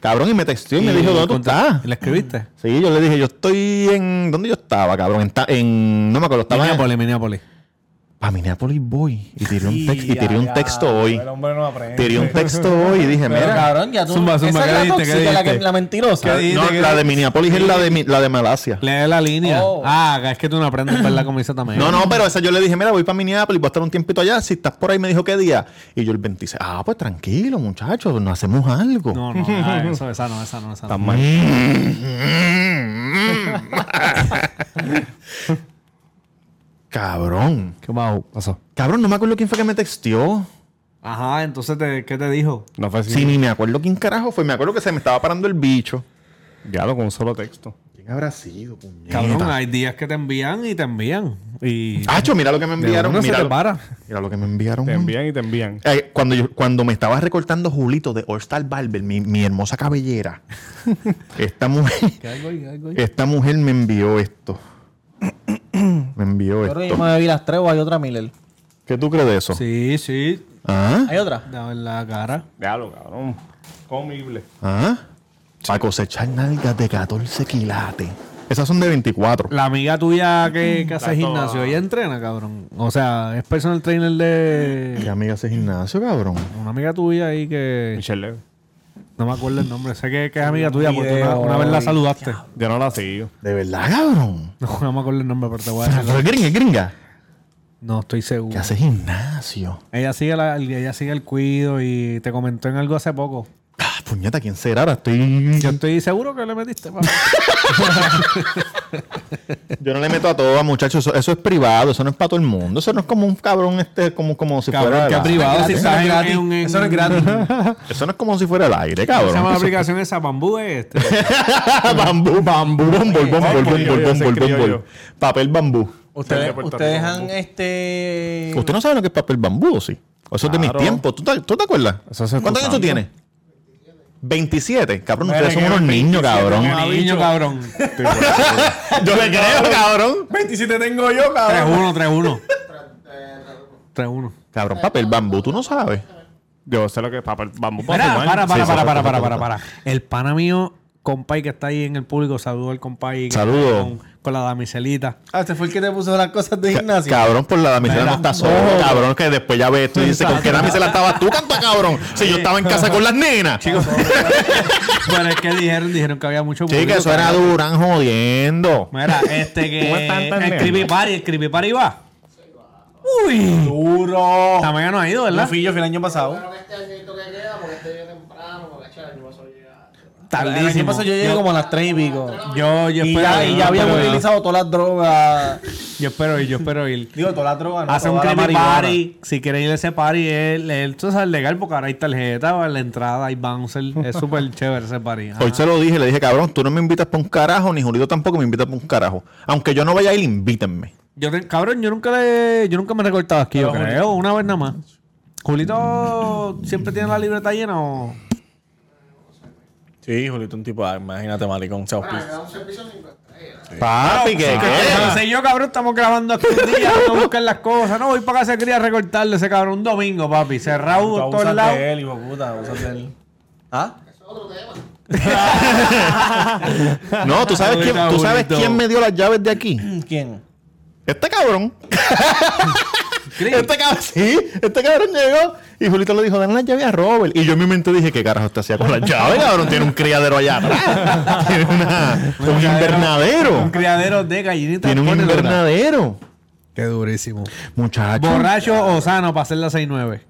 [SPEAKER 1] Cabrón, y me texteó y, me dijo, ¿dónde tú estás?
[SPEAKER 4] ¿La escribiste?
[SPEAKER 1] Sí, yo le dije, yo estoy en... ¿Dónde yo estaba, cabrón? En, ta- en- no me acuerdo, estaba en...
[SPEAKER 4] Minneapolis.
[SPEAKER 1] a Minneapolis voy. Y tiré un, tex- y
[SPEAKER 2] Ya,
[SPEAKER 1] tiré un
[SPEAKER 2] ya,
[SPEAKER 1] texto hoy.
[SPEAKER 2] El hombre no aprende.
[SPEAKER 1] Tiré un texto hoy y dije,
[SPEAKER 2] Pero,
[SPEAKER 1] mira.
[SPEAKER 2] cabrón, ya tú.
[SPEAKER 4] Zumba, zumba,
[SPEAKER 2] esa
[SPEAKER 4] ¿qué
[SPEAKER 2] es la
[SPEAKER 4] dijiste? ¿Qué
[SPEAKER 2] tóxica, la, que-
[SPEAKER 4] dijiste?
[SPEAKER 2] la mentirosa.
[SPEAKER 4] ¿Qué dijiste?
[SPEAKER 1] No, la de Minneapolis es la de, mi- la de Malasia.
[SPEAKER 4] Lee la línea.
[SPEAKER 2] Oh.
[SPEAKER 4] Ah, es que tú no aprendes a ver la camisa también.
[SPEAKER 1] No, no, pero esa yo le dije, mira, voy para Minneapolis, voy a estar un tiempito allá, si estás por ahí me dijo qué día. Y yo el 26, ah, pues tranquilo, muchachos, no hacemos algo.
[SPEAKER 4] No, no, ah, eso, esa no, esa no, esa no.
[SPEAKER 1] Cabrón.
[SPEAKER 7] ¿Qué más pasó?
[SPEAKER 1] Cabrón, no me acuerdo quién fue que me texteó.
[SPEAKER 4] Ajá, entonces, te- ¿qué te dijo?
[SPEAKER 3] No fue así.
[SPEAKER 1] Sí, ni me acuerdo quién carajo fue. Me acuerdo que se me estaba parando el bicho.
[SPEAKER 3] Ya lo con un solo texto.
[SPEAKER 1] ¿Quién habrá sido, puñeta?
[SPEAKER 4] Cabrón, hay días que te envían y te envían. Y
[SPEAKER 1] Acho, mira lo que me enviaron.
[SPEAKER 4] una se
[SPEAKER 1] mira,
[SPEAKER 4] te
[SPEAKER 1] lo,
[SPEAKER 4] para.
[SPEAKER 1] mira lo que me enviaron.
[SPEAKER 3] Te envían y te envían.
[SPEAKER 1] Eh, cuando, yo- cuando me estaba recortando Julito de All Star Barber, mi, mi hermosa cabellera, esta mujer, esta mujer me envió esto. Me envió
[SPEAKER 2] Yo creo que yo
[SPEAKER 1] esto.
[SPEAKER 2] me bebí las tres o hay otra Miller.
[SPEAKER 1] ¿Qué tú crees de eso?
[SPEAKER 4] sí, sí,
[SPEAKER 1] ¿Ah?
[SPEAKER 2] ¿Hay otra?
[SPEAKER 4] da en la cara.
[SPEAKER 3] Diablo, cabrón. Comible.
[SPEAKER 1] ¿Ah? Para cosechar nalgas de 14 quilates. Esas son de 24.
[SPEAKER 4] La amiga tuya que, que hace
[SPEAKER 3] Está toda-
[SPEAKER 4] gimnasio, ella entrena, cabrón. O sea, es personal trainer de
[SPEAKER 1] ¿Qué amiga hace gimnasio, cabrón?
[SPEAKER 4] una amiga tuya ahí que
[SPEAKER 3] Michelle Leve.
[SPEAKER 4] no me acuerdo el nombre. Sé que, que es amiga tuya porque una,
[SPEAKER 2] Video
[SPEAKER 4] una vez la
[SPEAKER 2] y-
[SPEAKER 4] saludaste.
[SPEAKER 3] Yo no la sigo.
[SPEAKER 1] ¿De verdad, cabrón?
[SPEAKER 4] No, no me acuerdo el nombre, pero te voy a
[SPEAKER 1] Pero
[SPEAKER 4] decir.
[SPEAKER 1] es gringa, es gringa.
[SPEAKER 4] No estoy
[SPEAKER 1] ¿Qué
[SPEAKER 4] seguro.
[SPEAKER 1] hace gimnasio?
[SPEAKER 4] Ella sigue, la- ella sigue el cuido y te comentó en algo hace poco.
[SPEAKER 1] Ah, puñeta, ¿quién será? Ahora estoy...
[SPEAKER 4] Yo estoy seguro que le metiste. papá.
[SPEAKER 1] Yo no le meto a todo, muchachos. Eso, eso es privado, eso no es para todo el mundo. Eso no es como un cabrón, este, como, como si
[SPEAKER 4] Cabrón,
[SPEAKER 1] fuera. el
[SPEAKER 4] que
[SPEAKER 1] aire.
[SPEAKER 4] privado, si
[SPEAKER 1] Eso
[SPEAKER 4] estás en-
[SPEAKER 2] gratis.
[SPEAKER 4] en- en-
[SPEAKER 2] Eso no es gratis.
[SPEAKER 1] Eso no es como si fuera el aire,
[SPEAKER 4] Se llama la
[SPEAKER 1] cabrón.
[SPEAKER 4] aplicación esa, Bambú este.
[SPEAKER 1] bambú, bambú, bombol, bombol,
[SPEAKER 3] criollo,
[SPEAKER 1] bombol,
[SPEAKER 3] ese
[SPEAKER 1] bombol,
[SPEAKER 3] criollo.
[SPEAKER 1] bombol. Papel bambú.
[SPEAKER 3] Desde
[SPEAKER 2] Ustedes,
[SPEAKER 3] Puerto
[SPEAKER 2] ustedes
[SPEAKER 3] Rico,
[SPEAKER 2] han este.
[SPEAKER 1] Usted no sabe lo que es papel bambú, ¿o sí? O Eso es de mis
[SPEAKER 3] Claro.
[SPEAKER 1] tiempos. ¿Tú te, tú te acuerdas?
[SPEAKER 3] Eso se-
[SPEAKER 1] ¿Cuántos
[SPEAKER 3] tú
[SPEAKER 1] años tú
[SPEAKER 3] sabes.
[SPEAKER 1] tienes? 27. Cabrón,
[SPEAKER 3] Mira,
[SPEAKER 1] ustedes son
[SPEAKER 3] que
[SPEAKER 1] unos niños,
[SPEAKER 3] 27
[SPEAKER 1] cabrón.
[SPEAKER 3] tenía
[SPEAKER 4] Niño,
[SPEAKER 3] bicho.
[SPEAKER 4] cabrón.
[SPEAKER 1] Yo le creo, cabrón.
[SPEAKER 2] 27 tengo yo,
[SPEAKER 4] 3-1, 3-1. 3-1.
[SPEAKER 1] Cabrón, papel bambú, tú no sabes.
[SPEAKER 3] Yo sé lo que es papel. Vamos
[SPEAKER 4] Mira, para, para,
[SPEAKER 1] Sí,
[SPEAKER 4] para, para,
[SPEAKER 1] exacto,
[SPEAKER 4] para, para,
[SPEAKER 1] exacto,
[SPEAKER 4] para. El pana mío, compay que está ahí en el público, saludo al compay. que
[SPEAKER 1] Saludo.
[SPEAKER 4] está Con, con la damiselita.
[SPEAKER 2] Ah, este fue el que te puso las cosas de
[SPEAKER 1] Ca-
[SPEAKER 2] gimnasio.
[SPEAKER 1] Cabrón, por la damisela
[SPEAKER 4] Mira,
[SPEAKER 1] no estás solo. Cabrón, que después ya ves tú y dices, ¿con qué damisela estabas tú, canta cabrón? Si yo estaba en casa con las nenas. Chicos,
[SPEAKER 4] Pero es que dijeron, dijeron que había mucho público,
[SPEAKER 1] eso era
[SPEAKER 4] cabrón.
[SPEAKER 1] Durán jodiendo.
[SPEAKER 4] Mira, este que.
[SPEAKER 3] ¿Cómo están tan
[SPEAKER 4] el
[SPEAKER 3] lentos?
[SPEAKER 4] creepy party, el creepy party va. Uy.
[SPEAKER 2] Duro.
[SPEAKER 4] También no ha
[SPEAKER 2] Yo
[SPEAKER 4] ido, ¿verdad?
[SPEAKER 2] fui yo fui el año pasado. El año
[SPEAKER 4] Tardísimo.
[SPEAKER 2] pasado yo llegué como a las 3 y pico.
[SPEAKER 4] Yo, yo
[SPEAKER 2] Y
[SPEAKER 4] espero.
[SPEAKER 2] ya, y
[SPEAKER 4] yo
[SPEAKER 2] ya habíamos
[SPEAKER 4] espero ir.
[SPEAKER 2] utilizado todas las drogas.
[SPEAKER 4] Yo espero ir, yo espero ir.
[SPEAKER 2] Digo, todas las drogas. no,
[SPEAKER 4] Hace un
[SPEAKER 2] toda la
[SPEAKER 4] creepy
[SPEAKER 2] marihuana.
[SPEAKER 4] party. Si quieres ir a ese party, él, él, tú sabes, legal, porque ahora hay tarjeta, a la entrada, hay bouncer. Es súper chévere ese party. Ajá.
[SPEAKER 1] Hoy se lo dije, le dije, cabrón, tú no me invitas para un carajo, ni Julito tampoco me invita para un carajo. Aunque yo no vaya a ir, invítenme.
[SPEAKER 4] Yo te- cabrón, yo nunca le, yo nunca me he recortado aquí, yo creo, una vez nada más. Julito siempre tiene la libreta llena o.
[SPEAKER 2] Sí, Julito, un tipo, ah, imagínate, maricón, se auspicia.
[SPEAKER 1] Papi, que
[SPEAKER 4] pues, No sé yo, cabrón, estamos grabando aquí un día, no buscan las cosas. No, voy para casa quería recortarle ese cabrón un domingo, papi. Cerrado por todos lados.
[SPEAKER 2] de él, hijo de puta, abusas de él. ¿Ah?
[SPEAKER 1] No, tú sabes quién, tú sabes quién me dio las llaves de aquí.
[SPEAKER 2] ¿Quién?
[SPEAKER 1] Este cabrón.
[SPEAKER 4] Chris.
[SPEAKER 1] Este cabrón, sí, este cabrón llegó y Julito le dijo, dale las llaves a Robert. Y yo en mi mente dije, ¿qué carajo te hacía con las llaves, cabrón? Tiene un criadero allá atrás. Tiene una- un invernadero.
[SPEAKER 4] Un criadero de gallinitas.
[SPEAKER 1] Tiene un
[SPEAKER 4] Ponelo,
[SPEAKER 1] invernadero.
[SPEAKER 4] Qué durísimo.
[SPEAKER 1] Muchacho.
[SPEAKER 4] Borracho o sano para hacer la 6-9.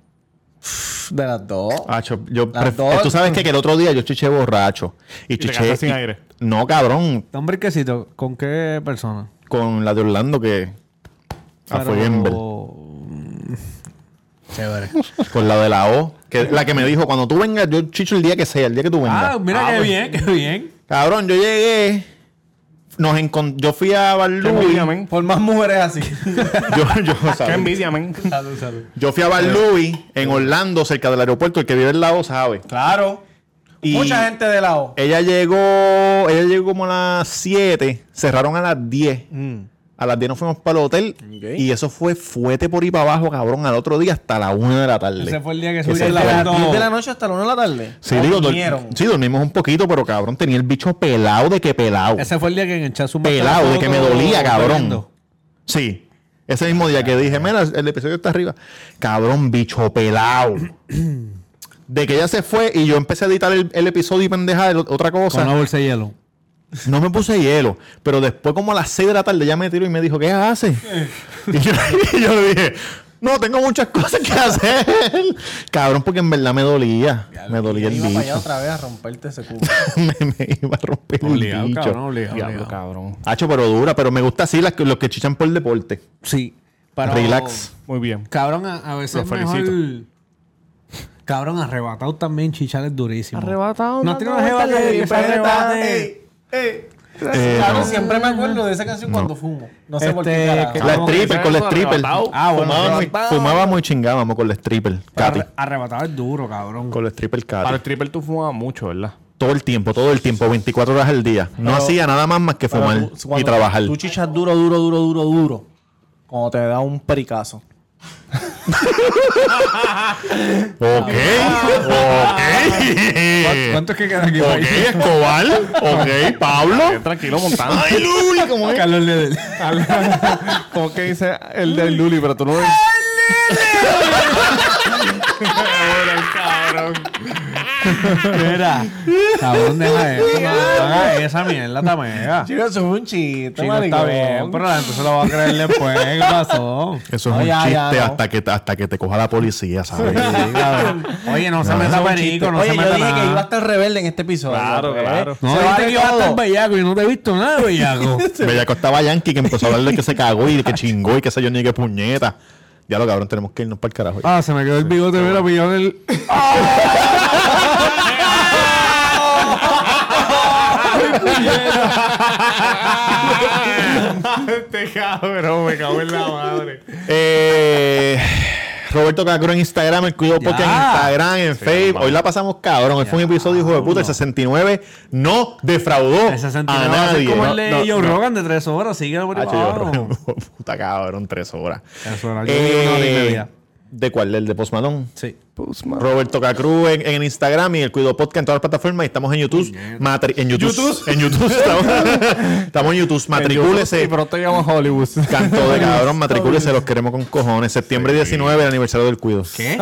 [SPEAKER 2] De las dos.
[SPEAKER 1] Acho, yo
[SPEAKER 2] Las
[SPEAKER 1] pref-
[SPEAKER 2] dos.
[SPEAKER 1] Tú sabes que, que el otro día yo chiché borracho. Y
[SPEAKER 3] te
[SPEAKER 1] chiché.
[SPEAKER 3] quedaste sin
[SPEAKER 1] y-
[SPEAKER 3] aire.
[SPEAKER 1] No, cabrón.
[SPEAKER 4] Don Briquecito, ¿con qué persona?
[SPEAKER 1] Con la de Orlando que. Ah, fue Ember.
[SPEAKER 4] Chévere.
[SPEAKER 1] Con la de la O. Que, la que me dijo, cuando tú vengas, yo chicho el día que sea, el día que tú vengas.
[SPEAKER 4] Ah, mira
[SPEAKER 1] pues.
[SPEAKER 4] qué bien, qué bien.
[SPEAKER 1] Cabrón, yo llegué. Nos encon- yo fui a
[SPEAKER 3] Qué
[SPEAKER 1] Barluy.
[SPEAKER 3] envidia, men.
[SPEAKER 2] Por más mujeres así.
[SPEAKER 1] Yo, yo,
[SPEAKER 3] Qué
[SPEAKER 1] ¿sabes?
[SPEAKER 3] envidia, men.
[SPEAKER 2] salud, salud.
[SPEAKER 1] Yo fui a Barluy en Orlando, cerca del aeropuerto. El que vive al lado sabe.
[SPEAKER 2] Claro.
[SPEAKER 1] Y- Eh,
[SPEAKER 2] Mucha gente de la O.
[SPEAKER 1] Ella llegó, ella llegó como a las 7, cerraron a las 10. A las 10 nos fuimos para el hotel
[SPEAKER 2] Ok.
[SPEAKER 1] y eso fue fuerte por ahí para abajo, cabrón, al otro día hasta la 1 de la tarde.
[SPEAKER 4] Ese fue el día que
[SPEAKER 1] se
[SPEAKER 4] subió
[SPEAKER 1] fue.
[SPEAKER 4] la
[SPEAKER 2] De las
[SPEAKER 4] foto.
[SPEAKER 2] 10 de la noche hasta las 1 de la tarde.
[SPEAKER 1] Sí,
[SPEAKER 2] O
[SPEAKER 1] digo, dor-
[SPEAKER 2] durmieron.
[SPEAKER 1] sí, dormimos un poquito, pero cabrón, tenía el bicho pelado de que pelado.
[SPEAKER 4] Ese fue el día que enganché su
[SPEAKER 1] Pelado, de que me dolía, cabrón. Sí. Ese mismo día que dije, mira, el episodio está arriba. Cabrón, bicho pelado. De que ella se fue y yo empecé a editar el, el episodio y pendeja de otra cosa.
[SPEAKER 4] Con una bolsa de hielo.
[SPEAKER 1] No me puse hielo, pero después como a las 6 de la tarde ya me tiró y me dijo, ¿qué haces? y, yo, y yo le dije, no, tengo muchas cosas que hacer. Cabrón, porque en verdad me dolía. me dolía el
[SPEAKER 2] Iba para allá
[SPEAKER 1] bicho.
[SPEAKER 2] otra vez a romperte ese cubo.
[SPEAKER 1] me, me iba a romper
[SPEAKER 4] Obligado,
[SPEAKER 1] el bicho.
[SPEAKER 4] cabrón, obligado.
[SPEAKER 3] Diablo,
[SPEAKER 4] obligado.
[SPEAKER 3] cabrón.
[SPEAKER 1] Hacho, pero dura, pero me gusta así las, que- los que chichan por el deporte.
[SPEAKER 4] Sí. Pero,
[SPEAKER 1] Relax.
[SPEAKER 3] Muy bien.
[SPEAKER 4] Cabrón, a, a veces
[SPEAKER 3] Los
[SPEAKER 4] mejor...
[SPEAKER 3] felicito.
[SPEAKER 4] Cabrón, arrebatado también, chichar es durísimo.
[SPEAKER 3] Arrebatado,
[SPEAKER 4] No tiene una jeva que que se arrebate.
[SPEAKER 1] Eh,
[SPEAKER 2] Claro,
[SPEAKER 1] no.
[SPEAKER 2] siempre me acuerdo de esa canción cuando fumo. No sé por qué.
[SPEAKER 4] Este,
[SPEAKER 2] carajo.
[SPEAKER 4] que-
[SPEAKER 1] La
[SPEAKER 3] Vamos,
[SPEAKER 1] stripper,
[SPEAKER 3] que
[SPEAKER 1] con la
[SPEAKER 3] eso,
[SPEAKER 1] stripper.
[SPEAKER 3] arrebatado.
[SPEAKER 4] Ah, bueno,
[SPEAKER 1] fumábamos, y,
[SPEAKER 4] arrebatado.
[SPEAKER 1] fumábamos y chingábamos con la stripper, Katy.
[SPEAKER 4] Arre- Arrebatado es duro, cabrón.
[SPEAKER 1] Con la stripper, Katy.
[SPEAKER 3] Para el triple tú fumabas mucho, ¿verdad?
[SPEAKER 1] Todo el tiempo, todo el tiempo, 24 horas al día. No hacía nada más más que
[SPEAKER 2] Pero
[SPEAKER 1] fumar
[SPEAKER 2] tú-
[SPEAKER 1] y
[SPEAKER 2] cuando
[SPEAKER 1] trabajar.
[SPEAKER 2] Tú chichas duro, duro, duro, duro, duro. Cuando te da un pericazo.
[SPEAKER 1] Ok, ok.
[SPEAKER 4] ¿Cuánto es que queda aquí?
[SPEAKER 1] Ok, Escobar. Ok, Pablo.
[SPEAKER 3] Tranquilo, montando.
[SPEAKER 1] Ay, Luli, ¿cómo es?
[SPEAKER 4] Carlos Ledel.
[SPEAKER 3] ¿Cómo que dice el del Luli? Pero tú no ves. cabrón.
[SPEAKER 4] Mira, cabrón, deja eso. No haga esa mierda también. ah.
[SPEAKER 2] Chico, eso fue un chiste,
[SPEAKER 4] Chino está bien, pero la gente se lo va a creer después. ¿Qué pasó?
[SPEAKER 1] Eso es
[SPEAKER 2] No,
[SPEAKER 1] un
[SPEAKER 2] ya, ya,
[SPEAKER 1] chiste
[SPEAKER 2] no.
[SPEAKER 1] hasta, que, hasta que te coja la policía, ¿sabes?
[SPEAKER 4] Oye, no se
[SPEAKER 1] No,
[SPEAKER 4] meta perico, no
[SPEAKER 2] Oye,
[SPEAKER 4] se
[SPEAKER 2] yo
[SPEAKER 4] meta
[SPEAKER 2] dije que iba a
[SPEAKER 4] nada.
[SPEAKER 2] estar rebelde en este episodio.
[SPEAKER 3] Claro,
[SPEAKER 2] pues.
[SPEAKER 3] claro.
[SPEAKER 4] No,
[SPEAKER 2] Se
[SPEAKER 4] dijiste
[SPEAKER 2] vale
[SPEAKER 4] que iba a
[SPEAKER 2] todo.
[SPEAKER 4] estar bellaco y no te he visto nada de bellaco.
[SPEAKER 1] Bella costaba Yankee que empezó a hablar de que se cagó y de que chingó y que se yo ni que puñeta. Ya lo cabrón, tenemos que irnos para el carajo.
[SPEAKER 4] Ah, se me quedó el bigote, mira, pilló en el...
[SPEAKER 3] Este cabrón, me cago en la madre.
[SPEAKER 1] Eh, Roberto Cacro en Instagram, el Cuido Podcast en Instagram, en Facebook. Hoy la pasamos cabrón. Hoy fue un episodio, hijo de puta. El 69 no defraudó
[SPEAKER 4] El 69
[SPEAKER 1] a
[SPEAKER 4] va a ser
[SPEAKER 1] nadie.
[SPEAKER 4] como
[SPEAKER 1] No,
[SPEAKER 4] el de
[SPEAKER 1] no,
[SPEAKER 4] Joe
[SPEAKER 1] no.
[SPEAKER 4] Rogan de tres horas. Sigue por ahí
[SPEAKER 1] Hacho, Ah, yo
[SPEAKER 4] abajo.
[SPEAKER 1] creo que, puta cabrón, tres horas. Eh,
[SPEAKER 4] Tres horas. Yo digo una hora y media.
[SPEAKER 1] ¿De cuál? ¿Del de Post Malone?
[SPEAKER 4] Sí.
[SPEAKER 1] Roberto Cacru en, en Instagram y el Cuido Podcast en todas las plataformas. Y estamos en YouTube. Matri- en YouTube. En YouTube. Estamos, estamos en YouTube. Matricúlese.
[SPEAKER 3] Y pronto llegamos a Hollywood.
[SPEAKER 1] Canto de cabrón, matricúlese, los queremos con cojones. Septiembre 19, el aniversario del Cuido. ¿Qué?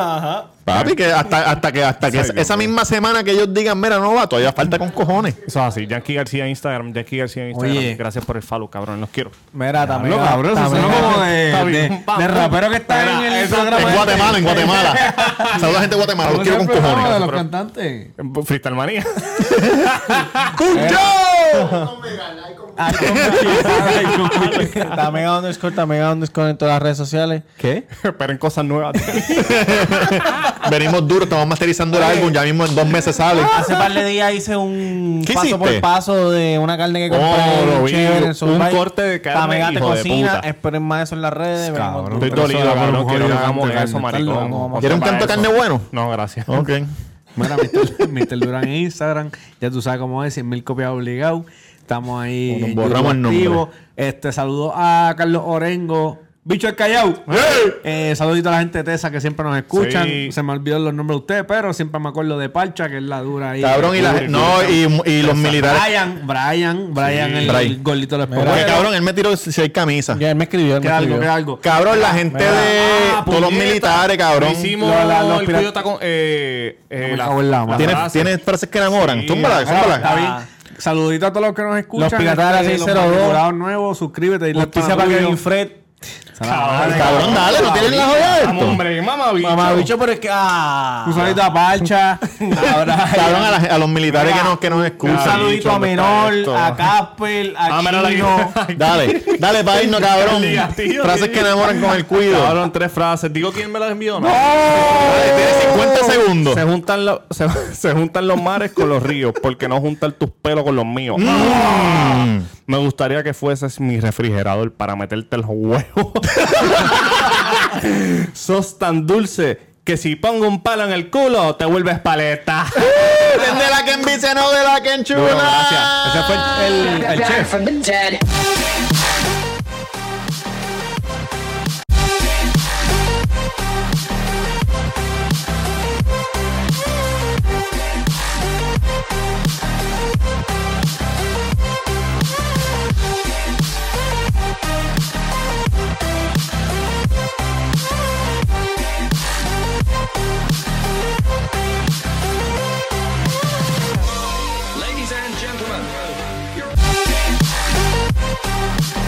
[SPEAKER 1] Papi, que hasta, hasta que, hasta que esa, esa misma semana que ellos digan, mira, no va, todavía falta con cojones.
[SPEAKER 3] Eso es así. Yankee García en Instagram. Yankee García en Instagram.
[SPEAKER 4] Oye.
[SPEAKER 3] Gracias por el follow, cabrón. Los quiero.
[SPEAKER 2] Mira, también.
[SPEAKER 4] Lo cabrón, eso
[SPEAKER 2] también-
[SPEAKER 4] suena como de,
[SPEAKER 3] Está
[SPEAKER 4] de,
[SPEAKER 3] bien.
[SPEAKER 4] de rapero que está en el Instagram.
[SPEAKER 1] En
[SPEAKER 4] este.
[SPEAKER 1] Guatemala, en Guatemala. Saluda a la gente de Guatemala, los
[SPEAKER 4] ¿Cómo se
[SPEAKER 1] quiero
[SPEAKER 4] llama
[SPEAKER 1] con
[SPEAKER 4] el programa de
[SPEAKER 1] cojones.
[SPEAKER 4] los cantantes?
[SPEAKER 3] Freestyle Manía.
[SPEAKER 1] ¡Cucho!
[SPEAKER 2] Tamega underscore, Tamega underscore en todas las redes sociales.
[SPEAKER 4] ¿Qué?
[SPEAKER 3] Esperen cosas nuevas.
[SPEAKER 1] Venimos duro, estamos masterizando el álbum, ya mismo en dos meses sale.
[SPEAKER 2] Hace par de días hice un
[SPEAKER 1] ¿Qué
[SPEAKER 2] paso
[SPEAKER 1] hiciste?
[SPEAKER 2] por paso de una carne que
[SPEAKER 1] Oh,
[SPEAKER 2] compré.
[SPEAKER 1] lo vi.
[SPEAKER 2] chévere,
[SPEAKER 1] Un
[SPEAKER 2] Survive.
[SPEAKER 3] corte de carne,
[SPEAKER 2] Tamega te
[SPEAKER 3] hijo de
[SPEAKER 2] cocina.
[SPEAKER 3] puta.
[SPEAKER 2] Esperen más eso en las redes. venimos
[SPEAKER 4] Cabrón.
[SPEAKER 2] duro.
[SPEAKER 3] Estoy dolido, cabrón. Quiero que hagamos eso, maricón.
[SPEAKER 1] ¿Quieren un canto de carne bueno?
[SPEAKER 3] No, gracias.
[SPEAKER 1] Ok.
[SPEAKER 4] Mira, Mr. Mr. Durán en Instagram. Ya tú sabes cómo es, 100 mil copias obligado. Estamos ahí.
[SPEAKER 1] Nos
[SPEAKER 4] en
[SPEAKER 1] borramos
[SPEAKER 4] YouTube
[SPEAKER 1] el nombre.
[SPEAKER 4] activo. Este, saludo a Carlos Orengo. Bicho el Callao. Eh, saludito a la gente de Tesa que siempre nos escuchan.
[SPEAKER 3] Sí.
[SPEAKER 4] Se me olvidaron los nombres de ustedes, pero siempre me acuerdo de Parcha, que es la dura ahí.
[SPEAKER 1] Cabrón, y, la- no, y, y los militares.
[SPEAKER 4] Brian, Brian, Brian, el,
[SPEAKER 1] Brian.
[SPEAKER 4] gordito de los
[SPEAKER 1] Porque
[SPEAKER 4] espejuelos.
[SPEAKER 1] cabrón, él me tiró si hay camisa.
[SPEAKER 2] Ya él me escribió. él me
[SPEAKER 4] Queda algo,
[SPEAKER 2] escribió.
[SPEAKER 4] queda algo.
[SPEAKER 1] Cabrón, la gente de
[SPEAKER 3] Ah,
[SPEAKER 1] todos los
[SPEAKER 3] puñeta.
[SPEAKER 1] militares, cabrón.
[SPEAKER 3] Hicimos
[SPEAKER 4] Lo- la- los
[SPEAKER 3] el
[SPEAKER 4] pirat-
[SPEAKER 3] cuyo está con. Eh, eh,
[SPEAKER 4] me cago en la madre.
[SPEAKER 1] Tiene,
[SPEAKER 3] frase.
[SPEAKER 1] tiene frases que enamoran.
[SPEAKER 3] Sí,
[SPEAKER 1] Túmbala,
[SPEAKER 3] la-
[SPEAKER 1] túmbala.
[SPEAKER 4] Está bien. Saludito a todos los que nos escuchan.
[SPEAKER 2] Los Piratas de la
[SPEAKER 4] Este, los
[SPEAKER 2] 602.
[SPEAKER 4] matriculados nuevos, suscríbete. dile al
[SPEAKER 2] Justicia
[SPEAKER 4] pana
[SPEAKER 2] para
[SPEAKER 4] tuyo.
[SPEAKER 2] Kevin Fred.
[SPEAKER 1] Cabrón, cabrón, dale, no tienen la joya de
[SPEAKER 3] Vamos,
[SPEAKER 1] esto.
[SPEAKER 3] hombre, mamá, bicho.
[SPEAKER 2] Mamá, bicho, pero es que. Ah.
[SPEAKER 4] Un saludito a Parcha.
[SPEAKER 1] Cabrón, a, la- a los militares que
[SPEAKER 2] Mira,
[SPEAKER 1] nos, que nos
[SPEAKER 2] Un
[SPEAKER 1] escuchan.
[SPEAKER 2] saludito a Menor, a Casper, a
[SPEAKER 3] Ah, mira la
[SPEAKER 2] Chino.
[SPEAKER 3] que-
[SPEAKER 1] Dale, dale para irnos, cabrón.
[SPEAKER 3] Diga, tío,
[SPEAKER 1] Frases
[SPEAKER 3] tío.
[SPEAKER 1] que enamoran con el cuido.
[SPEAKER 3] Cabrón, tres frases. Digo quién me las envió, ¿no?
[SPEAKER 1] Dale, Tiene 50 segundos.
[SPEAKER 3] Se juntan, lo- se, se juntan los mares con los ríos, porque no juntan tus pelos con los míos. Me gustaría que fueses mi refrigerador para meterte los huevos. Sos tan dulce que si pongo un palo en el culo, te vuelves paleta.
[SPEAKER 1] Depende de la que envicia, no de la que enchula.
[SPEAKER 3] Bueno, gracias. Ese fue el- el- el
[SPEAKER 5] Back
[SPEAKER 3] chef.
[SPEAKER 5] from the dead.
[SPEAKER 10] Bye.